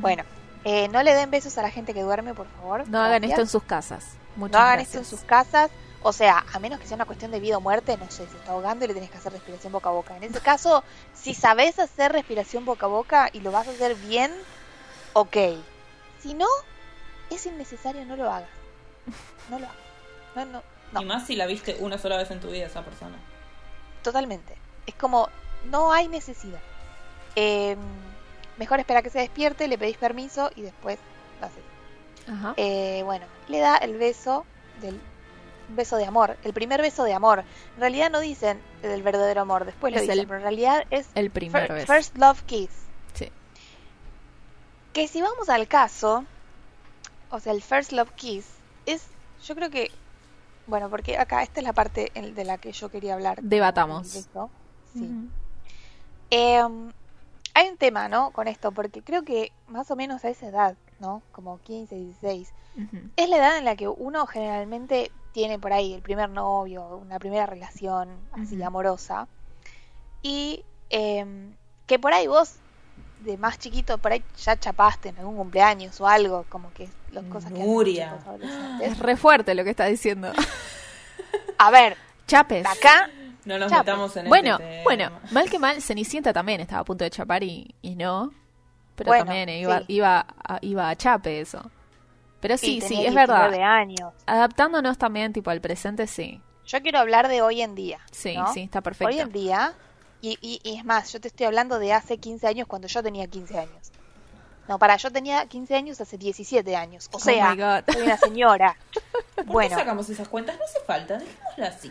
Speaker 4: Bueno, eh, no le den besos a la gente que duerme, por favor.
Speaker 7: No hagan
Speaker 4: Gracias.
Speaker 7: esto en sus casas. Muchas
Speaker 4: No hagan esto en
Speaker 7: gracias.
Speaker 4: sus casas. O sea, a menos que sea una cuestión de vida o muerte, no sé, se está ahogando y le tenés que hacer respiración boca a boca. En ese caso, si sabes hacer respiración boca a boca y lo vas a hacer bien, ok. Si no, es innecesario, no lo hagas. No lo hagas. No, no, no.
Speaker 5: Y más si la viste una sola vez en tu vida esa persona.
Speaker 4: totalmente. Es como, no hay necesidad. Eh, mejor espera que se despierte, le pedís permiso y después lo haces.
Speaker 7: Ajá.
Speaker 4: Eh, bueno, le da el beso del un beso de amor, el primer beso de amor. En realidad no dicen del verdadero amor, después lo
Speaker 7: Es
Speaker 4: dicen,
Speaker 7: el
Speaker 4: pero en realidad es
Speaker 7: El primer
Speaker 4: fir-
Speaker 7: beso.
Speaker 4: First Love Kiss.
Speaker 7: Sí.
Speaker 4: Que si vamos al caso, o sea, el First Love Kiss es, yo creo que, bueno, porque acá esta es la parte en- de la que yo quería hablar.
Speaker 7: Debatamos.
Speaker 4: El beso, Sí.
Speaker 7: Ujú.
Speaker 4: Eh, hay un tema, ¿no? Con esto, porque creo que más o menos a esa edad, ¿no? Como 15, 16,
Speaker 7: Ujú.
Speaker 4: es la edad en la que uno generalmente tiene por ahí el primer novio, una primera relación así
Speaker 7: Ujú.
Speaker 4: amorosa. Y em, que por ahí vos, de más chiquito, por ahí ya chapaste en algún cumpleaños o algo, como que las cosas que hacen
Speaker 5: Nuria.
Speaker 4: los adolescentes.
Speaker 7: [GASPS] Es re fuerte lo que está diciendo. [LAUGHS]
Speaker 4: A ver,
Speaker 7: Chapes.
Speaker 4: de acá,
Speaker 5: No nos
Speaker 4: Ya, pues.
Speaker 5: metamos en
Speaker 7: Bueno,
Speaker 5: este tema.
Speaker 7: bueno, mal que mal, Cenicienta también estaba a punto de chapar y, y no. Pero
Speaker 4: Bueno,
Speaker 7: también eh, iba,
Speaker 4: sí.
Speaker 7: iba, a, iba a chape eso. Pero sí,
Speaker 4: y
Speaker 7: sí,
Speaker 4: tenés
Speaker 7: es verdad.
Speaker 4: 19 años.
Speaker 7: Adaptándonos también tipo al presente, sí.
Speaker 4: Yo quiero hablar de hoy en día.
Speaker 7: Sí,
Speaker 4: ¿no?
Speaker 7: sí, está perfecto.
Speaker 4: Hoy en día, y, y- y es más, yo te estoy hablando de hace 15 años cuando yo tenía 15 años. No, para, yo tenía 15 años hace 17 años. O
Speaker 7: Oh
Speaker 4: sea,
Speaker 7: my God.
Speaker 4: soy una
Speaker 7: [LAUGHS]
Speaker 4: señora. [LAUGHS]
Speaker 5: ¿Por
Speaker 4: bueno,
Speaker 5: qué sacamos esas cuentas? No hace falta, dejémosla así.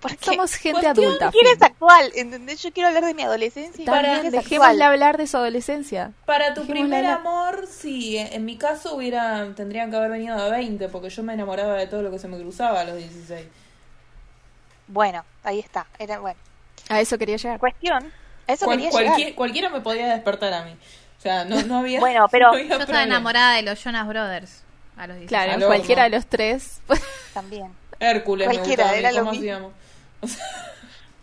Speaker 4: porque
Speaker 7: Somos gente
Speaker 5: Cuestión
Speaker 7: adulta.
Speaker 4: quiero
Speaker 7: fin.
Speaker 4: es actual, ¿entendés? Yo quiero hablar de mi adolescencia y
Speaker 5: También
Speaker 4: mi vida es actual.
Speaker 7: Dejémosle hablar de su adolescencia.
Speaker 5: Para tu
Speaker 7: Dejémosla
Speaker 5: primer
Speaker 7: hablar.
Speaker 5: amor, sí, en en mi caso hubiera, tendrían que haber venido a 20, porque yo me enamoraba de todo lo que se me cruzaba a los 16.
Speaker 4: Bueno, ahí está. Era, bueno,
Speaker 7: A eso quería llegar.
Speaker 4: cuestión. A eso
Speaker 5: Cual-
Speaker 4: quería llegar.
Speaker 5: cualquier- Cualquiera me podía despertar a mí. O sea, no, [LAUGHS] no había.
Speaker 4: Bueno, pero
Speaker 5: no había
Speaker 6: Yo estaba
Speaker 5: problema.
Speaker 6: enamorada de los Jonas Brothers a los 16.
Speaker 7: Claro,
Speaker 5: Aló,
Speaker 7: cualquiera
Speaker 5: ¿no?
Speaker 7: de los tres pues,
Speaker 4: También.
Speaker 5: Hércules,
Speaker 4: Cualquiera,
Speaker 5: me gustaba a mí,
Speaker 4: era lo
Speaker 5: ¿cómo
Speaker 4: mismo.
Speaker 5: hacíamos?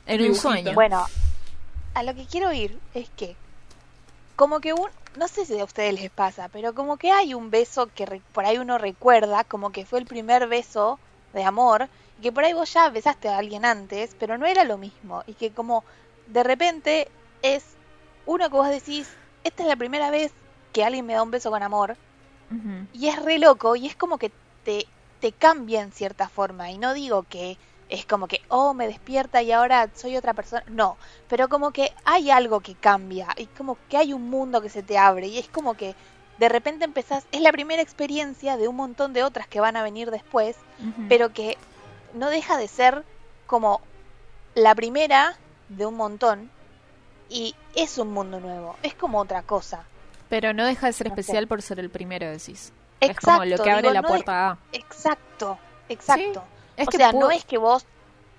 Speaker 7: en un
Speaker 5: Dibujito.
Speaker 7: sueño.
Speaker 4: Bueno, a lo que quiero ir es que como que un, no sé si a ustedes les pasa, pero como que hay un beso que re- por ahí uno recuerda, como que fue el primer beso de amor, y que por ahí vos ya besaste a alguien antes, pero no era lo mismo, y que como de repente es uno que vos decís, esta es la primera vez que alguien me da un beso con amor,
Speaker 6: Ujú.
Speaker 4: y es re loco y es como que te, te cambia en cierta forma. Y no digo que es como que, oh, me despierta y ahora soy otra persona. No, pero como que hay algo que cambia y como que hay un mundo que se te abre y es como que de repente empezás, es la primera experiencia de un montón de otras que van a venir después,
Speaker 6: Ujú.
Speaker 7: Mm.
Speaker 4: pero que no deja de ser como la primera de un montón. Y es un mundo nuevo, es como otra cosa.
Speaker 7: Pero no deja de ser
Speaker 4: No sé.
Speaker 7: especial por ser el primero, decís. es
Speaker 4: Exacto.
Speaker 7: como lo que abre
Speaker 4: digo,
Speaker 7: la
Speaker 4: no de-
Speaker 7: puerta A.
Speaker 4: Exacto, exacto.
Speaker 7: Es
Speaker 4: o
Speaker 7: que
Speaker 4: sea,
Speaker 7: pu-
Speaker 4: no es que vos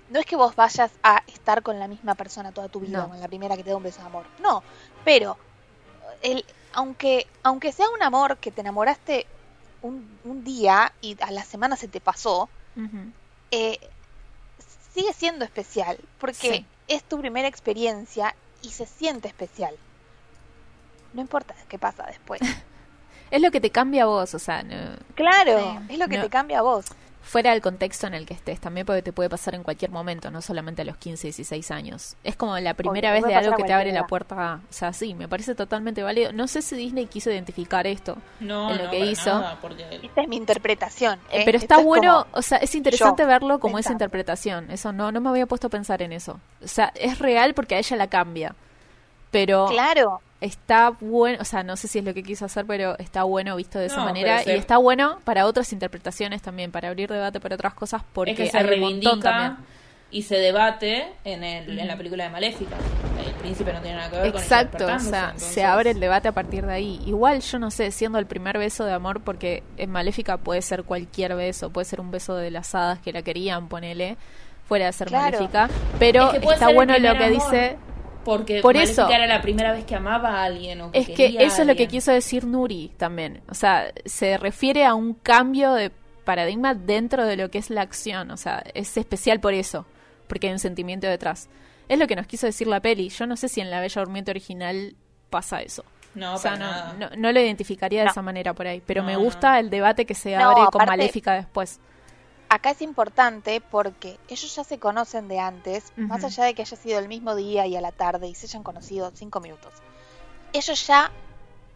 Speaker 4: no es que vos vayas a estar con la misma persona toda tu vida,
Speaker 7: No.
Speaker 4: con la primera que te da un beso de amor. No, pero el, aunque aunque sea un amor que te enamoraste un, un día y a la semana se te pasó,
Speaker 6: Ujú.
Speaker 4: eh, sigue siendo especial porque
Speaker 6: Sí.
Speaker 4: es tu primera experiencia y se siente especial. No importa qué pasa
Speaker 7: [LAUGHS]
Speaker 4: después.
Speaker 7: es lo que te cambia a vos, o sea, no-
Speaker 4: Claro, es lo que
Speaker 7: No.
Speaker 4: te cambia a vos.
Speaker 7: fuera del contexto en el que estés también, porque te puede pasar en cualquier momento, no solamente a los 15, 16 años. Es como la primera
Speaker 4: te
Speaker 7: vez
Speaker 4: puede
Speaker 7: de algo
Speaker 4: pasar a
Speaker 7: que te abre
Speaker 4: cualquier
Speaker 7: la
Speaker 4: edad.
Speaker 7: puerta A. O sea, sí, me parece totalmente válido. No sé si Disney quiso identificar esto,
Speaker 5: No,
Speaker 7: En lo
Speaker 5: no,
Speaker 7: que
Speaker 5: para
Speaker 7: hizo.
Speaker 5: nada, porque
Speaker 4: Esta es mi interpretación. ¿eh?
Speaker 7: pero
Speaker 4: Esto
Speaker 7: está
Speaker 4: es
Speaker 7: bueno,
Speaker 4: como-
Speaker 7: o sea, es interesante verlo como esa
Speaker 4: pensando.
Speaker 7: interpretación. Eso no, no me había puesto a pensar en eso. O sea, es real porque a ella la cambia. Pero
Speaker 4: Claro,
Speaker 7: está bueno, o sea, no sé si es lo que quiso hacer, pero está bueno visto de esa
Speaker 5: No,
Speaker 7: manera.
Speaker 5: pero se-
Speaker 7: Y está bueno para otras interpretaciones también, para abrir debate para otras cosas, porque
Speaker 5: es que se
Speaker 7: hay un montón
Speaker 5: reivindica
Speaker 7: también.
Speaker 5: y se debate en, el, en la película de Maléfica. El príncipe no tiene nada que ver con el
Speaker 7: Exacto, o
Speaker 5: despertándose,
Speaker 7: sea, se
Speaker 5: entonces-
Speaker 7: abre el debate a partir de ahí. Igual yo no sé, siendo el primer beso de amor, porque en Maléfica puede ser cualquier beso, puede ser un beso de las hadas que la querían, ponele, fuera de ser
Speaker 4: Claro.
Speaker 7: Maléfica, pero
Speaker 5: Es que puede
Speaker 7: está
Speaker 5: ser el
Speaker 7: bueno lo
Speaker 5: primer
Speaker 7: que
Speaker 5: amor.
Speaker 7: dice,
Speaker 5: Porque
Speaker 7: Por
Speaker 5: Maléfica
Speaker 7: eso.
Speaker 5: era la primera vez que amaba a alguien o que
Speaker 7: es que
Speaker 5: quería a
Speaker 7: eso es lo que
Speaker 5: alguien.
Speaker 7: quiso decir Nuri también, o sea, se refiere a un cambio de paradigma dentro de lo que es la acción, o sea, es especial por eso, porque hay un sentimiento detrás. Es lo que nos quiso decir la peli, yo no sé si en La Bella Durmiente original pasa eso.
Speaker 5: No,
Speaker 7: O sea,
Speaker 5: para
Speaker 7: no,
Speaker 5: nada.
Speaker 7: no, no lo identificaría de
Speaker 4: No.
Speaker 7: esa manera por ahí, pero
Speaker 5: No,
Speaker 7: me
Speaker 5: no.
Speaker 7: gusta el debate que se
Speaker 4: No,
Speaker 7: abre con
Speaker 4: aparte-
Speaker 7: Maléfica después.
Speaker 4: acá es importante porque ellos ya se conocen de antes, más
Speaker 7: Ujú.
Speaker 4: allá de que haya sido el mismo día y a la tarde y se hayan conocido cinco minutos. Ellos ya,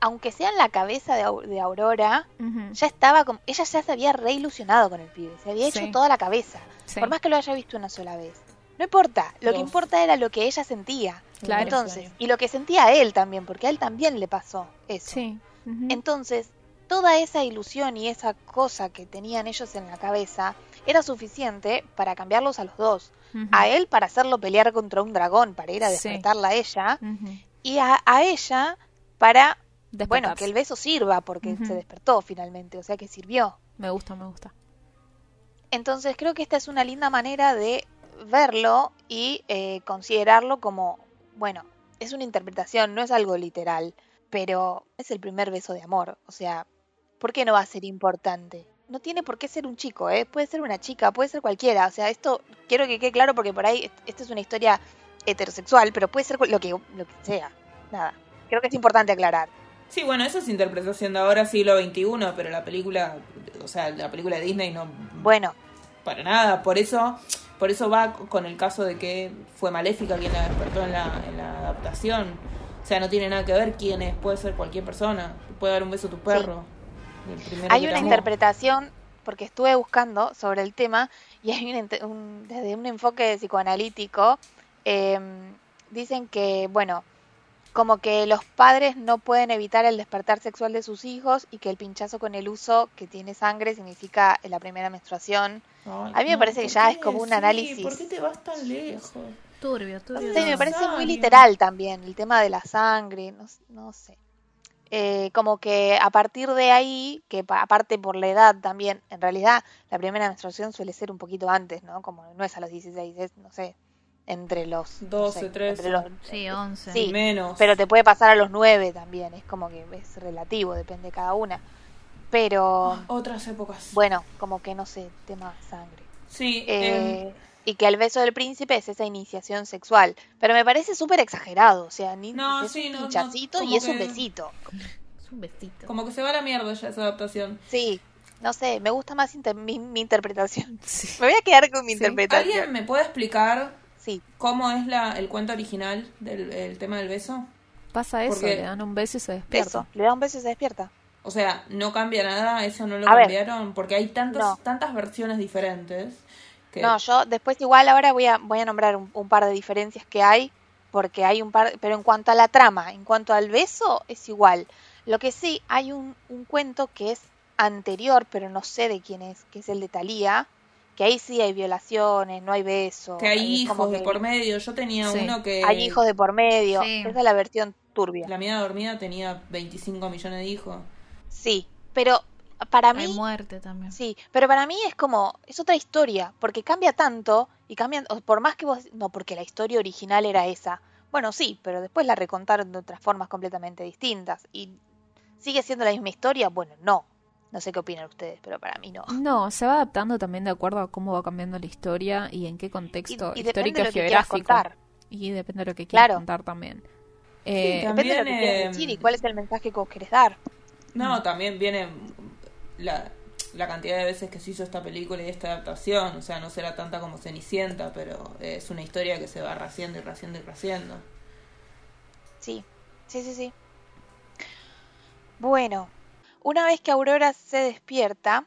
Speaker 4: aunque sea en la cabeza de, Au- de Aurora, ya estaba como, ella ya se había reilusionado con el pibe, se había
Speaker 7: Sí.
Speaker 4: hecho toda la cabeza,
Speaker 7: Sí.
Speaker 4: por más que lo haya visto una sola vez. No importa, lo que
Speaker 5: Dos.
Speaker 4: importa era lo que ella sentía.
Speaker 7: Claro.
Speaker 4: Entonces, y lo que sentía él también, porque a él también le pasó eso.
Speaker 7: Sí. Ujú.
Speaker 4: Entonces, toda esa ilusión y esa cosa que tenían ellos en la cabeza era suficiente para cambiarlos a los dos.
Speaker 7: Ujú.
Speaker 4: A él para hacerlo pelear contra un dragón, para ir a
Speaker 7: Sí.
Speaker 4: despertarla a ella,
Speaker 7: Ujú.
Speaker 4: y a, a ella para, bueno,
Speaker 7: Despertarse.
Speaker 4: que el beso sirva, porque
Speaker 7: Ujú.
Speaker 4: se despertó finalmente, o sea que sirvió.
Speaker 7: Me gusta, me gusta.
Speaker 4: Entonces, creo que esta es una linda manera de verlo y eh, considerarlo como, bueno, es una interpretación, no es algo literal, pero es el primer beso de amor. O sea, ¿por qué no va a ser importante? No tiene por qué ser un chico, ¿eh? Puede ser una chica, puede ser cualquiera. O sea, esto quiero que quede claro porque por ahí est- esta es una historia heterosexual, pero puede ser cu- lo que, lo que sea. Nada. Creo que es importante aclarar.
Speaker 5: Sí, bueno, eso es interpretación de ahora, siglo XXI, pero la película, o sea, la película de Disney no...
Speaker 4: Bueno,
Speaker 5: Para nada, por eso, por eso va con el caso de que fue Maléfica quien la despertó en la, en la adaptación. O sea, no tiene nada que ver quién es, puede ser cualquier persona. Puede dar un beso a tu perro. el primero
Speaker 4: Hay
Speaker 5: que
Speaker 4: una
Speaker 5: te amó.
Speaker 4: interpretación, porque estuve buscando sobre el tema, y hay una inte- un- desde un enfoque psicoanalítico, eh, dicen que, bueno, como que los padres no pueden evitar el despertar sexual de sus hijos y que el pinchazo con el uso que tiene sangre significa la primera menstruación.
Speaker 5: Ay,
Speaker 4: a mí me parece que
Speaker 5: ¿por
Speaker 4: ya
Speaker 5: qué?
Speaker 4: es como un
Speaker 5: Sí,
Speaker 4: análisis.
Speaker 5: ¿Por qué te vas tan lejos?
Speaker 6: Turbio, turbio.
Speaker 4: No sé, me
Speaker 5: Dios.
Speaker 4: parece muy
Speaker 5: Sabio.
Speaker 4: literal también el tema de la sangre, no, s- no sé. Eh, como que a partir de ahí, que pa- aparte por la edad también, en realidad la primera menstruación suele ser un poquito antes, ¿no? Como no es a los 16, es, no sé, entre los... no
Speaker 5: 12,
Speaker 4: sé,
Speaker 5: 13.
Speaker 4: entre los- eh,
Speaker 6: Sí, 11.
Speaker 4: Sí,
Speaker 5: Menos.
Speaker 4: pero te puede pasar a los 9 también, es como que es relativo, depende de cada una. Pero
Speaker 5: Otras épocas.
Speaker 4: bueno, como que no sé, tema sangre.
Speaker 5: sí, em,
Speaker 4: Eh, y que el beso del príncipe es esa iniciación sexual. Pero me parece súper exagerado, o sea, ni
Speaker 5: No,
Speaker 4: es
Speaker 5: sí,
Speaker 4: un
Speaker 5: no, no,
Speaker 4: pinchacito y
Speaker 5: como
Speaker 4: es un
Speaker 5: que-
Speaker 4: besito.
Speaker 6: Es un besito.
Speaker 5: Como que se va a la mierda ya esa adaptación.
Speaker 4: Sí, no sé, me gusta más inter- mi, mi interpretación.
Speaker 6: Sí.
Speaker 4: [LAUGHS] Me voy a quedar con mi
Speaker 6: Sí.
Speaker 4: interpretación.
Speaker 5: ¿Alguien me puede explicar
Speaker 4: Sí,
Speaker 5: cómo es la, el cuento original del el tema del beso?
Speaker 7: Pasa eso,
Speaker 5: Porque-
Speaker 7: le dan un beso y se
Speaker 4: eso,
Speaker 7: despierta.
Speaker 4: le da un beso y se despierta.
Speaker 5: O sea, no cambia nada, eso no lo
Speaker 4: A ver.
Speaker 5: cambiaron, porque hay tantos,
Speaker 4: No.
Speaker 5: tantas versiones diferentes. Que...
Speaker 4: No, yo después igual ahora voy a, voy a nombrar un, un par de diferencias que hay, porque hay un par, pero en cuanto a la trama, en cuanto al beso, es igual. Lo que sí, hay un, un cuento que es anterior, pero no sé de quién es, que es el de Thalía, que ahí sí hay violaciones, no hay beso.
Speaker 5: que hay
Speaker 4: ahí es como
Speaker 5: hijos de
Speaker 4: que
Speaker 5: por medio. Yo tenía
Speaker 7: Sí.
Speaker 5: uno que.
Speaker 4: Hay hijos de por medio.
Speaker 6: Sí.
Speaker 4: Esa es la versión turbia.
Speaker 5: La mía dormida tenía 25 millones de hijos.
Speaker 4: Sí, pero para
Speaker 6: Hay
Speaker 4: mí
Speaker 6: muerte también.
Speaker 4: Sí, pero para mí es como, es otra historia, porque cambia tanto y cambian, o por más que vos, no, porque la historia original era esa. Bueno, sí, pero después la recontaron de otras formas completamente distintas. ¿Y sigue siendo la misma historia? Bueno, no. No sé qué opinan ustedes, pero para mí no.
Speaker 7: No, se va adaptando también de acuerdo a cómo va cambiando la historia y en qué contexto
Speaker 4: y depende
Speaker 7: histórico
Speaker 4: de lo
Speaker 7: y
Speaker 4: que quieras
Speaker 7: geográfico.
Speaker 4: contar.
Speaker 7: Y depende de lo que quieras
Speaker 4: Claro.
Speaker 7: contar también. Eh,
Speaker 5: también.
Speaker 4: Depende de lo que
Speaker 5: eh,
Speaker 4: quieras decir y cuál es el mensaje que vos querés dar. Mm.
Speaker 5: No, también viene la, la cantidad de veces que se hizo esta película y esta adaptación. O sea, no será tanta como Cenicienta, pero es una historia que se va raciendo y raciendo y raciendo.
Speaker 4: Sí, sí, sí, sí. Bueno, una vez que Aurora se despierta,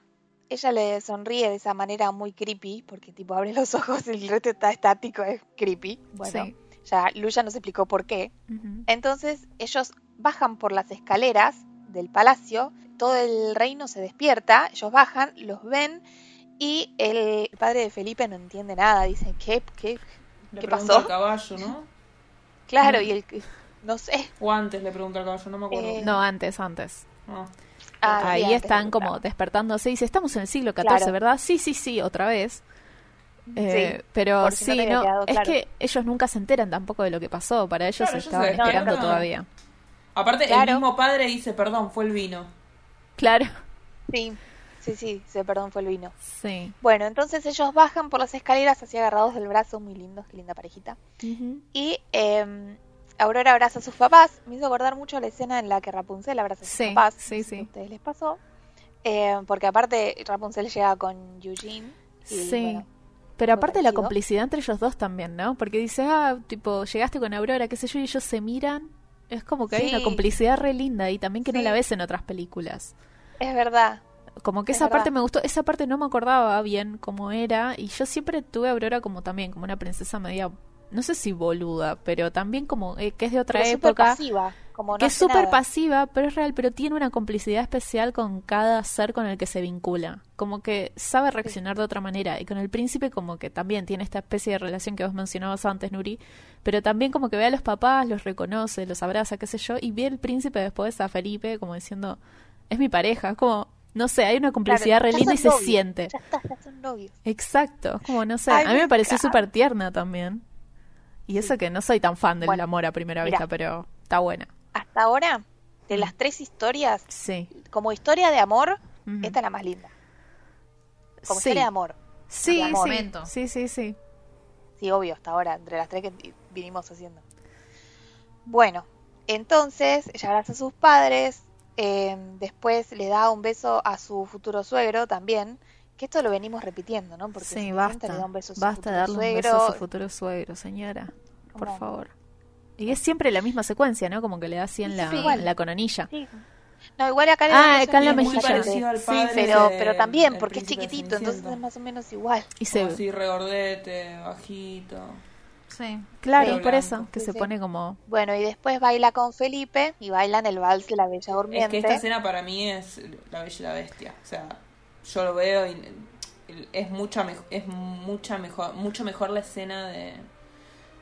Speaker 4: ella le sonríe de esa manera muy creepy, porque tipo abre los ojos y el resto está estático, es creepy. Bueno,
Speaker 7: sí.
Speaker 4: ya Luya nos explicó por qué.
Speaker 7: Ujú.
Speaker 4: Entonces ellos bajan por las escaleras del palacio, todo el reino se despierta, ellos bajan, los ven y el padre de Felipe no entiende nada, dice, ¿qué? ¿Qué?
Speaker 5: Le
Speaker 4: ¿Qué
Speaker 5: pregunta
Speaker 4: pasó?
Speaker 5: al caballo, ¿no?
Speaker 7: Mm.
Speaker 4: Claro, y el... No sé.
Speaker 5: O antes le pregunta al caballo, no me acuerdo.
Speaker 4: Eh,
Speaker 7: No, antes, antes.
Speaker 5: Ah.
Speaker 4: Ah, sí,
Speaker 7: Ahí
Speaker 4: antes de
Speaker 7: están
Speaker 4: entrar.
Speaker 7: como despertándose y dice, estamos en el siglo XIV,
Speaker 4: Claro.
Speaker 7: ¿verdad? Sí, sí, sí, otra vez. Eh,
Speaker 4: Sí,
Speaker 7: pero
Speaker 4: por si no te
Speaker 7: sí,
Speaker 4: había
Speaker 7: no,
Speaker 4: quedado
Speaker 7: es
Speaker 4: claro.
Speaker 7: que ellos nunca se enteran tampoco de lo que pasó, para ellos
Speaker 5: Claro, ellos se
Speaker 7: estaban
Speaker 5: despiertan.
Speaker 7: esperando todavía.
Speaker 5: Aparte,
Speaker 4: Claro.
Speaker 5: el mismo padre dice, perdón, fue el vino.
Speaker 7: Claro, [LAUGHS]
Speaker 4: Sí, sí, sí, se perdón fue el vino.
Speaker 7: sí.
Speaker 4: Bueno, entonces ellos bajan por las escaleras así agarrados del brazo, muy lindos, qué linda parejita. Y eh, Aurora abraza a sus papás. Me hizo acordar mucho la escena en la que Rapunzel abraza a sus
Speaker 7: Sí,
Speaker 4: papás.
Speaker 7: sí,
Speaker 4: No sé si
Speaker 7: sí.
Speaker 4: A ustedes les pasó. Eh, porque aparte Rapunzel llega con Eugene. Y,
Speaker 7: Sí.
Speaker 4: bueno,
Speaker 7: Pero
Speaker 4: Muy
Speaker 7: aparte la
Speaker 4: parecido.
Speaker 7: complicidad entre ellos dos también, ¿no? Porque dice, ah, tipo, llegaste con Aurora, qué sé yo, y ellos se miran. Es como que hay
Speaker 4: Sí.
Speaker 7: una complicidad re linda y también que no
Speaker 4: Sí.
Speaker 7: la ves en otras películas.
Speaker 4: es verdad.
Speaker 7: Como que
Speaker 4: Es
Speaker 7: esa
Speaker 4: verdad.
Speaker 7: parte me gustó, esa parte no me acordaba bien cómo era y yo siempre tuve a Aurora como también, como una princesa media, no sé si boluda, pero también como eh, que es de otra
Speaker 4: Pero súper
Speaker 7: época,
Speaker 4: pasiva. Como no
Speaker 7: que es
Speaker 4: hace
Speaker 7: súper
Speaker 4: nada.
Speaker 7: pasiva, pero es real, pero tiene una complicidad especial con cada ser con el que se vincula, como que sabe reaccionar de otra manera y con el príncipe como que también tiene esta especie de relación que vos mencionabas antes, Nuri, pero también como que ve a los papás, los reconoce, los abraza, qué sé yo, y ve al príncipe después a Felipe como diciendo, es mi pareja, es como, no sé, hay una
Speaker 4: Claro,
Speaker 7: complicidad re
Speaker 4: ya
Speaker 7: linda y
Speaker 4: son
Speaker 7: se
Speaker 4: novios,
Speaker 7: siente.
Speaker 4: Ya está, ya son novios.
Speaker 7: Exacto, es como, no sé,
Speaker 4: Ay,
Speaker 7: a mí
Speaker 4: me
Speaker 7: me pareció
Speaker 4: encanta.
Speaker 7: súper tierna también. Y eso que no soy tan fan del
Speaker 4: Bueno,
Speaker 7: amor a primera
Speaker 4: mirá.
Speaker 7: vista, pero está buena.
Speaker 4: Hasta ahora, de las
Speaker 7: Mm.
Speaker 4: tres historias,
Speaker 7: Sí.
Speaker 4: como historia de amor,
Speaker 7: Ujú.
Speaker 4: esta es la más linda. Como
Speaker 7: Mm. sí.
Speaker 4: historia de amor.
Speaker 7: Sí,
Speaker 4: de
Speaker 7: sí,
Speaker 6: momento.
Speaker 7: sí, sí, sí.
Speaker 4: Sí, obvio, hasta ahora, entre las tres que vi- vinimos haciendo. Bueno, entonces ella abraza a sus padres, eh, después le da un beso a su futuro suegro también, que esto lo venimos repitiendo, ¿no? Porque
Speaker 7: Sí,
Speaker 4: Cenicienta
Speaker 7: basta.
Speaker 4: le da un beso a su
Speaker 7: Basta
Speaker 4: futuro
Speaker 7: de darle un
Speaker 4: suegro.
Speaker 7: beso a su futuro suegro, señora. Por
Speaker 4: Como-
Speaker 7: favor. Y es siempre la misma secuencia, ¿no? Como que le da así en
Speaker 4: Sí,
Speaker 7: la,
Speaker 4: sí, igual.
Speaker 7: en la coronilla.
Speaker 4: Sí. No, igual acá le
Speaker 7: Ah,
Speaker 4: da un beso
Speaker 7: acá en la
Speaker 4: bien
Speaker 5: Muy
Speaker 7: mejilla.
Speaker 4: diferente.
Speaker 5: parecido al
Speaker 7: Sí,
Speaker 5: padre.
Speaker 4: Pero,
Speaker 5: de-
Speaker 4: pero también,
Speaker 5: el
Speaker 4: porque es
Speaker 5: príncipe de
Speaker 4: chiquitito, entonces es
Speaker 5: Cenicienta.
Speaker 4: más o menos igual.
Speaker 7: Y
Speaker 5: Como
Speaker 7: se...
Speaker 5: así, regordete, bajito.
Speaker 6: Sí.
Speaker 7: Claro,
Speaker 5: Sí.
Speaker 7: por eso,
Speaker 5: Blanco.
Speaker 7: que
Speaker 4: Sí,
Speaker 7: se
Speaker 4: sí.
Speaker 7: pone como...
Speaker 4: Bueno, y después baila con Felipe y bailan el vals de la Bella Durmiente.
Speaker 5: Es que esta escena para mí es la bella y la bestia. O sea, yo lo veo y es mucha mej- es mucha mejor, mucho mejor la escena de,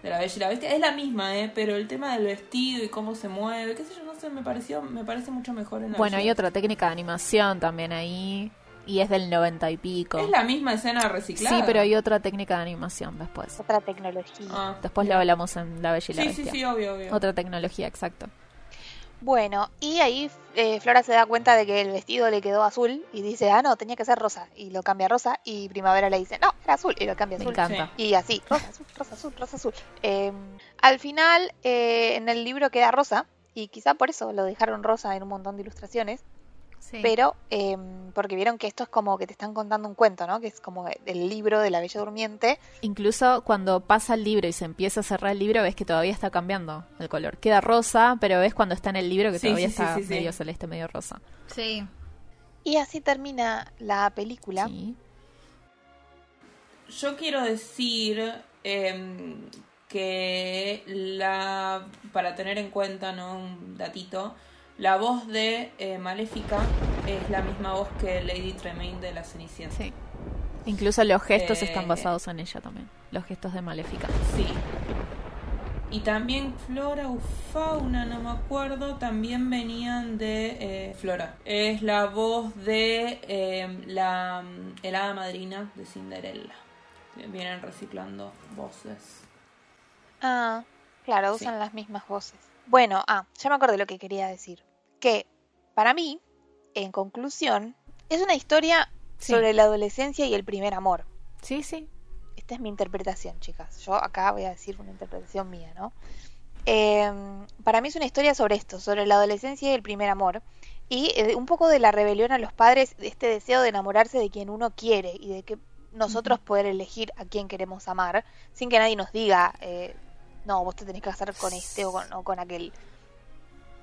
Speaker 5: de la bella y la bestia. Es la misma, eh, pero el tema del vestido y cómo se mueve, qué sé yo, no sé, me pareció, me parece mucho mejor en la
Speaker 7: Bueno,
Speaker 5: Bella
Speaker 7: hay
Speaker 5: y la
Speaker 7: otra técnica de animación también ahí. Y es del noventa y pico.
Speaker 5: Bestia. Es la misma escena reciclada.
Speaker 7: Sí, pero hay otra técnica de animación después.
Speaker 4: Otra tecnología.
Speaker 5: Ah,
Speaker 7: Después lo hablamos en La Bella y la
Speaker 5: sí, sí,
Speaker 7: Bestia.
Speaker 5: sí, obvio, obvio.
Speaker 7: Otra tecnología, exacto.
Speaker 4: Bueno, y ahí eh, Flora se da cuenta de que el vestido le quedó azul y dice, ah, no, tenía que ser rosa. Y lo cambia a rosa y Primavera le dice, no, era azul y lo cambia a
Speaker 7: Me
Speaker 4: azul.
Speaker 7: encanta.
Speaker 4: Y así, rosa azul, rosa azul, rosa azul. Eh, al final, eh, en el libro queda rosa y quizá por eso lo dejaron rosa en un montón de ilustraciones.
Speaker 6: Sí.
Speaker 4: Pero, eh, porque vieron que esto es como que te están contando un cuento, ¿no? Que es como el libro de la Bella Durmiente.
Speaker 7: Incluso cuando pasa el libro y se empieza a cerrar el libro, ves que todavía está cambiando el color. Queda rosa, pero ves cuando está en el libro que
Speaker 5: Sí,
Speaker 7: todavía
Speaker 5: sí, sí,
Speaker 7: está
Speaker 5: sí, sí.
Speaker 7: medio celeste, medio rosa.
Speaker 6: Sí.
Speaker 4: Y así termina la película.
Speaker 7: Sí.
Speaker 5: Yo quiero decir em, que la para tener en cuenta, ¿no? Un datito. La voz de eh, Maléfica es la misma voz que Lady Tremaine de la Cenicienta.
Speaker 7: Sí. Incluso los gestos
Speaker 5: Eh.
Speaker 7: están basados en ella también. Los gestos de Maléfica.
Speaker 5: Sí. Y también Flora o Fauna, no me acuerdo, también venían de eh, Flora. Es la voz de em, la mm, el hada madrina de Cinderella. Vienen reciclando voces.
Speaker 4: Ah, claro,
Speaker 5: Sí.
Speaker 4: usan las mismas voces. Bueno, ah, ya me acordé lo que quería decir. Que para mí, en conclusión, es una historia
Speaker 7: Sí.
Speaker 4: sobre la adolescencia y el primer amor.
Speaker 7: Sí, sí.
Speaker 4: Esta es mi interpretación, chicas. Yo acá voy a decir una interpretación mía, ¿no? Eh, para mí es una historia sobre esto, sobre la adolescencia y el primer amor. Y eh, un poco de la rebelión a los padres, de este deseo de enamorarse de quien uno quiere y de que nosotros poder elegir a quién queremos amar sin que nadie nos diga, eh, no, vos te tenés que casar con este o con, o con aquel.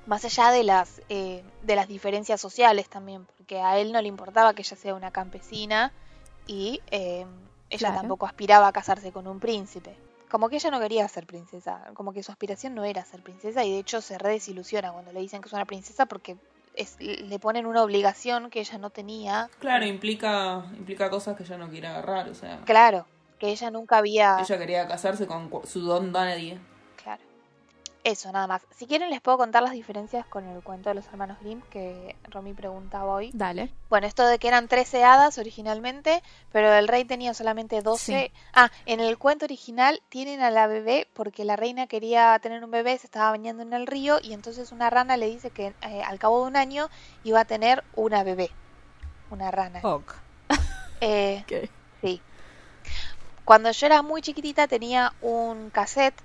Speaker 4: Más allá de las, eh, de las diferencias sociales también, porque a él no le importaba que ella sea una campesina y eh, ella
Speaker 7: Claro.
Speaker 4: tampoco aspiraba a casarse con un príncipe. Como que ella no quería ser princesa, como que su aspiración no era ser princesa y de hecho se redesilusiona cuando le dicen que es una princesa porque es- le ponen una obligación que ella no tenía.
Speaker 5: Claro, implica, implica cosas que ella no quiere agarrar, o sea,
Speaker 4: Claro, que ella nunca había...
Speaker 5: ella quería casarse con cu- su don nadie.
Speaker 4: Claro. Eso, nada más. Si quieren les puedo contar las diferencias con el cuento de los hermanos Grimm que Romy preguntaba hoy.
Speaker 7: Dale.
Speaker 4: Bueno, esto de que eran 13 hadas originalmente, pero el rey tenía solamente 12. Ah, en el cuento original tienen a la bebé porque la reina quería tener un bebé, se estaba bañando en el río y entonces una rana le dice que eh, al cabo de un año iba a tener una bebé. Una rana.
Speaker 7: Ok.
Speaker 4: [LAUGHS] Eh,
Speaker 7: [LAUGHS] Ok.
Speaker 4: Sí. Cuando yo era muy chiquitita tenía un cassette,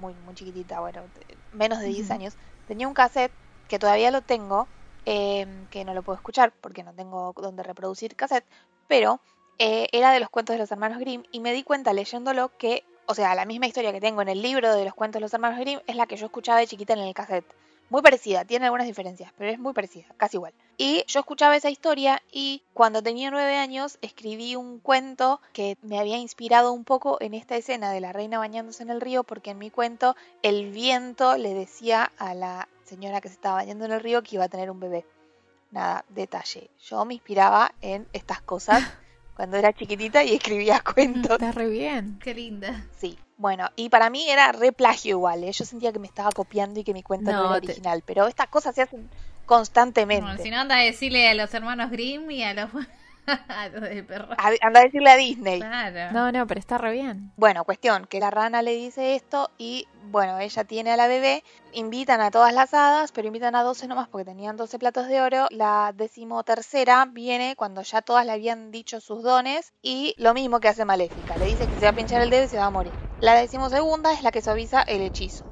Speaker 4: muy, muy chiquitita, bueno, te- menos de 10
Speaker 7: Ujú.
Speaker 4: años, tenía un cassette que todavía lo tengo, eh, que no lo puedo escuchar porque no tengo donde reproducir cassette, pero eh, era de los cuentos de los hermanos Grimm y me di cuenta leyéndolo que, o sea, la misma historia que tengo en el libro de los cuentos de los hermanos Grimm es la que yo escuchaba de chiquita en el cassette. Muy parecida, tiene algunas diferencias, pero es muy parecida, casi igual. Y yo escuchaba esa historia y cuando tenía nueve años escribí un cuento que me había inspirado un poco en esta escena de la reina bañándose en el río porque en mi cuento el viento le decía a la señora que se estaba bañando en el río que iba a tener un bebé. Nada, detalle. Yo me inspiraba en estas cosas cuando era chiquitita y escribía cuentos.
Speaker 7: Está re bien.
Speaker 6: Qué linda.
Speaker 4: Sí, bueno, y para mí era re plagio igual, ¿eh? yo sentía que me estaba copiando y que mi cuento no,
Speaker 7: No,
Speaker 4: era
Speaker 7: te-
Speaker 4: original, pero estas cosas se hacen
Speaker 6: Bueno,
Speaker 4: constantemente.
Speaker 6: si no anda a decirle a los hermanos Grimm y a los, [LAUGHS] a los del perro.
Speaker 4: A- Anda a decirle a Disney.
Speaker 6: Claro.
Speaker 7: No, no, pero está re bien. [LAUGHS]
Speaker 4: Bueno, cuestión, que la rana le dice esto y bueno, ella tiene a la bebé, invitan a todas las hadas, pero invitan a 12 nomás porque tenían 12 platos de oro, la decimotercera viene cuando ya todas le habían dicho sus dones y lo mismo que hace Maléfica, le dice que se va a pinchar el dedo y se va a morir. La decimosegunda es la que suaviza el hechizo.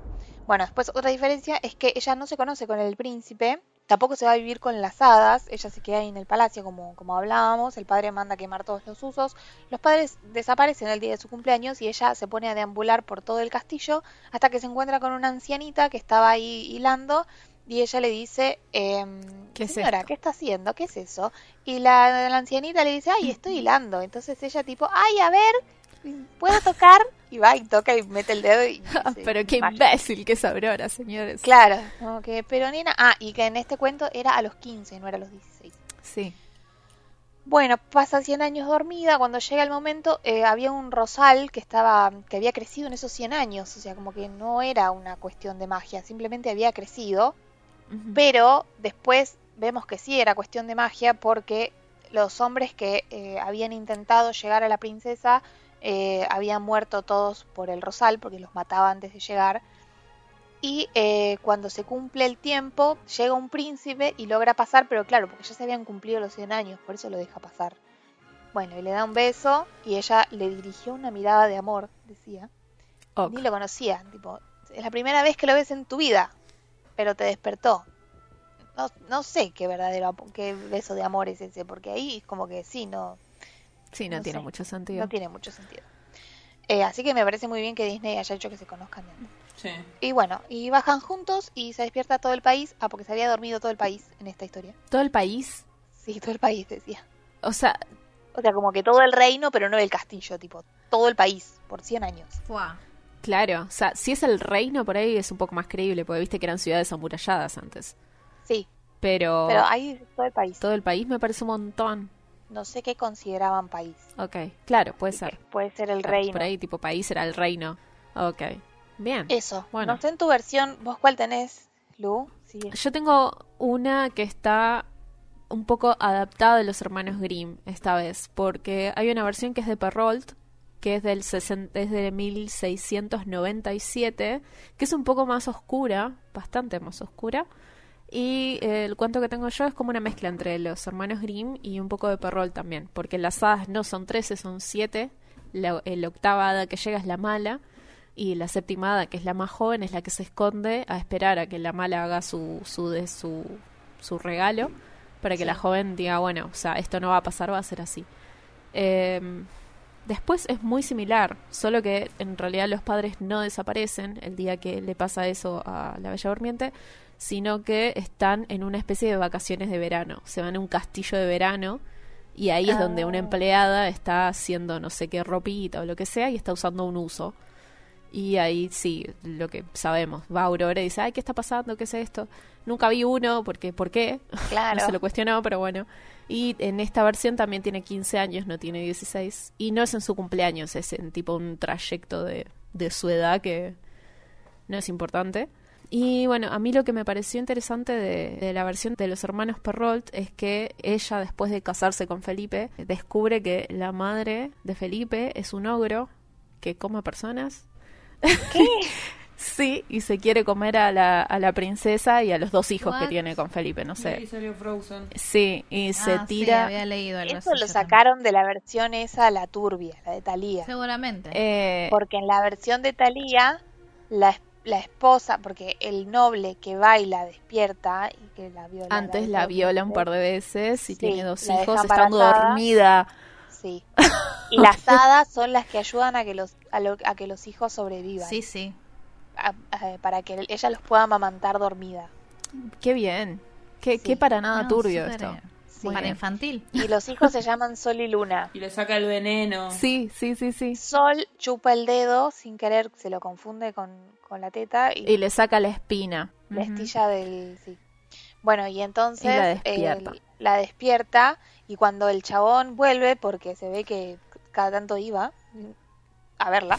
Speaker 4: Bueno, después otra diferencia es que ella no se conoce con el príncipe, tampoco se va a vivir con las hadas, ella se queda ahí en el palacio como, como hablábamos, el padre manda a quemar todos los usos, los padres desaparecen el día de su cumpleaños y ella se pone a deambular por todo el castillo hasta que se encuentra con una ancianita que estaba ahí hilando y ella le dice, em,
Speaker 7: ¿Qué es
Speaker 4: señora,
Speaker 7: esto?"
Speaker 4: ¿qué está haciendo? ¿Qué es eso? Y la, la ancianita le dice, ay, estoy hilando. Entonces ella tipo, ay, a ver, ¿puedo tocar? Y va y toca y mete el dedo y...
Speaker 7: [LAUGHS] Ah,
Speaker 4: se
Speaker 7: pero qué
Speaker 4: desmaya.
Speaker 7: imbécil que es Aurora, señores.
Speaker 4: Claro, como que, pero nena, ah, y que en este cuento era a los 15, no era a los 16.
Speaker 7: Sí.
Speaker 4: Bueno, pasa 100 años dormida, cuando llega el momento eh, había un rosal que estaba que había crecido en esos 100 años, o sea, como que no era una cuestión de magia, simplemente había crecido,
Speaker 7: Ujú.
Speaker 4: pero después vemos que sí era cuestión de magia porque los hombres que eh, habían intentado llegar a la princesa eh, habían muerto todos por el rosal porque los mataba antes de llegar Y eh, cuando se cumple el tiempo, llega un príncipe y logra pasar, pero claro, porque ya se habían cumplido los 100 años, por eso lo deja pasar. Bueno, y le da un beso y ella le dirigió una mirada de amor, decía.
Speaker 7: Ok.
Speaker 4: Ni lo conocía, tipo, es la primera vez que lo ves en tu vida, pero te despertó. No, no sé qué verdadero am- qué beso de amor es ese, porque ahí es como que sí, no,
Speaker 7: Sí, no,
Speaker 4: no
Speaker 7: tiene
Speaker 4: sé.
Speaker 7: mucho sentido.
Speaker 4: no tiene mucho sentido. Eh, así que me parece muy bien que Disney haya hecho que se conozcan de antes.
Speaker 5: Sí.
Speaker 4: Y bueno, y bajan juntos y se despierta todo el país. Ah, porque se había dormido todo el país en esta historia.
Speaker 7: Todo el país.
Speaker 4: Sí, todo el país, decía.
Speaker 7: O sea,
Speaker 4: O sea, como que todo el reino, pero no el castillo, tipo, todo el país, por 100 años.
Speaker 6: Fua.
Speaker 7: claro. O sea, si es el reino por ahí es un poco más creíble, porque viste que eran ciudades amuralladas antes.
Speaker 4: Sí,
Speaker 7: Pero,
Speaker 4: pero ahí todo el país.
Speaker 7: todo el país me parece un montón.
Speaker 4: No sé qué consideraban país.
Speaker 7: Ok, claro, puede
Speaker 4: Así
Speaker 7: ser.
Speaker 4: que Puede ser el
Speaker 7: Ah,
Speaker 4: reino.
Speaker 7: Por ahí, tipo país era el reino. Ok, bien.
Speaker 4: Eso.
Speaker 7: Bueno.
Speaker 4: No sé en tu versión, ¿vos cuál tenés, Lu? Sí.
Speaker 7: [LAUGHS] Yo tengo una que está un poco adaptada de los hermanos Grimm esta vez, porque hay una versión que es de Perrault, que es del 60 es de 1697, que es un poco más oscura, bastante más oscura. Y eh, el cuento que tengo yo es como una mezcla entre los hermanos Grimm y un poco de Perrault también, porque las hadas no son 13, son 7. La, el octava hada que llega es la mala y la séptima hada, que es la más joven, es la que se esconde a esperar a que la mala haga su, su, de, su, su regalo para que la joven diga, bueno, o sea, esto no va a pasar, va a ser así. Em, después es muy similar, solo que en realidad los padres no desaparecen el día que le pasa eso a la Bella Durmiente, sino que están en una especie de vacaciones de verano, se van a un castillo de verano y ahí es donde una empleada está haciendo no sé qué ropita o lo que sea y está usando un uso. Y ahí sí, lo que sabemos, va Aurora y dice, ay, ¿qué está pasando? ¿Qué es esto? Nunca vi uno, porque ¿por qué?
Speaker 4: Claro.
Speaker 7: No se lo cuestionó, pero bueno. Y en esta versión también tiene 15 años, no tiene 16. Y no es en su cumpleaños, es en tipo un trayecto de, de su edad que no es importante. Y bueno, a mí lo que me pareció interesante de, de la versión de los hermanos Perrault es que ella, después de casarse con Felipe, descubre que la madre de Felipe es un ogro que come personas. [LAUGHS] sí, y se quiere comer a la, a la princesa y a los dos hijos que
Speaker 6: What?
Speaker 7: tiene con Felipe, no sé.
Speaker 5: Y salió Frozen.
Speaker 7: Sí, y se
Speaker 6: Ah, sí,
Speaker 7: tira.
Speaker 6: había leído algo
Speaker 4: Eso
Speaker 6: así
Speaker 4: lo
Speaker 6: yo
Speaker 4: sacaron de la versión esa, la turbia, la de Talía.
Speaker 6: también. Seguramente.
Speaker 7: eh,
Speaker 4: Porque en la versión de Thalía, la, es- la esposa, porque el noble que baila despierta y que la viola.
Speaker 7: antes
Speaker 4: viola
Speaker 7: la viola un par de veces y
Speaker 4: Sí,
Speaker 7: tiene dos
Speaker 4: la deja
Speaker 7: hijos estando
Speaker 4: embarazada.
Speaker 7: dormida.
Speaker 4: Sí.
Speaker 7: [LAUGHS]
Speaker 4: Y las hadas son las que ayudan a que los, a lo- a que los hijos sobrevivan.
Speaker 6: Sí, sí.
Speaker 4: A- a- para que ella los pueda amamantar dormida.
Speaker 7: Qué bien. Qué,
Speaker 4: Sí.
Speaker 7: qué para nada
Speaker 6: No,
Speaker 7: turbio
Speaker 6: súper,
Speaker 7: esto.
Speaker 6: eh,
Speaker 4: Sí.
Speaker 6: Para infantil.
Speaker 4: Y los hijos se llaman Sol y Luna.
Speaker 5: Y le saca el veneno.
Speaker 7: Sí, sí, sí, sí.
Speaker 4: Sol chupa el dedo sin querer, se lo confunde con, con la teta y,
Speaker 7: Y le saca la espina.
Speaker 4: la
Speaker 7: Ujú.
Speaker 4: estilla del... sí. Bueno, y entonces
Speaker 7: Y la
Speaker 4: eh,
Speaker 7: despierta.
Speaker 4: la despierta y cuando el chabón vuelve, porque se ve que cada tanto iba mm, a verla,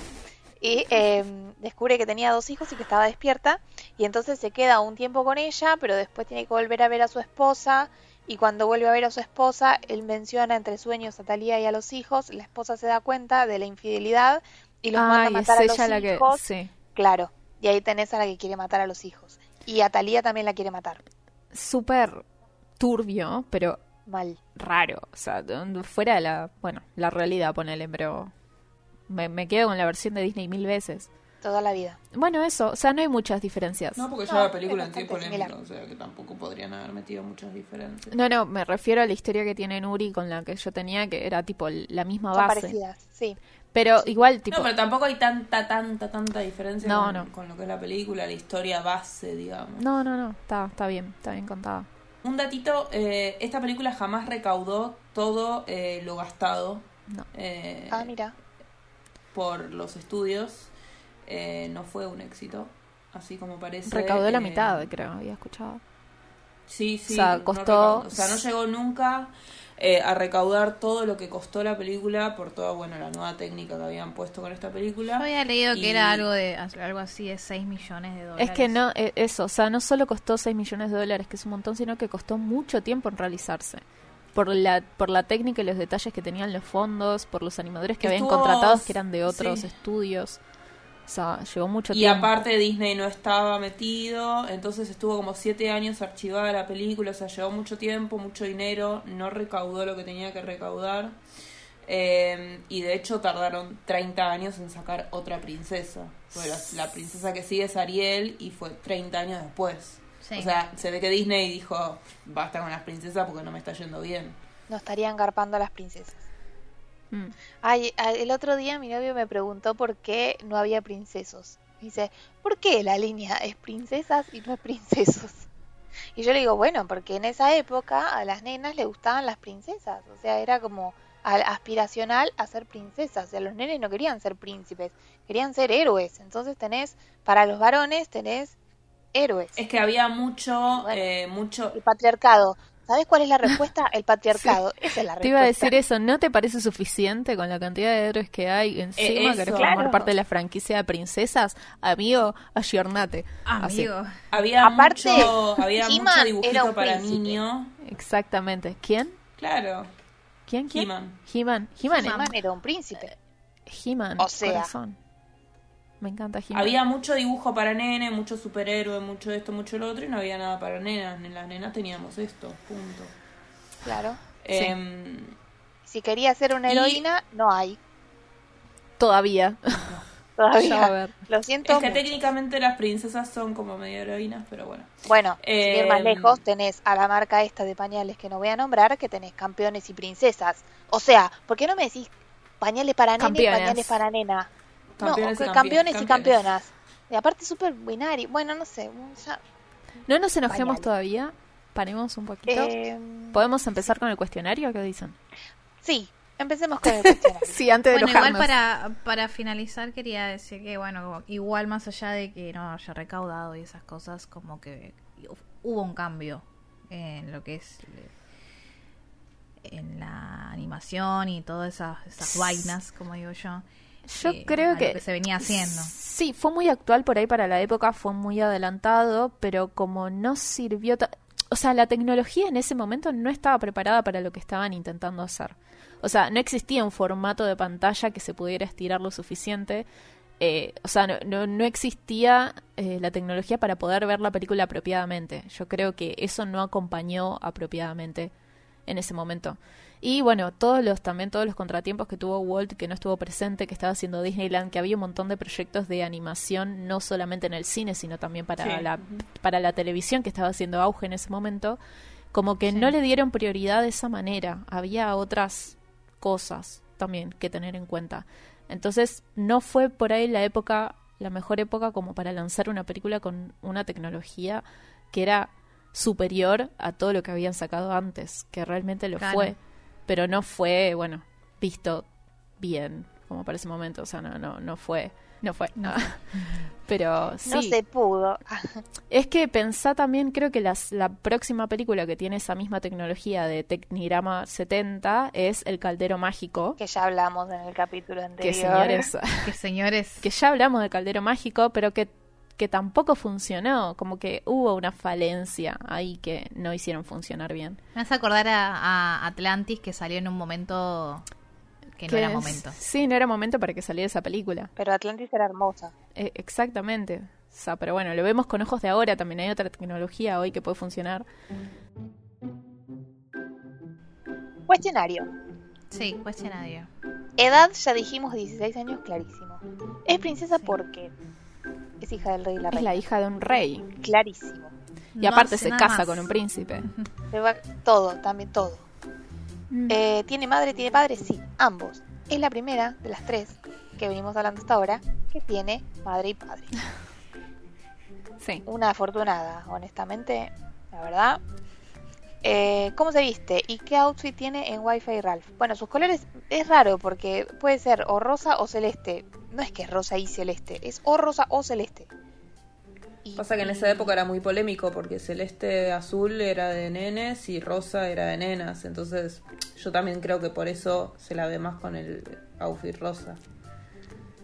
Speaker 4: y eh, descubre que tenía dos hijos y que estaba despierta, y entonces se queda un tiempo con ella, pero después tiene que volver a ver a su esposa, y cuando vuelve a ver a su esposa, él menciona entre sueños a Talía y a los hijos, la esposa se da cuenta de la infidelidad y los manda a
Speaker 7: Ay, es
Speaker 4: matar a los
Speaker 7: ella la que.
Speaker 4: hijos.
Speaker 7: Sí.
Speaker 4: Claro, y ahí tenés a la que quiere matar a los hijos. Y a Talía también la quiere matar.
Speaker 7: Súper turbio, pero
Speaker 4: Mal.
Speaker 7: raro. O sea, de- fuera de la. Bueno, la realidad, ponele, pero. Me, me quedo con la versión de Disney mil veces.
Speaker 4: Toda la vida.
Speaker 7: Bueno, eso. O sea, no hay muchas diferencias.
Speaker 5: No, porque ya
Speaker 4: No,
Speaker 5: la película
Speaker 4: es
Speaker 5: en sí es
Speaker 4: bastante
Speaker 5: polémica,
Speaker 4: similar.
Speaker 5: o sea que tampoco podrían haber metido muchas diferencias.
Speaker 7: No, no, me refiero a la historia que tiene Nuri con la que yo tenía, que era tipo la misma
Speaker 4: Son
Speaker 7: base.
Speaker 4: parecidas, sí.
Speaker 7: Pero igual, tipo,
Speaker 5: No, pero tampoco hay tanta, tanta, tanta diferencia
Speaker 7: No,
Speaker 5: con,
Speaker 7: no.
Speaker 5: con lo que es la película, la historia base, digamos.
Speaker 7: no, no, no, está, está bien, está bien contada.
Speaker 5: Un datito, eh, esta película jamás recaudó todo eh, lo gastado
Speaker 7: No.
Speaker 5: eh,
Speaker 4: Ah, mira.
Speaker 5: por los estudios. Eh, no fue un éxito, así como parece.
Speaker 7: Recaudó la
Speaker 5: eh,
Speaker 7: mitad, creo, había escuchado.
Speaker 5: Sí, sí.
Speaker 7: O sea,
Speaker 5: no
Speaker 7: costó-
Speaker 5: recaudó. o sea, no llegó nunca eh, a recaudar todo lo que costó la película por toda, bueno, la nueva técnica que habían puesto con esta película.
Speaker 6: Yo había leído que
Speaker 5: Y-
Speaker 6: era algo de algo así de 6 millones de dólares.
Speaker 7: Es que no, eh, eso, o sea, no solo costó 6 millones de dólares, que es un montón, sino que costó mucho tiempo en realizarse. Por la, por la técnica y los detalles que tenían los fondos, por los animadores que habían
Speaker 5: Estuvo-
Speaker 7: contratados que eran de otros
Speaker 5: sí.
Speaker 7: estudios. O sea, llevó mucho
Speaker 5: Y
Speaker 7: tiempo.
Speaker 5: aparte Disney no estaba metido, entonces estuvo como siete años archivada la película, o sea, llevó mucho tiempo, mucho dinero, no recaudó lo que tenía que recaudar. eh, y de hecho tardaron 30 años en sacar otra princesa. Bueno, la, la princesa que sigue es Ariel y fue 30 años después.
Speaker 6: Sí.
Speaker 5: O sea, se ve que Disney dijo, basta con las princesas porque no me está yendo bien.
Speaker 4: No estarían garpando a las princesas.
Speaker 7: Mm.
Speaker 4: Ay, a- el otro día mi novio me preguntó por qué no había princesos. Dice, ¿por qué la línea es princesas y no es princesos? Y yo le digo, bueno, porque en esa época a las nenas le gustaban las princesas. O sea, era como al- aspiracional a ser princesas. O sea, los nenes no querían ser príncipes, querían ser héroes. Entonces tenés, para los varones tenés héroes.
Speaker 5: Es que había mucho,
Speaker 4: Bueno.
Speaker 5: eh, mucho...
Speaker 4: El patriarcado. ¿Sabes cuál es
Speaker 7: [LAUGHS]
Speaker 4: la respuesta? El patriarcado. Esa es la respuesta.
Speaker 7: Te iba a decir eso, ¿no te parece suficiente con la cantidad de héroes que hay? Encima
Speaker 5: eso.
Speaker 7: querés
Speaker 5: Claro.
Speaker 7: formar parte de la franquicia de princesas, amigo, ayornate. Así.
Speaker 6: Amigo.
Speaker 5: Había
Speaker 4: Aparte,
Speaker 5: mucho, había
Speaker 4: He-Man
Speaker 5: mucho
Speaker 4: era
Speaker 5: dibujito
Speaker 4: un
Speaker 5: para
Speaker 4: príncipe.
Speaker 5: niño.
Speaker 7: Exactamente. ¿Quién?
Speaker 5: Claro.
Speaker 7: ¿Quién? ¿Quién?
Speaker 5: He-Man.
Speaker 7: He-Man. He-Man.
Speaker 4: He-Man era un príncipe.
Speaker 7: He-Man.
Speaker 4: O sea.
Speaker 7: corazón. Me encanta He-Man.
Speaker 5: Había mucho dibujo para nene, mucho superhéroe, mucho esto, mucho lo otro, y no había nada para nenas. Ni Las nenas teníamos esto, punto.
Speaker 4: Claro.
Speaker 5: Em,
Speaker 4: Si quería ser una
Speaker 5: Y-
Speaker 4: heroína, no hay.
Speaker 7: Todavía. Ya va a
Speaker 4: Todavía.
Speaker 7: ver.
Speaker 4: Lo siento.
Speaker 5: es que
Speaker 4: mucho.
Speaker 5: técnicamente las princesas son como medio heroínas, pero bueno.
Speaker 4: Bueno, sin ir más
Speaker 5: Em,
Speaker 4: lejos, tenés a la marca esta de pañales que no voy a nombrar, que tenés campeones y princesas. O sea, ¿por qué no me decís pañales para nene y
Speaker 7: Campeonas.
Speaker 4: pañales para nena?
Speaker 5: Campeones y
Speaker 4: no, que-
Speaker 5: campeones,
Speaker 4: campeones, y
Speaker 5: campeones.
Speaker 4: campeonas. Y aparte súper binario. Bueno, no sé. mm, ya-
Speaker 7: No nos enojemos
Speaker 4: Pañales.
Speaker 7: todavía. Paremos un poquito.
Speaker 4: em,
Speaker 7: ¿Podemos empezar con el cuestionario? ¿Qué dicen?
Speaker 4: sí, empecemos con el cuestionario.
Speaker 7: Sí, antes de
Speaker 6: Bueno, igual
Speaker 7: enojarnos.
Speaker 6: para, para finalizar quería decir que, bueno, igual más allá de que no haya recaudado y esas cosas, como que hubo un cambio en lo que es eh, en la animación y todas esas, esas vainas, como digo yo.
Speaker 7: Yo
Speaker 6: eh, a
Speaker 7: creo
Speaker 6: lo
Speaker 7: que...
Speaker 6: se venía haciendo.
Speaker 7: Sí, fue muy actual por ahí para la época, fue muy adelantado, pero como no sirvió... ta- O sea, la tecnología en ese momento no estaba preparada para lo que estaban intentando hacer. O sea, no existía un formato de pantalla que se pudiera estirar lo suficiente. Eh, o sea, no, no, no existía eh, la tecnología para poder ver la película apropiadamente. Yo creo que eso no acompañó apropiadamente en ese momento. Y bueno, todos los, también todos los contratiempos que tuvo Walt, que no estuvo presente, que estaba haciendo Disneyland, que había un montón de proyectos de animación, no solamente en el cine, sino también para,
Speaker 5: Sí,
Speaker 7: la,
Speaker 5: ujú.
Speaker 7: para la televisión, que estaba haciendo auge en ese momento, como que no le dieron prioridad de esa manera. Había otras cosas también que tener en cuenta. Entonces, no fue por ahí la época, la mejor época como para lanzar una película con una tecnología que era superior a todo lo que habían sacado antes, que realmente lo
Speaker 6: Claro.
Speaker 7: fue, pero no fue, bueno, visto bien como para ese momento, o sea, no no no fue, no fue. Ah. [LAUGHS] pero sí.
Speaker 4: No se pudo. ah,
Speaker 7: Es que pensá también, creo que las- la próxima película que tiene esa misma tecnología de Tecnirama 70 es El Caldero Mágico.
Speaker 4: Que ya hablamos en el capítulo anterior.
Speaker 7: Que señores, [LAUGHS]
Speaker 6: Que señores,
Speaker 7: que ya hablamos de Caldero Mágico, pero que, que tampoco funcionó, como que hubo una falencia ahí que no hicieron funcionar bien.
Speaker 6: me hace acordar a, a Atlantis que salió en un momento que no era
Speaker 7: es-
Speaker 6: momento.
Speaker 7: Sí, no era momento para que saliera esa película.
Speaker 4: Pero Atlantis era hermosa.
Speaker 7: Eh, exactamente. O sea, pero bueno, lo vemos con ojos de ahora, también hay otra tecnología hoy que puede funcionar.
Speaker 4: Cuestionario.
Speaker 6: Sí, pues cuestionario.
Speaker 4: Edad, ya dijimos 16 años, clarísimo. Es princesa porque es hija del rey y la
Speaker 7: Es
Speaker 4: reina.
Speaker 7: la hija de un rey.
Speaker 4: Clarísimo.
Speaker 7: Y
Speaker 6: No
Speaker 7: aparte
Speaker 6: sé
Speaker 7: se
Speaker 6: nada
Speaker 7: casa
Speaker 6: más.
Speaker 7: con un príncipe.
Speaker 4: Se va- Todo, también todo.
Speaker 7: Mm.
Speaker 4: Eh, ¿Tiene madre, tiene padre? Sí, ambos. Es la primera de las tres que venimos hablando hasta ahora que tiene madre y padre.
Speaker 7: Sí.
Speaker 4: Una afortunada, honestamente, la verdad. Eh, ¿Cómo se viste? ¿Y qué outfit tiene en Wi-Fi Ralph? Bueno, sus colores es raro porque puede ser o rosa o celeste. No es que es rosa y celeste, es o rosa o celeste. Y-
Speaker 5: Pasa que en esa época era muy polémico porque celeste azul era de nenes y rosa era de nenas. Entonces yo también creo que por eso se la ve más con el outfit rosa.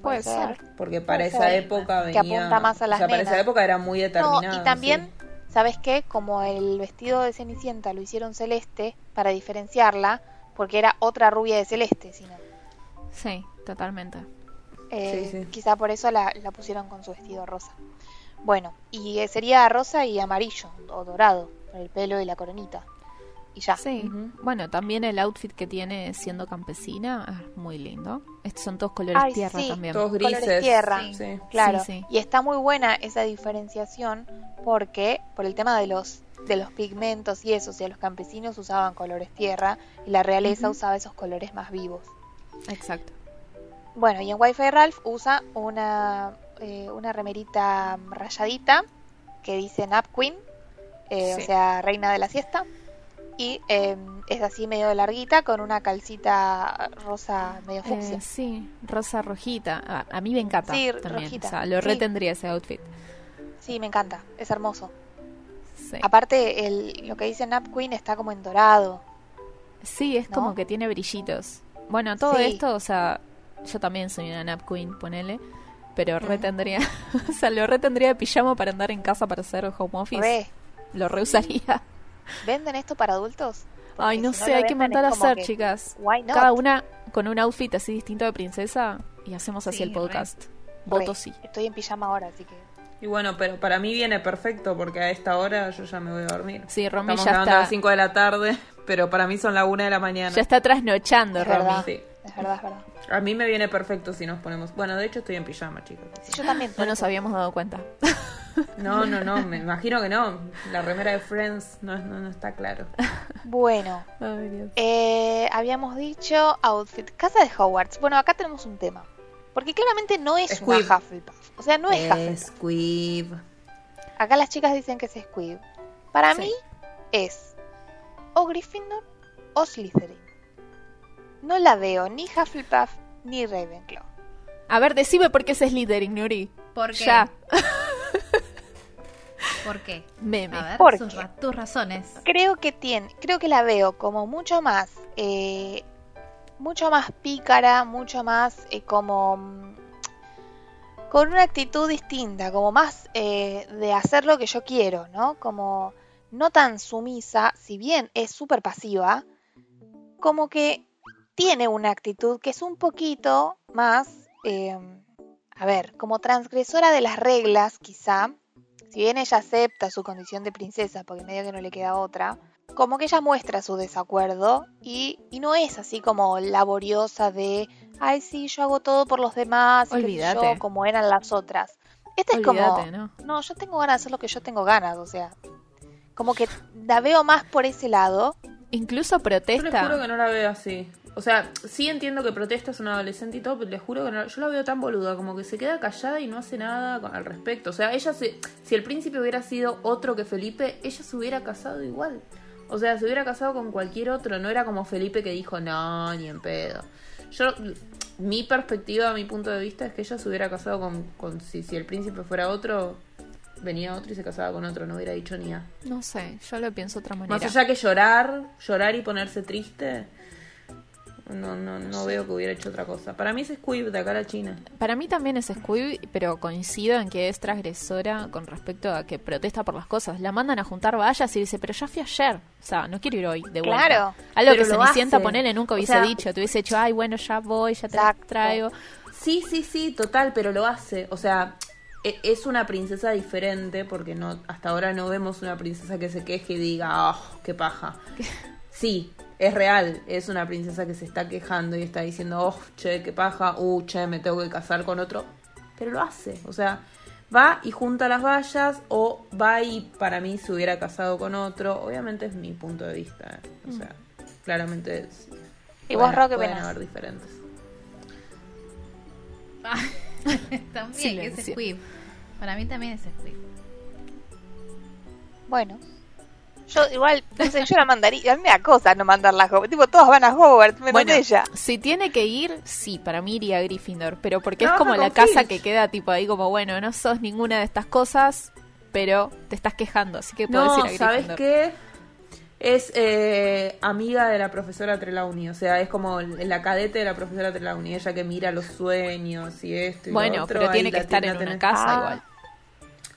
Speaker 7: Puede ser.
Speaker 5: Porque para
Speaker 4: Puede
Speaker 5: esa
Speaker 4: ser.
Speaker 5: época
Speaker 4: Que
Speaker 5: venía...
Speaker 4: apunta más a las
Speaker 5: o sea, para
Speaker 4: nenas.
Speaker 5: esa época era muy
Speaker 4: No,
Speaker 5: determinada.
Speaker 4: y también,
Speaker 5: sí.
Speaker 4: ¿sabes qué? Como el vestido de Cenicienta lo hicieron celeste para diferenciarla, porque era otra rubia de celeste, sino.
Speaker 7: Sí, totalmente.
Speaker 4: Eh,
Speaker 5: Sí, sí.
Speaker 4: Quizá por eso la, la pusieron con su vestido rosa. Bueno, y eh, sería rosa y amarillo o dorado, con el pelo y la coronita. Y ya.
Speaker 7: Sí. Bueno, también el outfit que tiene siendo campesina es muy lindo. Estos son todos colores
Speaker 4: Ay,
Speaker 7: tierra
Speaker 4: sí.
Speaker 7: también.
Speaker 5: Todos
Speaker 4: Colores
Speaker 5: grises.
Speaker 4: tierra.
Speaker 5: Sí.
Speaker 4: Claro.
Speaker 7: sí.
Speaker 4: Y está muy buena esa diferenciación porque por el tema de los de los pigmentos y eso, o sea, los campesinos usaban colores tierra y la realeza usaba esos colores más vivos.
Speaker 7: Exacto.
Speaker 4: Bueno, y en Wi-Fi Ralph usa una, eh, una remerita rayadita que dice Nap Queen, eh,
Speaker 5: Sí.
Speaker 4: o sea, reina de la siesta. Y eh, es así medio larguita con una calcita rosa medio fucsia.
Speaker 7: Eh, sí, rosa rojita. Ah, a mí me encanta.
Speaker 4: Sí,
Speaker 7: también.
Speaker 4: rojita.
Speaker 7: O sea,
Speaker 4: Sí.
Speaker 7: lo retendría ese outfit.
Speaker 4: Sí, me encanta, es hermoso.
Speaker 7: Sí,
Speaker 4: Aparte, el, lo que dice Nap Queen está como en dorado.
Speaker 7: Sí, es
Speaker 4: ¿no?
Speaker 7: como que tiene brillitos. Bueno, todo
Speaker 4: Sí.
Speaker 7: esto, o sea, yo también soy una nap queen, ponele. Pero retendría, [LAUGHS] o sea, lo retendría de pijama para andar en casa para hacer home office.
Speaker 4: Re,
Speaker 7: Lo reusaría.
Speaker 4: ¿Venden esto para adultos? Porque
Speaker 7: Ay, no
Speaker 4: si
Speaker 7: sé,
Speaker 4: lo
Speaker 7: hay que
Speaker 4: venden
Speaker 7: mandar a
Speaker 4: es como
Speaker 7: hacer,
Speaker 4: que,
Speaker 7: chicas.
Speaker 4: Why not?
Speaker 7: Cada una con un outfit así distinto de princesa y hacemos así
Speaker 6: Sí,
Speaker 7: el
Speaker 6: re.
Speaker 7: podcast.
Speaker 4: Re,
Speaker 7: Voto sí.
Speaker 4: Estoy en pijama ahora, así que
Speaker 5: Y bueno, pero para mí viene perfecto porque a esta hora yo ya me voy a dormir.
Speaker 7: Sí, Romy
Speaker 5: Estamos
Speaker 7: ya
Speaker 5: grabando a
Speaker 7: está,
Speaker 5: las 5 de la tarde, [LAUGHS] pero para mí son la 1 de la mañana.
Speaker 7: ya está trasnochando,
Speaker 4: Es
Speaker 7: Romy.
Speaker 4: verdad.
Speaker 5: Sí.
Speaker 4: es verdad, es
Speaker 7: [LAUGHS]
Speaker 4: verdad.
Speaker 5: A mí me viene perfecto si nos ponemos. Bueno, de hecho estoy en pijama, chicos.
Speaker 4: Sí, yo también.
Speaker 7: No
Speaker 4: por
Speaker 7: nos
Speaker 4: eso.
Speaker 7: habíamos dado cuenta.
Speaker 5: No, no, no, me imagino que no. La remera de Friends no, es- no, no está claro.
Speaker 4: Bueno,
Speaker 7: Ay, Dios.
Speaker 4: Eh, habíamos dicho outfit casa de Hogwarts. Bueno, acá tenemos un tema. Porque claramente no es
Speaker 5: Squib.
Speaker 4: una Hufflepuff. O sea, no es Hufflepuff.
Speaker 5: Squib.
Speaker 4: Acá las chicas dicen que es Squib. Para
Speaker 7: Sí.
Speaker 4: mí es o Gryffindor o Slytherin. No la veo ni Hufflepuff ni Ravenclaw.
Speaker 7: A ver, decime por qué es Slytherin, Nuri.
Speaker 6: ¿Por qué?
Speaker 7: Ya,
Speaker 6: ¿Por qué?
Speaker 7: meme.
Speaker 6: A ver,
Speaker 4: ¿Por
Speaker 6: sus
Speaker 4: qué?
Speaker 6: ra- tus razones.
Speaker 4: Creo que tiene, creo que la veo como mucho más, eh, mucho más pícara, mucho más eh, como mm, con una actitud distinta, como más eh, de hacer lo que yo quiero, ¿no? Como no tan sumisa, si bien es súper pasiva, como que tiene una actitud que es un poquito más, eh, a ver, como transgresora de las reglas, quizá. Si bien ella acepta su condición de princesa, porque medio que no le queda otra, como que ella muestra su desacuerdo y, y no es así como laboriosa de, ay, sí, yo hago todo por los demás, y qué sé
Speaker 7: Olvídate.
Speaker 4: yo, como eran las otras. Esta es como,
Speaker 7: Olvídate, ¿no?
Speaker 4: no, yo tengo ganas de hacer lo que yo tengo ganas, o sea, como que la veo más por ese lado.
Speaker 7: Incluso
Speaker 5: Yo les juro
Speaker 7: protesta.
Speaker 5: que no la veo así. O sea, sí entiendo que protesta es una adolescente y todo, pero les juro que no, yo la veo tan boluda, como que se queda callada y no hace nada con- al respecto. O sea, ella se, si el príncipe hubiera sido otro que Felipe, ella se hubiera casado igual. O sea, se hubiera casado con cualquier otro, no era como Felipe que dijo, no, ni en pedo. Yo, mi perspectiva, mi punto de vista es que ella se hubiera casado con, con si, si el príncipe fuera otro, venía otro y se casaba con otro, no hubiera dicho ni a.
Speaker 7: No sé, yo lo pienso de otra manera.
Speaker 5: Más allá que llorar, llorar y ponerse triste, no, no, no veo que hubiera hecho otra cosa. Para mí es Squib de acá a la China.
Speaker 7: Para mí también es Squib, pero coincido en que es transgresora con respecto a que protesta por las cosas. La mandan a juntar vallas y dice, pero ya fui ayer. O sea, no quiero ir hoy, de vuelta.
Speaker 4: Claro.
Speaker 7: Algo
Speaker 5: Pero
Speaker 7: que se
Speaker 5: lo
Speaker 7: me sienta
Speaker 5: hace.
Speaker 7: ponerle nunca
Speaker 5: O
Speaker 7: hubiese
Speaker 5: sea-
Speaker 7: dicho. Te hubiese dicho, ay, bueno, ya voy, ya te
Speaker 4: Exacto.
Speaker 7: traigo.
Speaker 5: Sí, sí, sí, total, pero lo hace. O sea, e- es una princesa diferente porque no hasta ahora no vemos una princesa que se queje y diga, oh, qué paja. Sí, es real, es una princesa que se está quejando y está diciendo, oh, che, qué paja, uh, che, me tengo que casar con otro. Pero lo hace, o sea, va y junta las vallas o va y para mí se hubiera casado con otro. Obviamente es mi punto de vista, ¿eh? o sea, claramente es...
Speaker 4: Mm. ¿Y vos, Ro, qué
Speaker 5: pueden
Speaker 4: opinás?
Speaker 5: haber diferentes.
Speaker 6: También, que es
Speaker 7: Silencio.
Speaker 6: Squib. Para mí también es Squib.
Speaker 4: Bueno, yo igual, no sé, yo la mandaría, a mí me da cosa no mandarla a Hogwarts, tipo, todas van a Hogwarts, menos
Speaker 7: Bueno,
Speaker 4: ella.
Speaker 7: Si tiene que ir, sí, para mí iría a Gryffindor, pero porque es
Speaker 5: Trabaja
Speaker 7: como la
Speaker 5: con
Speaker 7: casa
Speaker 5: Filch.
Speaker 7: que queda tipo ahí como, bueno, no sos ninguna de estas cosas, pero te estás quejando, así que puedes ir a
Speaker 5: No,
Speaker 7: Gryffindor.
Speaker 5: ¿sabes qué? Es eh, amiga de la profesora Trelawney, o sea, es como la cadete de la profesora Trelawney, ella que mira los sueños y esto y lo
Speaker 7: Bueno,
Speaker 5: otro,
Speaker 7: pero
Speaker 5: ahí
Speaker 7: tiene
Speaker 5: la
Speaker 7: que estar en
Speaker 5: tiene a
Speaker 7: una
Speaker 5: tener-
Speaker 7: casa
Speaker 4: Ah.
Speaker 7: igual.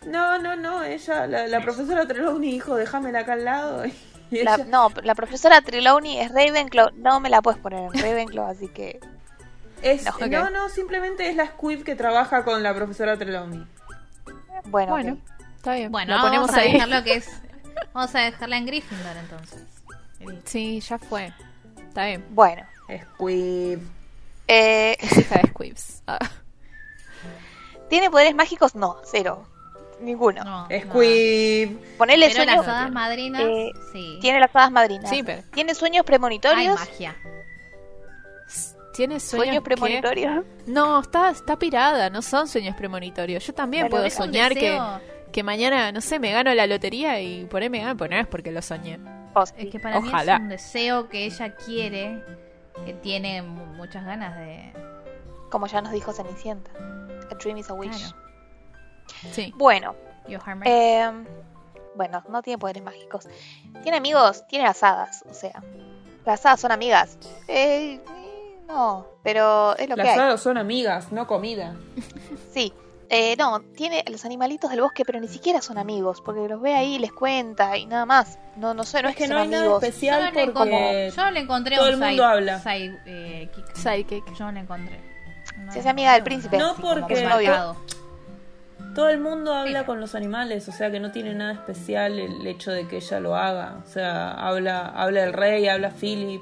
Speaker 5: No, no, no, ella, la, la profesora Trelawney dijo, déjamela acá al lado. Y
Speaker 4: La-
Speaker 5: ella-
Speaker 4: no, la profesora Trelawney es Ravenclaw, no me la puedes poner en Ravenclaw, así que
Speaker 5: Es,
Speaker 4: No, ok.
Speaker 5: No, no, simplemente es la squib que trabaja con la profesora Trelawney.
Speaker 4: Bueno,
Speaker 7: Bueno,
Speaker 4: ok.
Speaker 7: está bien.
Speaker 6: Bueno,
Speaker 7: lo
Speaker 6: vamos
Speaker 7: ponemos
Speaker 6: a
Speaker 7: ahí.
Speaker 6: dejar lo que es. Vamos a dejarla en Gryffindor entonces.
Speaker 7: Sí, ya fue. Está bien.
Speaker 4: bueno.
Speaker 5: Squib.
Speaker 4: Eh,
Speaker 7: Es hija de Squibs. Ah.
Speaker 4: ¿Tiene poderes mágicos? No, cero. Ninguno.
Speaker 6: No, no.
Speaker 5: Squib.
Speaker 4: Ponele
Speaker 6: Pero
Speaker 4: sueños.
Speaker 6: las hadas madrinas,
Speaker 4: eh,
Speaker 6: sí.
Speaker 4: Tiene las hadas madrinas.
Speaker 7: Sí, pero
Speaker 4: Tiene sueños
Speaker 6: Hay
Speaker 4: premonitorios.
Speaker 6: magia.
Speaker 7: tiene sueños,
Speaker 4: Sueños
Speaker 7: que-
Speaker 4: premonitorios.
Speaker 7: No, está, está pirada, no son sueños premonitorios. Yo también
Speaker 4: Dale,
Speaker 7: puedo
Speaker 4: dale.
Speaker 7: soñar que,
Speaker 6: Deseo-
Speaker 7: que mañana, no sé, me gano la lotería y por ahí me gano, pero no es porque lo soñé.
Speaker 4: Oh, sí.
Speaker 6: Es que para mí
Speaker 7: Ojalá.
Speaker 6: es un deseo que ella quiere, que tiene mu- muchas ganas de.
Speaker 4: Como ya nos dijo Cenicienta. A dream is a wish.
Speaker 6: Claro.
Speaker 7: Sí.
Speaker 4: Bueno,
Speaker 6: Your Hermione.
Speaker 4: eh, bueno, no tiene poderes mágicos. Tiene amigos, tiene las hadas. O sea, las hadas son amigas. Eh, eh, no, pero es lo que
Speaker 5: Las
Speaker 4: hay.
Speaker 5: hadas son amigas, no comida.
Speaker 4: Sí. Eh, no, tiene a los animalitos del bosque, pero ni siquiera son amigos, porque los ve ahí, les cuenta y nada más. No, no sé, no es, que son amigos.
Speaker 6: yo, no
Speaker 5: especial
Speaker 6: le encon- yo no le encontré
Speaker 5: todo
Speaker 6: un
Speaker 5: el mundo
Speaker 6: side-
Speaker 5: habla.
Speaker 6: side, eh, kick.
Speaker 7: Sidekick.
Speaker 6: Yo no le encontré. No
Speaker 4: Se
Speaker 6: le
Speaker 4: hace amiga del
Speaker 6: encontré
Speaker 4: príncipe.
Speaker 6: una
Speaker 5: No,
Speaker 6: así como
Speaker 5: porque-
Speaker 6: que
Speaker 4: Es novio.
Speaker 6: marcado.
Speaker 5: Todo el mundo
Speaker 6: Sí.
Speaker 5: habla con los animales, o sea que no tiene nada especial el hecho de que ella lo haga. O sea, habla, habla el rey, habla Philip.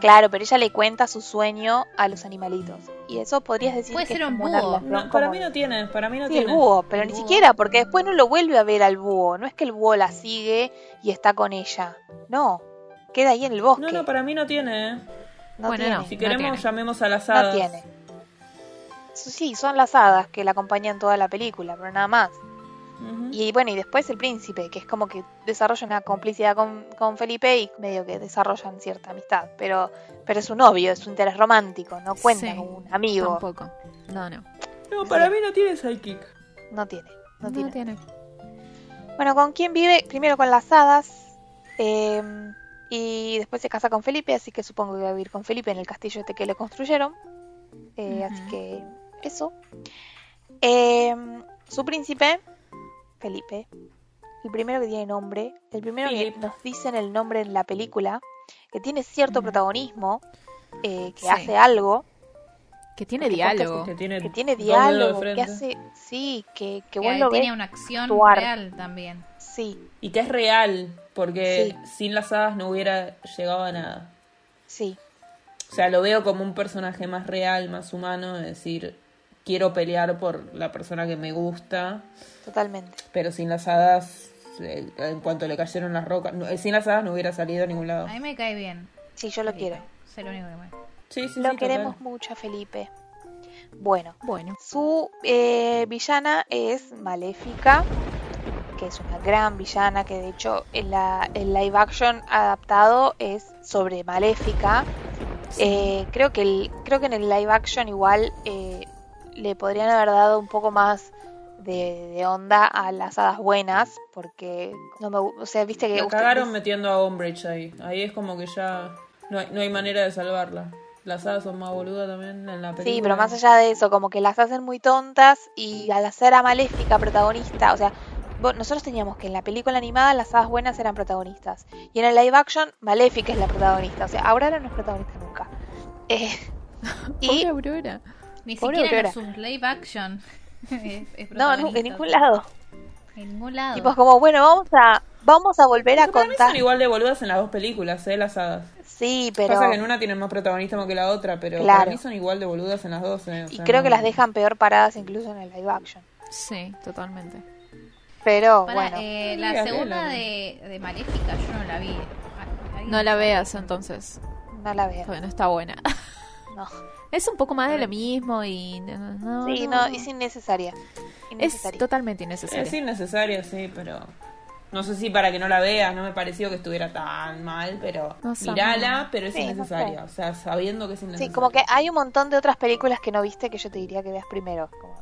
Speaker 4: Claro, pero ella le cuenta su sueño a los animalitos. Y eso podrías decir
Speaker 6: Puede
Speaker 4: que
Speaker 6: ser
Speaker 4: es
Speaker 6: un
Speaker 4: como
Speaker 6: búho.
Speaker 4: relación
Speaker 5: No,
Speaker 4: como
Speaker 5: para mí no tiene, para mí no
Speaker 4: Sí, el
Speaker 5: tiene.
Speaker 4: búho, pero
Speaker 6: El
Speaker 4: ni
Speaker 6: búho.
Speaker 4: siquiera, porque después no lo vuelve a ver al búho. No es que el búho la sigue y está con ella. No, queda ahí en el bosque.
Speaker 5: No, no, para mí no tiene. ¿eh?
Speaker 4: No
Speaker 7: Bueno,
Speaker 4: tiene.
Speaker 7: no.
Speaker 5: Si queremos,
Speaker 7: tiene.
Speaker 5: llamemos a las
Speaker 4: No
Speaker 5: hadas.
Speaker 4: tiene. Su- Sí, son las hadas que la acompañan toda la película, pero nada más.
Speaker 5: Ujú.
Speaker 4: Y bueno, y después el príncipe, que es como que desarrolla una complicidad con, con Felipe y medio que desarrollan cierta amistad. Pero, pero es su novio, es su interés romántico, no cuenta
Speaker 7: Sí,
Speaker 4: como un amigo.
Speaker 7: Tampoco. No, no.
Speaker 5: No, para mí no tiene sidekick.
Speaker 4: No tiene, no,
Speaker 7: No
Speaker 4: tiene.
Speaker 7: tiene.
Speaker 4: Bueno, ¿con quién vive? Primero con las hadas. eh, y después se casa con Felipe, así que supongo que va a vivir con Felipe en el castillo este que le construyeron. Eh, Así
Speaker 6: Ujú.
Speaker 4: que eso. Eh, su príncipe, Felipe. El primero que tiene nombre. El primero
Speaker 5: Philip.
Speaker 4: que nos dicen el nombre en la película. Que tiene cierto protagonismo. eh, que
Speaker 7: Sí.
Speaker 4: hace algo.
Speaker 7: Que tiene
Speaker 4: Porque
Speaker 7: diálogo.
Speaker 5: Que tiene,
Speaker 4: Que tiene
Speaker 5: dos dedos de
Speaker 4: diálogo. Que
Speaker 5: frente.
Speaker 4: hace... Sí, que, que
Speaker 6: Que
Speaker 4: vos lo ves.
Speaker 6: tiene una acción
Speaker 4: actuar.
Speaker 6: real también.
Speaker 4: Sí,
Speaker 5: Y que es real, porque sin las hadas no hubiera llegado a nada.
Speaker 4: sí.
Speaker 5: O sea, lo veo como un personaje más real, más humano, es decir, quiero pelear por la persona que me gusta,
Speaker 4: Totalmente.
Speaker 5: pero sin las hadas, eh, en cuanto le cayeron las rocas, no, eh, sin las hadas no hubiera salido a ningún lado.
Speaker 6: A mí me cae bien.
Speaker 4: Sí, yo lo
Speaker 6: Felipe.
Speaker 4: quiero.
Speaker 6: Es el único que me.
Speaker 5: Sí, sí, sí,
Speaker 4: Lo
Speaker 5: total.
Speaker 4: queremos mucho a Felipe. Bueno,
Speaker 7: Bueno.
Speaker 4: su eh, villana es Maléfica, que es una gran villana, que de hecho en la, el live action adaptado es sobre Maléfica. Eh, creo, que el, creo que en el live action igual eh, le podrían haber dado un poco más de, de onda a las hadas buenas, porque no me... gu- O sea, viste que...
Speaker 5: La
Speaker 4: ustedes-
Speaker 5: cagaron metiendo a Ombridge ahí. Ahí es como que ya no hay, no hay manera de salvarla. Las hadas son más boludas también en la película.
Speaker 4: Sí, pero más allá de eso, como que las hacen muy tontas y al hacer a Maléfica protagonista, o sea, vo- nosotros teníamos que en la película animada las hadas buenas eran protagonistas y en el live action Maléfica es la protagonista, o sea, Aurora no es protagonista nunca. Eh, y
Speaker 7: Pobre Aurora.
Speaker 6: Ni
Speaker 4: Pobre
Speaker 6: siquiera
Speaker 4: Aurora.
Speaker 6: en sus live action. [LAUGHS] es- es
Speaker 4: no, no,
Speaker 6: protagonista.
Speaker 4: en ningún lado.
Speaker 6: En ningún lado.
Speaker 4: Tipo es como, bueno, vamos a vamos a volver a
Speaker 5: Pero para mí son
Speaker 4: contar.
Speaker 5: igual de boludas en las dos películas, ¿eh? Las hadas.
Speaker 4: Sí, pero
Speaker 5: Pasa que en una tienen más protagonismo que la otra, pero
Speaker 4: Claro.
Speaker 5: para mí son igual de boludas en las dos, ¿eh? O
Speaker 4: y
Speaker 5: sea,
Speaker 4: creo que
Speaker 5: no-
Speaker 4: las dejan peor paradas incluso en el live action.
Speaker 7: Sí, totalmente.
Speaker 4: Pero
Speaker 6: Pará,
Speaker 4: bueno,
Speaker 6: eh,
Speaker 5: Sí,
Speaker 6: la
Speaker 5: Gabriela,
Speaker 6: segunda
Speaker 5: ¿no?
Speaker 6: de, de Maléfica yo no la vi. ¿Alguien
Speaker 7: No la veas entonces.
Speaker 4: no la veo.
Speaker 7: Porque no está buena. [LAUGHS]
Speaker 4: No.
Speaker 7: Es un poco más de lo mismo y. No, no,
Speaker 4: Sí, no, es innecesaria.
Speaker 7: Es Eh,
Speaker 4: Innecesaria.
Speaker 7: totalmente
Speaker 5: Es
Speaker 7: innecesario.
Speaker 5: innecesario, sí, pero. No sé si para que no la veas, no me pareció que estuviera tan mal, pero.
Speaker 7: No sé.
Speaker 5: mirala, pero es
Speaker 4: Sí, no sé.
Speaker 5: innecesaria. O sea, sabiendo que es innecesaria.
Speaker 4: Sí, como que hay un montón de otras películas que no viste que yo te diría que veas primero.
Speaker 7: [LAUGHS]
Speaker 4: como-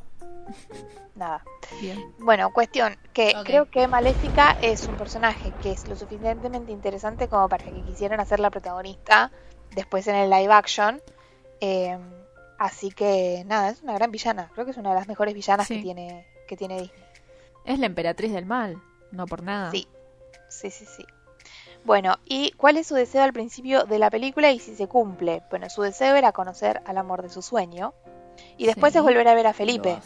Speaker 4: Nada.
Speaker 7: Bien.
Speaker 4: Bueno, cuestión, que
Speaker 6: Ok.
Speaker 4: creo que Maléfica es un personaje que es lo suficientemente interesante como para que quisieran hacerla protagonista después en el live action. Eh, así que nada, es una gran villana. Creo que es una de las mejores villanas
Speaker 7: Sí.
Speaker 4: que tiene que tiene Disney.
Speaker 7: Es la emperatriz del mal. No por nada.
Speaker 4: Sí, sí, sí, sí. Bueno, ¿y cuál es su deseo al principio de la película y si se cumple? Bueno, su deseo era conocer al amor de su sueño y después
Speaker 7: Sí.
Speaker 4: es volver a ver a Felipe.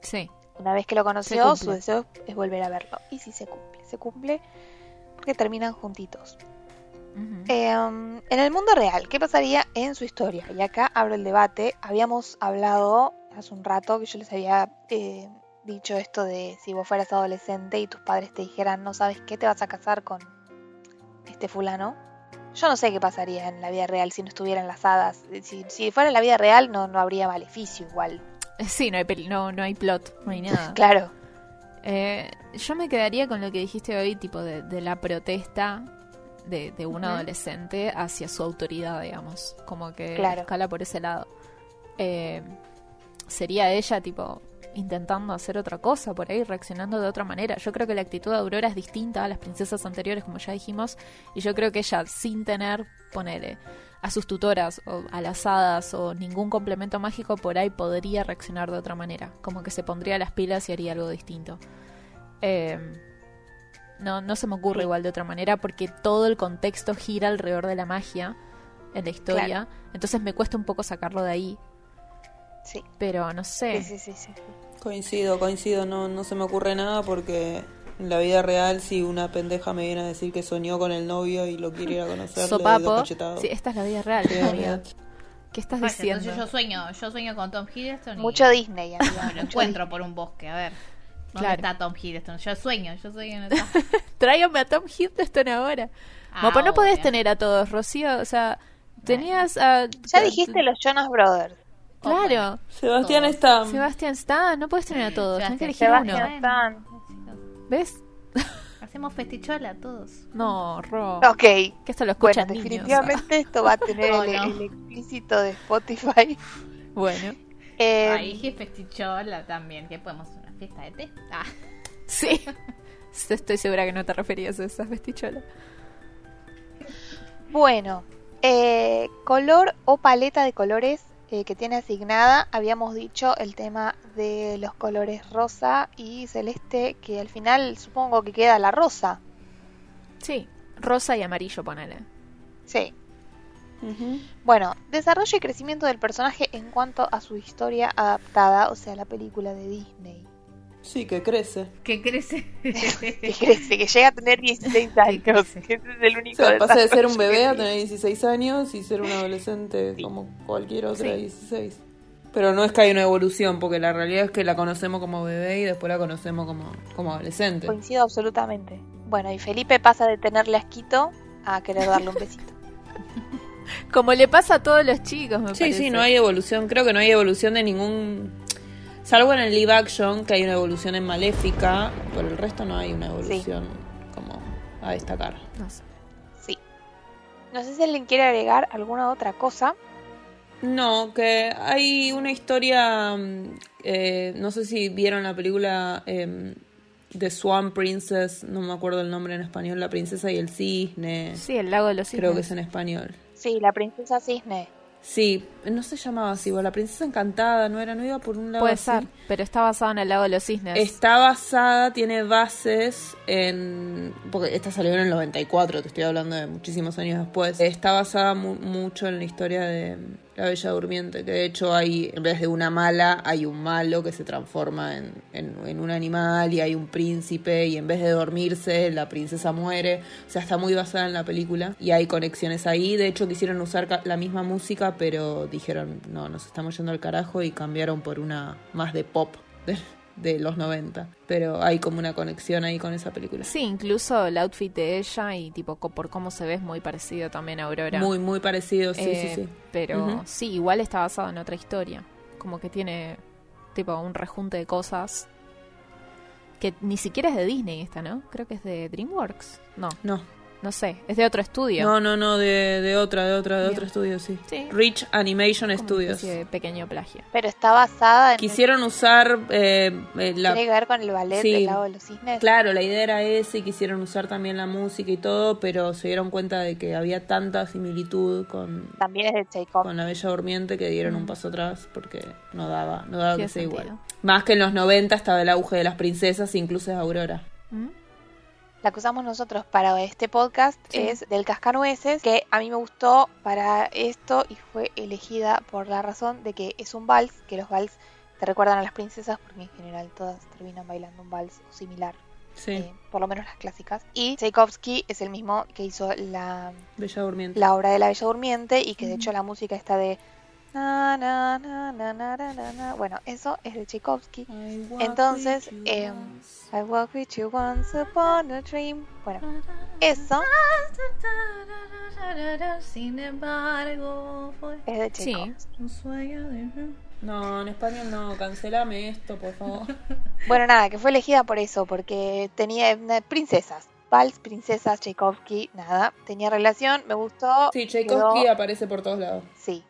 Speaker 7: Sí.
Speaker 4: Una vez que lo
Speaker 7: Se
Speaker 4: conoció,
Speaker 7: cumple.
Speaker 4: su deseo es volver a verlo. Y si se cumple, se cumple porque terminan juntitos.
Speaker 7: Eh.
Speaker 4: Em, en el mundo real, ¿qué pasaría en su historia? Y acá abro el debate. Habíamos hablado hace un rato que yo les había eh, dicho esto de si vos fueras adolescente y tus padres te dijeran, no sabes qué, te vas a casar con este fulano. Yo no sé qué pasaría en la vida real si no estuvieran las hadas. Si, si fuera en la vida real no, no habría maleficio igual.
Speaker 7: Sí, no hay, peli- no, no hay plot, no hay nada.
Speaker 4: Claro.
Speaker 7: Eh, yo me quedaría con lo que dijiste hoy, tipo de, de la protesta de, de un adolescente hacia su autoridad, digamos. Como que
Speaker 4: Claro.
Speaker 7: escala por ese lado. Eh, sería ella, tipo, intentando hacer otra cosa por ahí, reaccionando de otra manera. Yo creo que la actitud de Aurora es distinta a las princesas anteriores, como ya dijimos. Y yo creo que ella, sin tener, ponele, a sus tutoras o a las hadas o ningún complemento mágico por ahí podría reaccionar de otra manera. Como que se pondría las pilas y haría algo distinto. Eh, no, no se me ocurre igual de otra manera porque todo el contexto gira alrededor de la magia en la historia. Entonces me cuesta un poco sacarlo de ahí.
Speaker 4: Sí.
Speaker 7: Pero no sé.
Speaker 4: Sí, sí, sí, sí.
Speaker 5: Coincido, coincido, no, no se me ocurre nada porque en la vida real si una pendeja me viene a decir que soñó con el novio y lo quiere ir a conocer, le doy dos
Speaker 7: Sopapo.
Speaker 5: cachetadas.
Speaker 7: Sí, esta es la vida real.
Speaker 5: Sí,
Speaker 7: amiga. ¿Qué estás
Speaker 6: Vaya,
Speaker 7: diciendo?
Speaker 6: entonces yo sueño, yo sueño con Tom Hiddleston y
Speaker 4: Mucho Disney, amiga,
Speaker 6: me lo
Speaker 4: mucho
Speaker 6: encuentro por un bosque, a ver. ¿Dónde
Speaker 7: Claro.
Speaker 6: está Tom Hiddleston? Yo sueño, yo
Speaker 4: [LAUGHS]
Speaker 6: sueño no está.
Speaker 7: Tráigame a Tom Hiddleston ahora. Mopo,
Speaker 4: pues,
Speaker 5: Ah,
Speaker 6: Ahora.
Speaker 7: "Pues no podés tener a todos, Rocío. O sea, tenías a...
Speaker 4: Ya dijiste los Jonas Brothers.
Speaker 7: Claro.
Speaker 5: Sebastián está...
Speaker 7: Sebastián está, no podés tener a todos. Tenés que elegir
Speaker 6: Sebastián.
Speaker 7: uno. ¿Ves?
Speaker 6: Hacemos festichola todos.
Speaker 7: No, Ro.
Speaker 4: Ok.
Speaker 7: Que esto lo
Speaker 4: Bueno,
Speaker 7: escuchan niños.
Speaker 4: definitivamente esto va a tener
Speaker 6: No,
Speaker 4: el,
Speaker 6: no.
Speaker 4: el explícito de Spotify.
Speaker 7: [LAUGHS]
Speaker 4: [LAUGHS]
Speaker 7: Bueno.
Speaker 4: Eh,
Speaker 6: Ahí dije festichola también, que podemos hacer una fiesta de té. Ah,
Speaker 7: Sí. [LAUGHS] Estoy segura que no te referías a esas vesticholas.
Speaker 4: bueno, eh, color o paleta de colores eh, que tiene asignada. Habíamos dicho el tema de los colores rosa y celeste, que al final supongo que queda la rosa.
Speaker 7: Sí. Rosa y amarillo, ponele.
Speaker 4: Sí.
Speaker 5: Ujú.
Speaker 4: Bueno, desarrollo y crecimiento del personaje en cuanto a su historia adaptada, o sea, la película de
Speaker 6: [LAUGHS]
Speaker 4: Disney.
Speaker 5: Sí, que crece.
Speaker 6: que crece.
Speaker 4: Que crece, que llega a tener 16 años. Ese es el
Speaker 5: O
Speaker 7: [LAUGHS]
Speaker 4: único.
Speaker 5: sea, pasa de ser
Speaker 4: desarrollo
Speaker 5: un bebé
Speaker 4: que
Speaker 5: a
Speaker 4: tiene.
Speaker 5: tener 16 años y ser un adolescente como cualquier otra de 16. Pero no es que hay una evolución, porque la realidad es que la conocemos como bebé y después la conocemos como, como adolescente.
Speaker 7: Pues,
Speaker 4: Coincido absolutamente. Bueno, y Felipe pasa de tenerle asquito a querer darle un besito.
Speaker 5: [LAUGHS]
Speaker 7: Como le pasa a todos los chicos, me
Speaker 5: Sí,
Speaker 7: parece.
Speaker 5: sí, no hay evolución. Creo que no hay evolución de ningún. Salvo en el live action, que hay una evolución en Maléfica. Por el resto no hay una evolución como a destacar.
Speaker 7: No sé.
Speaker 4: Sí. No sé si alguien quiere agregar alguna otra cosa.
Speaker 5: No, que hay una historia. mm, eh, no sé si vieron la película em, The Swan Princess. No me acuerdo el nombre en español. La princesa y el cisne.
Speaker 7: Sí, el lago de los
Speaker 5: Creo que
Speaker 7: cisnes.
Speaker 5: es en español.
Speaker 4: Sí, la princesa cisne.
Speaker 5: Sí, no se llamaba así. o La princesa encantada, ¿no era? ¿No iba por un lado?
Speaker 7: Puede
Speaker 5: así?
Speaker 7: ser, pero está basado en el lago de los cisnes.
Speaker 5: Está basada, tiene bases en... Porque esta salió en el 94, te estoy hablando de muchísimos años después. Está basada mu- mucho en la historia de La Bella Durmiente, que de hecho hay, en vez de una mala, hay un malo que se transforma en, en- en un animal y hay un príncipe y en vez de dormirse, la princesa muere. O sea, está muy basada en la película y hay conexiones ahí. De hecho, quisieron usar ca- la misma música, pero dijeron, no, nos estamos yendo al carajo y cambiaron por una más de pop. [LAUGHS] de- de los 90. Pero hay como una conexión ahí con esa película.
Speaker 7: Sí, incluso el outfit de ella y tipo co- por cómo se ve es muy parecido también a Aurora.
Speaker 5: Muy, muy parecido, sí,
Speaker 7: Eh,
Speaker 5: sí, sí.
Speaker 7: Pero
Speaker 5: Ujú.
Speaker 7: sí, igual está basado en otra historia. Como que tiene tipo un rejunte de cosas que ni siquiera es de Disney esta, ¿no? Creo que es de DreamWorks. No,
Speaker 5: No,
Speaker 7: no sé, es de otro estudio.
Speaker 5: no, no, no, de, de otra, de otra, de
Speaker 7: Bien.
Speaker 5: otro estudio, sí.
Speaker 7: Sí.
Speaker 5: Rich Animation
Speaker 7: Como una
Speaker 5: Studios.
Speaker 7: especie de pequeño plagio.
Speaker 4: Pero está basada en.
Speaker 5: Quisieron usar eh, eh, la...
Speaker 4: Tiene que ver con el ballet
Speaker 5: Sí.
Speaker 4: del lago de los cisnes.
Speaker 5: Claro, la idea era esa y quisieron usar también la música y todo, pero se dieron cuenta de que había tanta similitud con,
Speaker 4: También es de Chekhov.
Speaker 5: con la Bella Durmiente que dieron un paso atrás porque no daba, no daba
Speaker 7: Mm. Tiene
Speaker 5: que sea
Speaker 7: sentido.
Speaker 5: igual. Más que en los 90 estaba el auge de las princesas, incluso de Aurora.
Speaker 7: ¿Mm?
Speaker 4: La que usamos nosotros para este podcast
Speaker 7: Sí.
Speaker 4: es del Cascanueces, que a mí me gustó para esto y fue elegida por la razón de que es un vals, que los vals te recuerdan a las princesas, porque en general todas terminan bailando un vals o similar,
Speaker 5: Sí,
Speaker 4: eh, por lo menos las clásicas. Y Tchaikovsky es el mismo que hizo la,
Speaker 5: Bella Durmiente.
Speaker 4: la obra de la Bella Durmiente y que de hecho la música está de... na, na, na, na, na, na, na, na. Bueno, eso es de Tchaikovsky.
Speaker 5: I walk
Speaker 4: Entonces,
Speaker 5: with you
Speaker 4: eh,
Speaker 5: once.
Speaker 4: I walk with you once upon a dream. Bueno, eso
Speaker 6: Sin embargo, fue
Speaker 4: es de
Speaker 7: Sí.
Speaker 4: Tchaikovsky.
Speaker 6: un sueño de...
Speaker 5: No, en español no, cancelame esto, por favor.
Speaker 4: Bueno, nada, que fue elegida por eso, porque tenía eh, princesas. Vals, princesas, Tchaikovsky, nada. Tenía relación, me gustó.
Speaker 5: Sí, Tchaikovsky
Speaker 4: quedó-
Speaker 5: aparece por todos lados.
Speaker 4: Sí.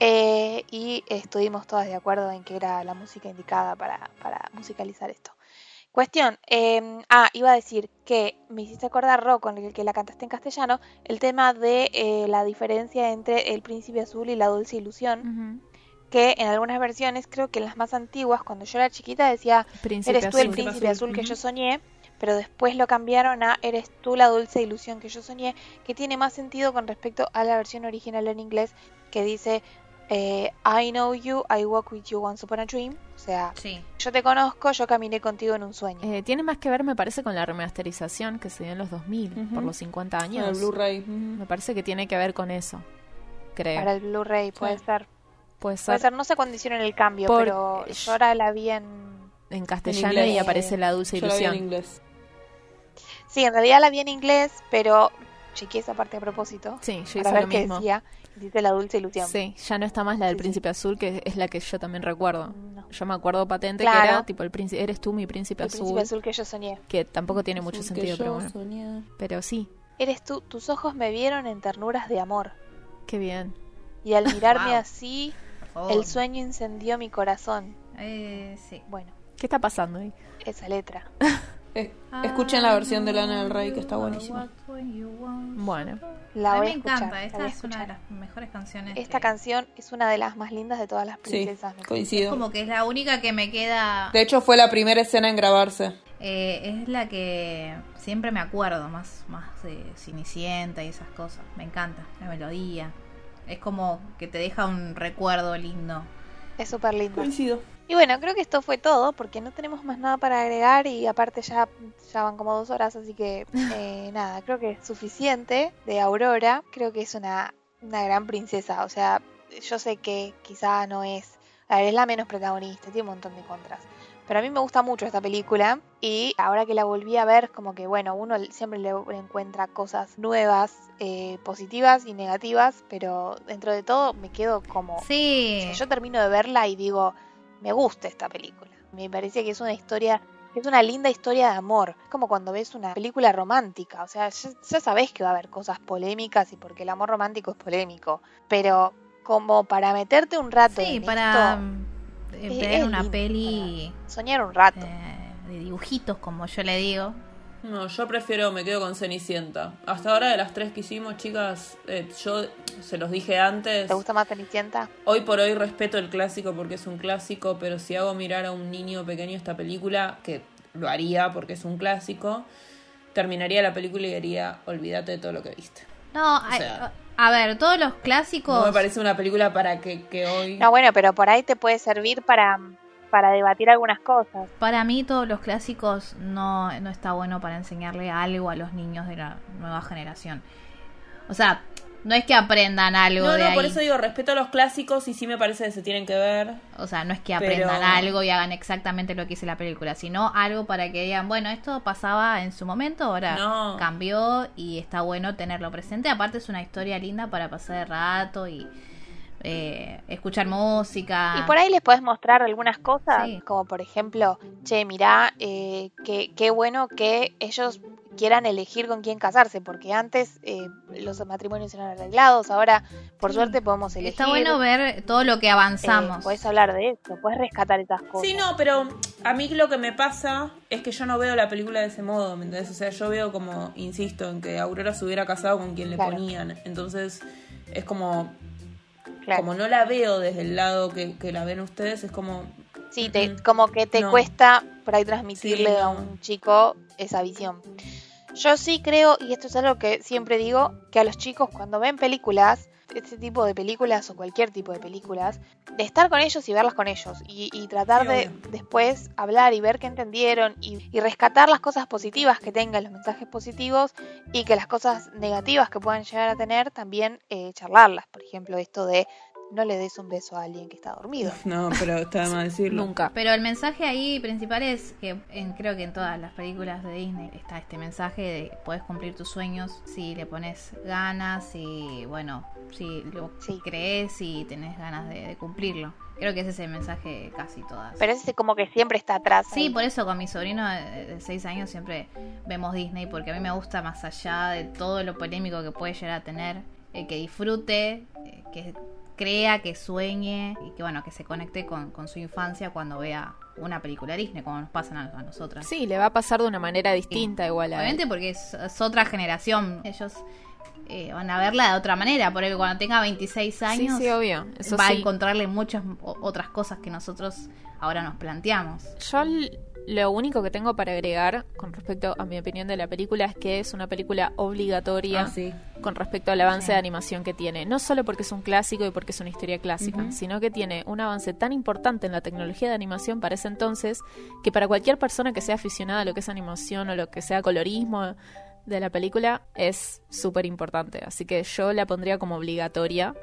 Speaker 4: Eh, y estuvimos todas de acuerdo en que era la música indicada para, para musicalizar esto. Cuestión, eh, ah, iba a decir que me hiciste acordar, Ro, con el que la cantaste en castellano, el tema de eh, la diferencia entre El Príncipe Azul y La Dulce
Speaker 7: Mm.
Speaker 4: Ilusión, que en algunas versiones, creo que en las más antiguas, cuando yo era chiquita, decía
Speaker 7: Príncipe
Speaker 4: Eres tú el
Speaker 7: azul.
Speaker 4: príncipe azul, que yo soñé, pero después lo cambiaron a Eres tú la dulce ilusión que yo soñé, que tiene más sentido con respecto a la versión original en inglés que dice eh, I know you, I walk with you once upon a dream. O sea,
Speaker 6: Sí.
Speaker 4: yo te conozco, yo caminé contigo en un sueño.
Speaker 7: Eh, tiene más que ver, me parece, con la remasterización que se dio en los 2000,
Speaker 5: Ujú.
Speaker 7: por los 50
Speaker 5: Ah, El
Speaker 7: años.
Speaker 5: Blu-ray. ujú.
Speaker 7: Me parece que tiene que ver con eso. Creo.
Speaker 4: Para el Blu-ray, puede
Speaker 5: Sí.
Speaker 4: ser.
Speaker 7: Puede ser
Speaker 4: Puede ser, no sé cuándo hicieron el cambio,
Speaker 7: Por-
Speaker 4: pero yo ahora la vi en.
Speaker 7: en castellano
Speaker 5: En
Speaker 7: y
Speaker 5: inglés.
Speaker 7: aparece la dulce
Speaker 5: Yo la vi en
Speaker 7: ilusión.
Speaker 5: inglés.
Speaker 4: Sí, en realidad la vi en inglés, pero chequeé esa parte a propósito.
Speaker 7: Sí, yo
Speaker 4: Para
Speaker 7: hice
Speaker 4: ver
Speaker 7: lo
Speaker 4: qué
Speaker 7: mismo.
Speaker 4: decía. Dice la dulce ilusión.
Speaker 7: Sí, ya no está más la del
Speaker 4: Sí, sí.
Speaker 7: príncipe azul, que es la que yo también recuerdo.
Speaker 4: No.
Speaker 7: Yo me acuerdo patente
Speaker 4: Claro.
Speaker 7: que era tipo el príncipe, eres tú mi príncipe
Speaker 4: El
Speaker 7: azul,
Speaker 4: príncipe azul que yo soñé.
Speaker 7: que tampoco tiene mucho
Speaker 5: Porque
Speaker 7: sentido, pero
Speaker 5: yo
Speaker 7: bueno.
Speaker 5: soñé.
Speaker 7: Pero sí,
Speaker 4: Eres tú, tus ojos me vieron en ternuras de amor.
Speaker 7: qué bien.
Speaker 4: Y al mirarme
Speaker 6: Wow. Oh.
Speaker 4: así,
Speaker 6: Por favor.
Speaker 4: el sueño incendió mi corazón.
Speaker 6: Eh, sí.
Speaker 4: Bueno,
Speaker 7: ¿Qué está pasando ahí?
Speaker 4: esa letra.
Speaker 5: Es- Eh,
Speaker 6: Ah,
Speaker 5: escuchen la versión de Lana del Rey que está buenísima.
Speaker 7: Bueno.
Speaker 4: La
Speaker 6: a
Speaker 4: voy
Speaker 6: mí me
Speaker 4: a escuchar.
Speaker 6: encanta.
Speaker 4: la
Speaker 6: Esta
Speaker 4: voy a
Speaker 6: es una de
Speaker 4: escuchar.
Speaker 6: las mejores canciones.
Speaker 4: Esta
Speaker 6: que-
Speaker 4: canción es una de las más lindas de todas las
Speaker 5: Sí,
Speaker 4: princesas. me parece.
Speaker 6: Es
Speaker 5: coincido.
Speaker 6: como que es la única que me queda.
Speaker 5: De hecho, fue la primera escena en grabarse.
Speaker 6: eh, es la que siempre me acuerdo, más, más de Cenicienta y esas cosas. Me encanta la melodía. Es como que te deja un recuerdo lindo.
Speaker 4: es súper linda.
Speaker 5: Coincido.
Speaker 4: Y bueno, creo que esto fue todo porque no tenemos más nada para agregar y aparte ya, ya van como dos horas, así que eh, nada, creo que es suficiente de Aurora. Creo que es una, una gran princesa, o sea, yo sé que quizá no es, a ver, es la menos protagonista, tiene un montón de contras. Pero a mí me gusta mucho esta película y ahora que la volví a ver, es como que bueno, uno siempre le encuentra cosas nuevas, eh, positivas y negativas, pero dentro de todo me quedo como o
Speaker 6: Sí.
Speaker 4: sea, yo termino de verla y digo, me gusta esta película. Me parece que es una historia, que es una linda historia de amor. Es como cuando ves una película romántica. O sea, ya, ya sabés que va a haber cosas polémicas y porque el amor romántico es polémico. Pero como para meterte un rato
Speaker 6: Sí,
Speaker 4: en
Speaker 6: para
Speaker 4: esto,
Speaker 6: eh,
Speaker 4: es-
Speaker 6: ver
Speaker 4: es
Speaker 6: una
Speaker 4: lindo,
Speaker 6: peli
Speaker 4: soñar un rato.
Speaker 6: eh, de dibujitos, como yo le digo.
Speaker 5: No, yo prefiero, me quedo con Cenicienta. Hasta ahora de las tres que hicimos, chicas, eh, yo se los dije antes.
Speaker 4: ¿Te gusta más Cenicienta?
Speaker 5: Hoy por hoy respeto el clásico porque es un clásico, pero si hago mirar a un niño pequeño esta película, que lo haría porque es un clásico, terminaría la película y diría, olvídate de todo lo que viste.
Speaker 6: No, a,
Speaker 5: sea,
Speaker 6: a ver, todos los clásicos.
Speaker 5: No me parece una película para que, que hoy...
Speaker 4: No, bueno, pero por ahí te puede servir para, para debatir algunas cosas.
Speaker 6: Para mí todos los clásicos no, no está bueno para enseñarle algo a los niños de la nueva generación. O sea, no es que aprendan algo
Speaker 5: No,
Speaker 6: de
Speaker 5: no,
Speaker 6: ahí.
Speaker 5: por eso digo, respeto los clásicos y sí me parece que se tienen que ver.
Speaker 6: O sea, no es que
Speaker 5: Pero-
Speaker 6: aprendan algo y hagan exactamente lo que hice la película, sino algo para que digan, bueno, esto pasaba en su momento, ahora
Speaker 5: No.
Speaker 6: cambió y está bueno tenerlo presente. Aparte es una historia linda para pasar el rato y eh, escuchar música.
Speaker 4: Y por ahí les podés mostrar algunas cosas,
Speaker 6: Ah. Sí.
Speaker 4: como por ejemplo, che, mirá, eh, qué, qué bueno que ellos quieran elegir con quién casarse, porque antes eh, los matrimonios eran arreglados, ahora por
Speaker 6: Sí.
Speaker 4: suerte podemos elegir.
Speaker 6: Está bueno ver todo lo que
Speaker 4: eh,
Speaker 6: avanzamos.
Speaker 4: podés hablar de esto, podés rescatar esas cosas.
Speaker 5: Sí, no, pero a mí lo que me pasa es que yo no veo la película de ese modo, ¿me entendés? O sea, yo veo como, insisto, en que Aurora se hubiera casado con quien le
Speaker 4: Claro.
Speaker 5: ponían. Entonces, es como,
Speaker 4: Claro.
Speaker 5: como no la veo desde el lado que, que la ven ustedes, es como,
Speaker 4: Sí, te-
Speaker 5: Mm,
Speaker 4: como que te
Speaker 5: no.
Speaker 4: cuesta por ahí transmitirle
Speaker 5: Sí,
Speaker 4: a
Speaker 5: no.
Speaker 4: un chico esa visión. Yo sí creo, y esto es algo que siempre digo, que a los chicos cuando ven películas, este tipo de películas o cualquier tipo de películas, de estar con ellos y verlas con ellos y, y tratar
Speaker 5: Sí,
Speaker 4: de después hablar y ver qué entendieron y, y rescatar las cosas positivas que tengan, los mensajes positivos y que las cosas negativas que puedan llegar a tener también eh, charlarlas. Por ejemplo, esto de no le des un beso a alguien que está dormido.
Speaker 5: No, pero está mal decirlo.
Speaker 7: Nunca.
Speaker 6: Pero el mensaje ahí principal es que en- creo que en todas las películas de Disney está este mensaje de puedes cumplir tus sueños si le pones ganas, si bueno, si lo
Speaker 4: Sí.
Speaker 6: crees y tenés ganas de, de cumplirlo. Creo que ese es el mensaje de casi todas.
Speaker 4: Pero ese como que siempre está atrás.
Speaker 6: Sí,
Speaker 4: ahí.
Speaker 6: por eso con mi sobrino eh, de de seis años siempre vemos Disney, porque a mí me gusta más allá de todo lo polémico que puede llegar a tener, eh, que disfrute, eh, que crea, que sueñe y que bueno, que se conecte con, con su infancia cuando vea una película Disney, como nos pasan a, a nosotras.
Speaker 7: Sí, le va a pasar de una manera distinta igual a
Speaker 6: Obviamente porque es, es otra generación, ellos eh, van a verla de otra manera, por que cuando tenga 26 años
Speaker 7: Sí, sí, obvio. Eso
Speaker 6: va a
Speaker 7: sí.
Speaker 6: encontrarle muchas o- otras cosas que nosotros ahora nos planteamos.
Speaker 7: Yo l- lo único que tengo para agregar con respecto a mi opinión de la película es que es una película obligatoria
Speaker 9: Ah, sí.
Speaker 7: con respecto al avance
Speaker 6: Sí.
Speaker 7: de animación que tiene. No solo porque es un clásico y porque es una historia clásica,
Speaker 9: Ujú.
Speaker 7: sino que tiene un avance tan importante en la tecnología de animación para ese entonces que para cualquier persona que sea aficionada a lo que es animación o lo que sea colorismo de la película es súper importante. Así que yo la pondría como obligatoria.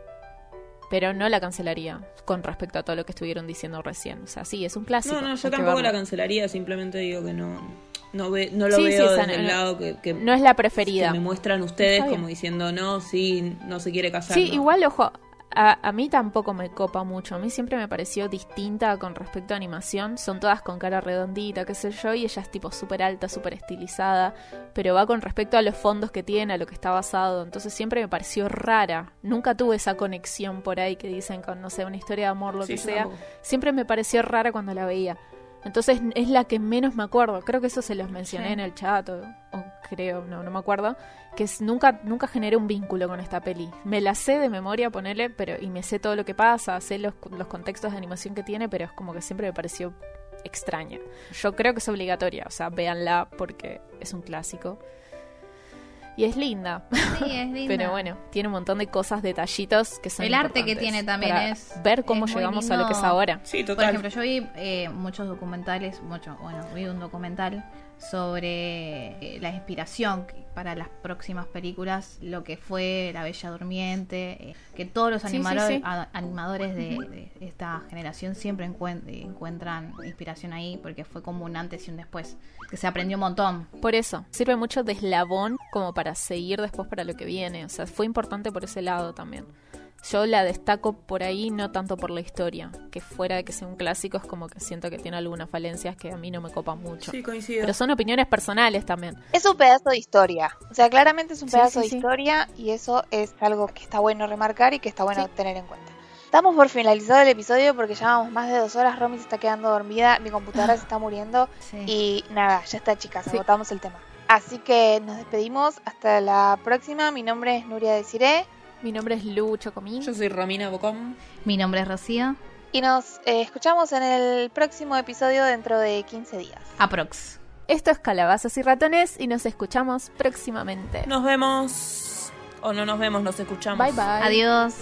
Speaker 7: Pero no la cancelaría con respecto a todo lo que estuvieron diciendo recién. O sea, sí, es un clásico.
Speaker 9: No, no, yo
Speaker 7: hay que
Speaker 9: tampoco la
Speaker 7: verlo.
Speaker 9: cancelaría, simplemente digo que no, no, ve, no lo
Speaker 7: Sí, sí,
Speaker 9: veo
Speaker 7: esa
Speaker 9: desde
Speaker 7: no-
Speaker 9: el
Speaker 7: no-
Speaker 9: lado que, que-
Speaker 7: No es la
Speaker 9: que
Speaker 7: preferida.
Speaker 9: me muestran ustedes
Speaker 7: Está bien.
Speaker 9: como diciendo, no, sí, no se quiere casar.
Speaker 7: Sí,
Speaker 9: no.
Speaker 7: igual, ojo, a, a mí tampoco me copa mucho. A mí siempre me pareció distinta con respecto a animación. Son todas con cara redondita, qué sé yo, y ella es tipo súper alta, súper estilizada. Pero va con respecto a los fondos que tiene, a lo que está basado. Entonces siempre me pareció rara. Nunca tuve esa conexión por ahí que dicen con, no sé, una historia de amor, lo
Speaker 5: Sí,
Speaker 7: que sea.
Speaker 5: tampoco.
Speaker 7: Siempre me pareció rara cuando la veía. Entonces es la que menos me acuerdo. Creo que eso se los mencioné
Speaker 6: Sí.
Speaker 7: en el chat o, o creo, no, no me acuerdo. Que es- nunca, nunca generé un vínculo con esta peli. Me la sé de memoria, ponele, pero, y me sé todo lo que pasa, sé los, los contextos de animación que tiene, pero es como que siempre me pareció extraña. Yo creo que es obligatoria, o sea, véanla porque es un clásico. Y es linda, [LAUGHS]
Speaker 6: Sí, es lindo.
Speaker 7: [LAUGHS] pero bueno, tiene un montón de cosas, detallitos que son
Speaker 6: El arte que
Speaker 7: importantes
Speaker 6: tiene también
Speaker 7: para
Speaker 6: es-
Speaker 7: ver cómo
Speaker 6: es muy
Speaker 7: llegamos a lo que es
Speaker 6: lindo.
Speaker 7: ahora.
Speaker 9: Sí,
Speaker 6: Por
Speaker 9: total.
Speaker 6: ejemplo, yo vi eh, muchos documentales, mucho, bueno, vi un documental sobre eh, la inspiración que- para las próximas películas, lo que fue La Bella Durmiente, eh, que todos los
Speaker 7: Sí, sí,
Speaker 6: animadores,
Speaker 7: sí.
Speaker 6: a- animadores de, de esta generación siempre encuen- encuentran inspiración ahí, porque fue como un antes y un después, que se aprendió un montón.
Speaker 7: Por eso, sirve mucho de eslabón como para seguir después para lo que viene. O sea, fue importante por ese lado también. Yo la destaco por ahí, no tanto por la historia, que fuera de que sea un clásico es como que siento que tiene algunas falencias que a mí no me copan mucho.
Speaker 5: Sí, coincido.
Speaker 7: Pero son opiniones personales también.
Speaker 4: Es un pedazo de historia. O sea, claramente es un
Speaker 7: Sí,
Speaker 4: pedazo
Speaker 7: sí,
Speaker 4: de
Speaker 7: sí.
Speaker 4: historia y eso es algo que está bueno remarcar y que está bueno tener en cuenta. Estamos por finalizado el episodio porque ya vamos más de dos horas. Romy se está quedando dormida, mi computadora se está muriendo
Speaker 6: Sí.
Speaker 4: y nada, ya está, chicas,
Speaker 7: Sí.
Speaker 4: agotamos el tema. Así que nos despedimos. Hasta la próxima. Mi nombre es Nuria Desiré
Speaker 7: Mi nombre es Lucho Comín.
Speaker 9: Yo soy Romina Bocom.
Speaker 6: Mi nombre es Rocío,
Speaker 4: y nos eh, escuchamos en el próximo episodio dentro de 15 días.
Speaker 6: aprox.
Speaker 7: Esto es Calabazas y Ratones y nos escuchamos próximamente.
Speaker 9: Nos vemos. O no nos vemos, nos escuchamos.
Speaker 7: Bye bye.
Speaker 6: Adiós.